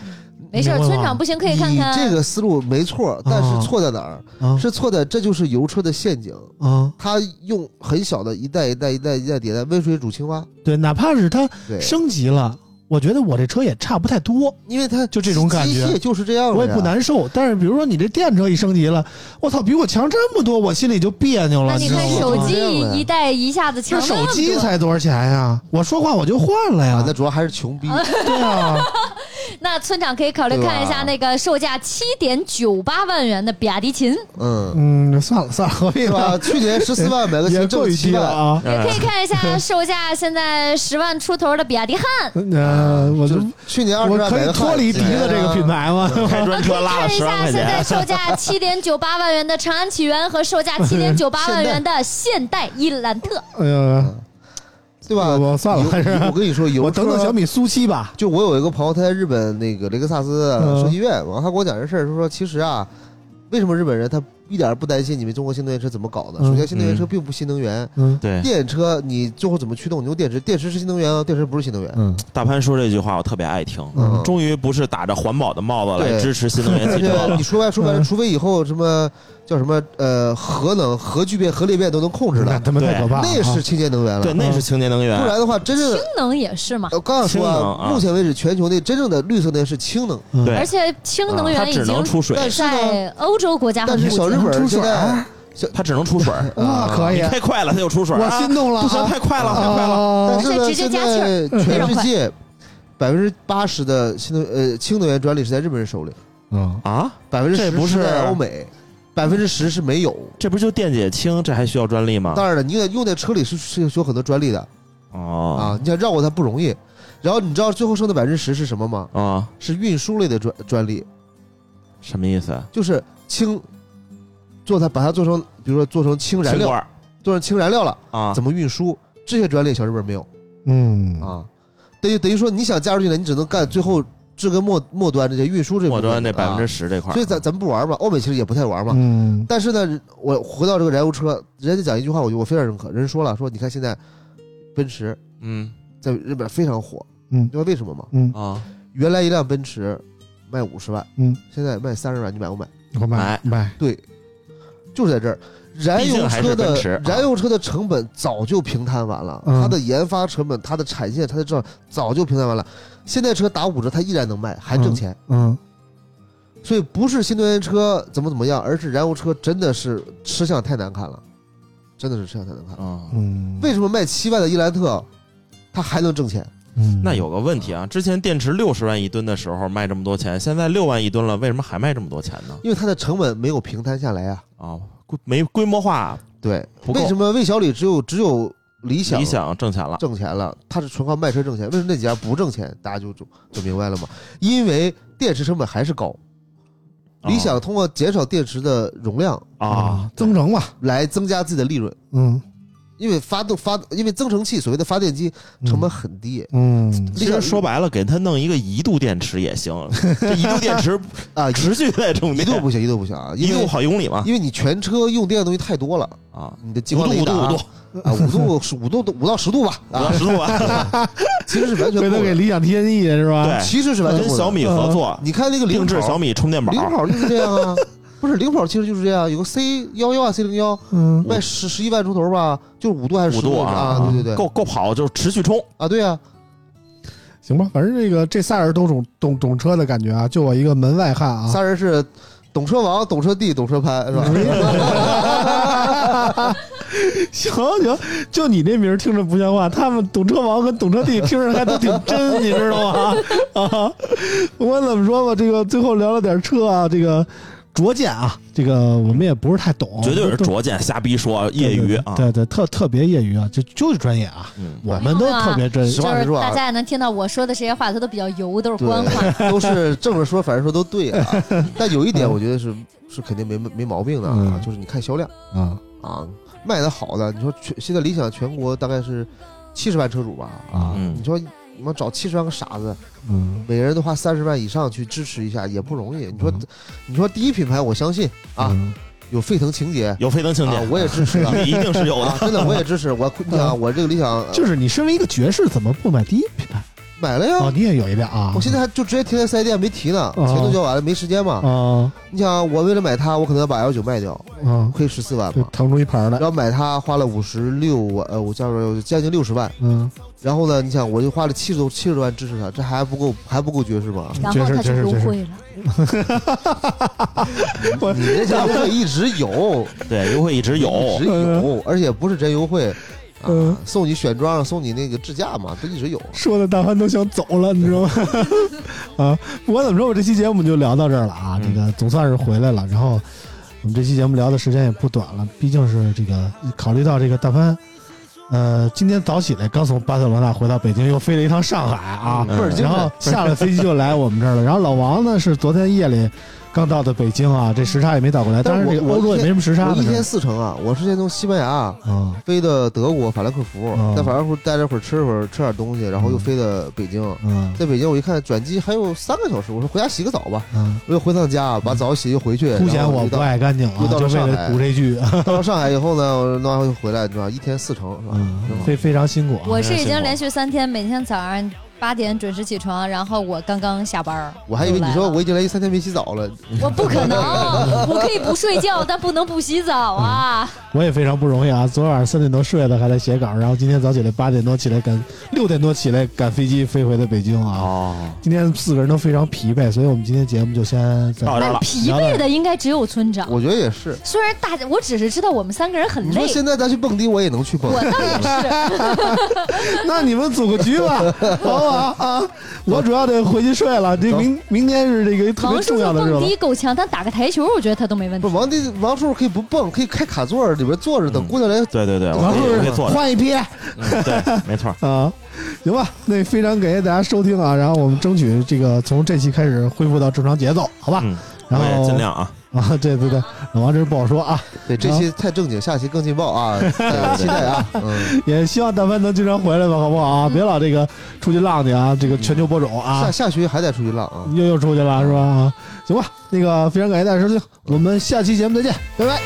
没事儿，明白吗村长不行可以看你看。这个思路没错，但啊是错在哪儿？嗯啊是错在这就是油车的陷阱。啊，它用很小的一代一代一代一代迭代温水煮青蛙，对，哪怕是它对，升级了，我觉得我这车也差不太多，因为它就这种感觉机械就是这啊样的呀，我也不难受。但是比如说你这电车一升级了，我操，比我强这么多，我心里就别扭那了。你知道看吗手这样机的一代一下子这强那手么机多才多少钱呀？我说话我就换了啊呀。，那主要还是穷逼。对啊，那村长可以考虑看一下那个售价七点九八万元的比亚迪秦，嗯，嗯，算了算了，何必对吧 吧？？去年十四万买个也新够正一期七了万，嗯啊。也可以看一下售价现在十万出头的比亚迪汉。呃，我就就是去年二十我万啊可买以个脱离汉迪的这个品。牌吗？ 嗯开专车拉了看一十万下块现在钱，售价七点九八万元的长安起源和售价七点九八万元的现代伊兰特， 哎呀，嗯对吧？我我算了油还是我跟你说，油我等等车小米苏七 吧。就我有一个朋友，他在日本那个雷克萨斯嗯设计院，然后他跟我讲这事儿，他说其实啊，为什么日本人他一点儿不担心你们中国新能源车怎么搞的？嗯首先，新能源车嗯并不新能源，嗯对，电车你最后怎么驱动？你用电池，电池是新能源啊，电池不是新能源。嗯大潘说这句话我特别爱听，嗯终于不是打着环保的帽子来对支持新能源而汽车且了 你。说白说白了，嗯除非以后什么叫什么呃核能、核聚变、核裂变都能控制那了，他妈太可怕了啊，那是清洁能源了。对，那是清洁能源不。然的话，真正的氢能也是嘛。我刚想说氢能啊目前为止全球内真正的绿色能源是氢能，嗯对啊而且氢能它源已只能经出水，但是呢，在欧洲国家但是很普小及了。日本现在啊它只能出 水。哇，可以你，太快了，它就出水。我心动了啊，不行，太快了，太快了。啊但是再呢，直接现加气在嗯全世界百分之八十的新能呃氢能源专利是在日本人手里，嗯，啊，百分之这不十是在欧美，百分之十是没有。这不就电解氢？这还需要专利吗？当然了，你得用在车里是是是有很多专利的哦啊，你想绕过它不容易。然后你知道最后剩的百分之十是什么吗？啊，是运输类的专专利，什么意思？就是氢做它把它做成，比如说做成氢燃水料，罐儿做成氢燃料了，啊，怎么运输？这些专利小日本没有。嗯，啊，等于等于说你想加入进来，你只能干最后至根末末端这些运输这末端那百分之十，十这块儿，嗯啊所以咱咱们不玩嘛，欧美其实也不太玩嘛。嗯，但是呢，我回到这个燃油车，人家讲一句话，我就我非常认可，人家说了说，你看现在奔驰嗯在日本非常火，嗯你知道为什么吗？嗯，啊，原来一辆奔驰卖五十万，嗯，现在卖三十万，你买不买？我买买，对，就是在这儿。燃油车毕竟还是奔驰的啊燃油车的成本早就平摊完了，嗯它的研发成本、它的产线、它的这早就平摊完了。现在车打五折，它依然能卖，还挣钱。嗯，所以不是新能源车怎么怎么样，而是燃油车真的是吃相太难看了，真的是吃相太难看了。啊。嗯，为什么卖七万的伊兰特，它还能挣钱？嗯那有个问题啊，之前电池六十万一吨的时候卖这么多钱，现在六万一吨了，为什么还卖这么多钱呢？因为它的成本没有平摊下来呀、啊，规没规模化，对，不够为什么魏小李只有只有理想理想挣钱了，挣钱了，他是纯靠卖车挣钱。为什么那几家不挣钱？大家就就就明白了嘛。因为电池成本还是高，理想通过减少电池的容量啊，增程吧，来增加自己的利润，嗯，因为发动发因为增程器所谓的发电机成本很低，嗯，其理实想说白了，给他弄一个一度电池也 行，这一度电池啊持续在充一电，度不行，一度不行啊，一因度为好英里嘛因为你全车用电的东西太多了，啊，你的激五光度雷五度达五度，啊五度是五度五到十度吧五到啊，十度 啊，其实是完全回够头给的，理想 TNE 是吧？对，其实是完全跟够的嗯小米合作你看那个定领制跑小米充电宝领，跑就是这样啊，不是领跑其实就是这样，有个 C 幺幺啊 C 零幺嗯，卖十十一万出头吧，就五度还是五十度度啊？啊对对对，够够跑就是持续充，啊，对啊，行吧，反正这个这仨人都懂懂懂车的感觉啊，就我一个门外汉啊，仨人是懂车王、懂车帝、懂车潘，是嗯吧？ 行行，就你那名儿听着不像话，他们懂车王跟懂车帝听着还都挺真，你知道吗？ 啊，不管怎么说吧，这个最后聊了点车啊，这个拙见啊，这个我们也不是太哦懂，绝对是都拙见，瞎逼说，业余啊，对对对，特特别业余啊，就就是专业啊，嗯，我们都特别真，实就话是实说大啊，家也能听到我说的这些话，它都比较油，都是官话。对， 都是正着说，反正说都对啊。但有一点，我觉得是是肯定没没毛病的啊嗯，就是你看销量啊，啊，卖的好的，你说全现在理想全国大概是七十万车主吧啊，嗯你说你们找七十万个傻子，嗯，每个人都花三十万以上去支持一下也不容易。你说嗯，你说第一品牌，我相信啊，嗯，有沸腾情节有沸腾情节啊，，我也支持啊，一定 是有啊的。真的我也支持。我你想，我这个理想呃就是你身为一个爵士，怎么不买第一品牌？买了哦，呀，你也有一辆啊？我现在还就直接停在四 S 店没提呢，钱都交完了，没时间嘛。啊你想，我为了买它，我可能要把幺九卖掉，啊，亏十四万就嘛。腾出一盘来然。后买它花了五十六万，呃，我加入将近六十万。嗯，然后呢，你想，我就花了七十多七十多万支持它，这还不够，还不够绝世吗？然爵后士他就爵士入爵士会了。你这优惠一直有，对，优惠一直有一直。有，而且不是真优惠，啊嗯，送你选装，送你那个支架嘛，都一直有。说的大潘都想走了，你知道吗？ 啊，不管怎么说，我这期节目就聊到这儿了啊，这嗯个总算是回来了。然后我们这期节目聊的时间也不短了，毕竟是这个考虑到这个大潘，呃，今天早起来刚从巴塞罗那回到北京，又飞了一趟上海啊，嗯倍儿精神然后下了飞机就来我们这儿了。然后老王呢是昨天夜里刚到的北京啊，这时差也没倒过来，当但是然我这个我欧洲一也天没什么时差我呢一天这四程啊，我是先从西班牙啊。飞的德国法兰克福嗯，在法兰克福待了会儿，吃了会儿吃点东西，然后又嗯飞的北京。嗯在北京，我一看转机还有三个小时，我说回家洗个澡吧，嗯，我又回趟家，把澡洗又回去。凸显然后我又不到爱干净啊，又到就了为上海嗯了补这句啊，到了上海以后呢，我弄完后就回来，你知道吧，一天四程是吧？挺嗯 好非非常辛苦啊。我是已辛经苦连续三天，每天早上八点准时起床，然后我刚刚下班儿。 我还以为你说我已经连续三天没洗澡了，我不可 能，我可以不睡觉，但不能不洗澡啊！嗯我也非常不容易啊，昨晚上三点多睡的，还在写稿，然后今天早起来八点多起来赶，六点多起来赶飞机飞回的北京啊。哦，今天四个人都非常疲惫，所以我们今天节目就先在到这儿了。疲惫的应该只有村长。我觉得也是。虽然大家，我只是知道我们三个人很你说累，现在咱去蹦迪，我也能去蹦我。倒也是。 那你们组个局 吧，好不好啊？我主要得回去睡了，这明明天是这个特别王叔重叔要的日蹦迪子。够呛，但打个台球，我觉得他都没问不题是。王迪王叔叔可以不蹦，可以开卡座里边坐着，等嗯姑娘来。对对对，我王可以我可以叔坐着。换一批。嗯对，没错。 啊，行吧，那非常感谢大家收听啊，然后我们争取这个从这期开始恢复到正常节奏，好吧？嗯，然我后也尽量啊。啊，对对对，老王这不好说啊，对，这期太正经，下期更劲爆 啊！大家期待啊！嗯，也希望但凡能经常回来吧，好不好啊？别老这个出去浪去啊，这个全球播种啊下，下学期还得出去浪啊！又又出去了是吧？啊，行吧，那个非常感谢大家收听，我们下期节目再见，拜拜。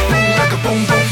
like a boom boom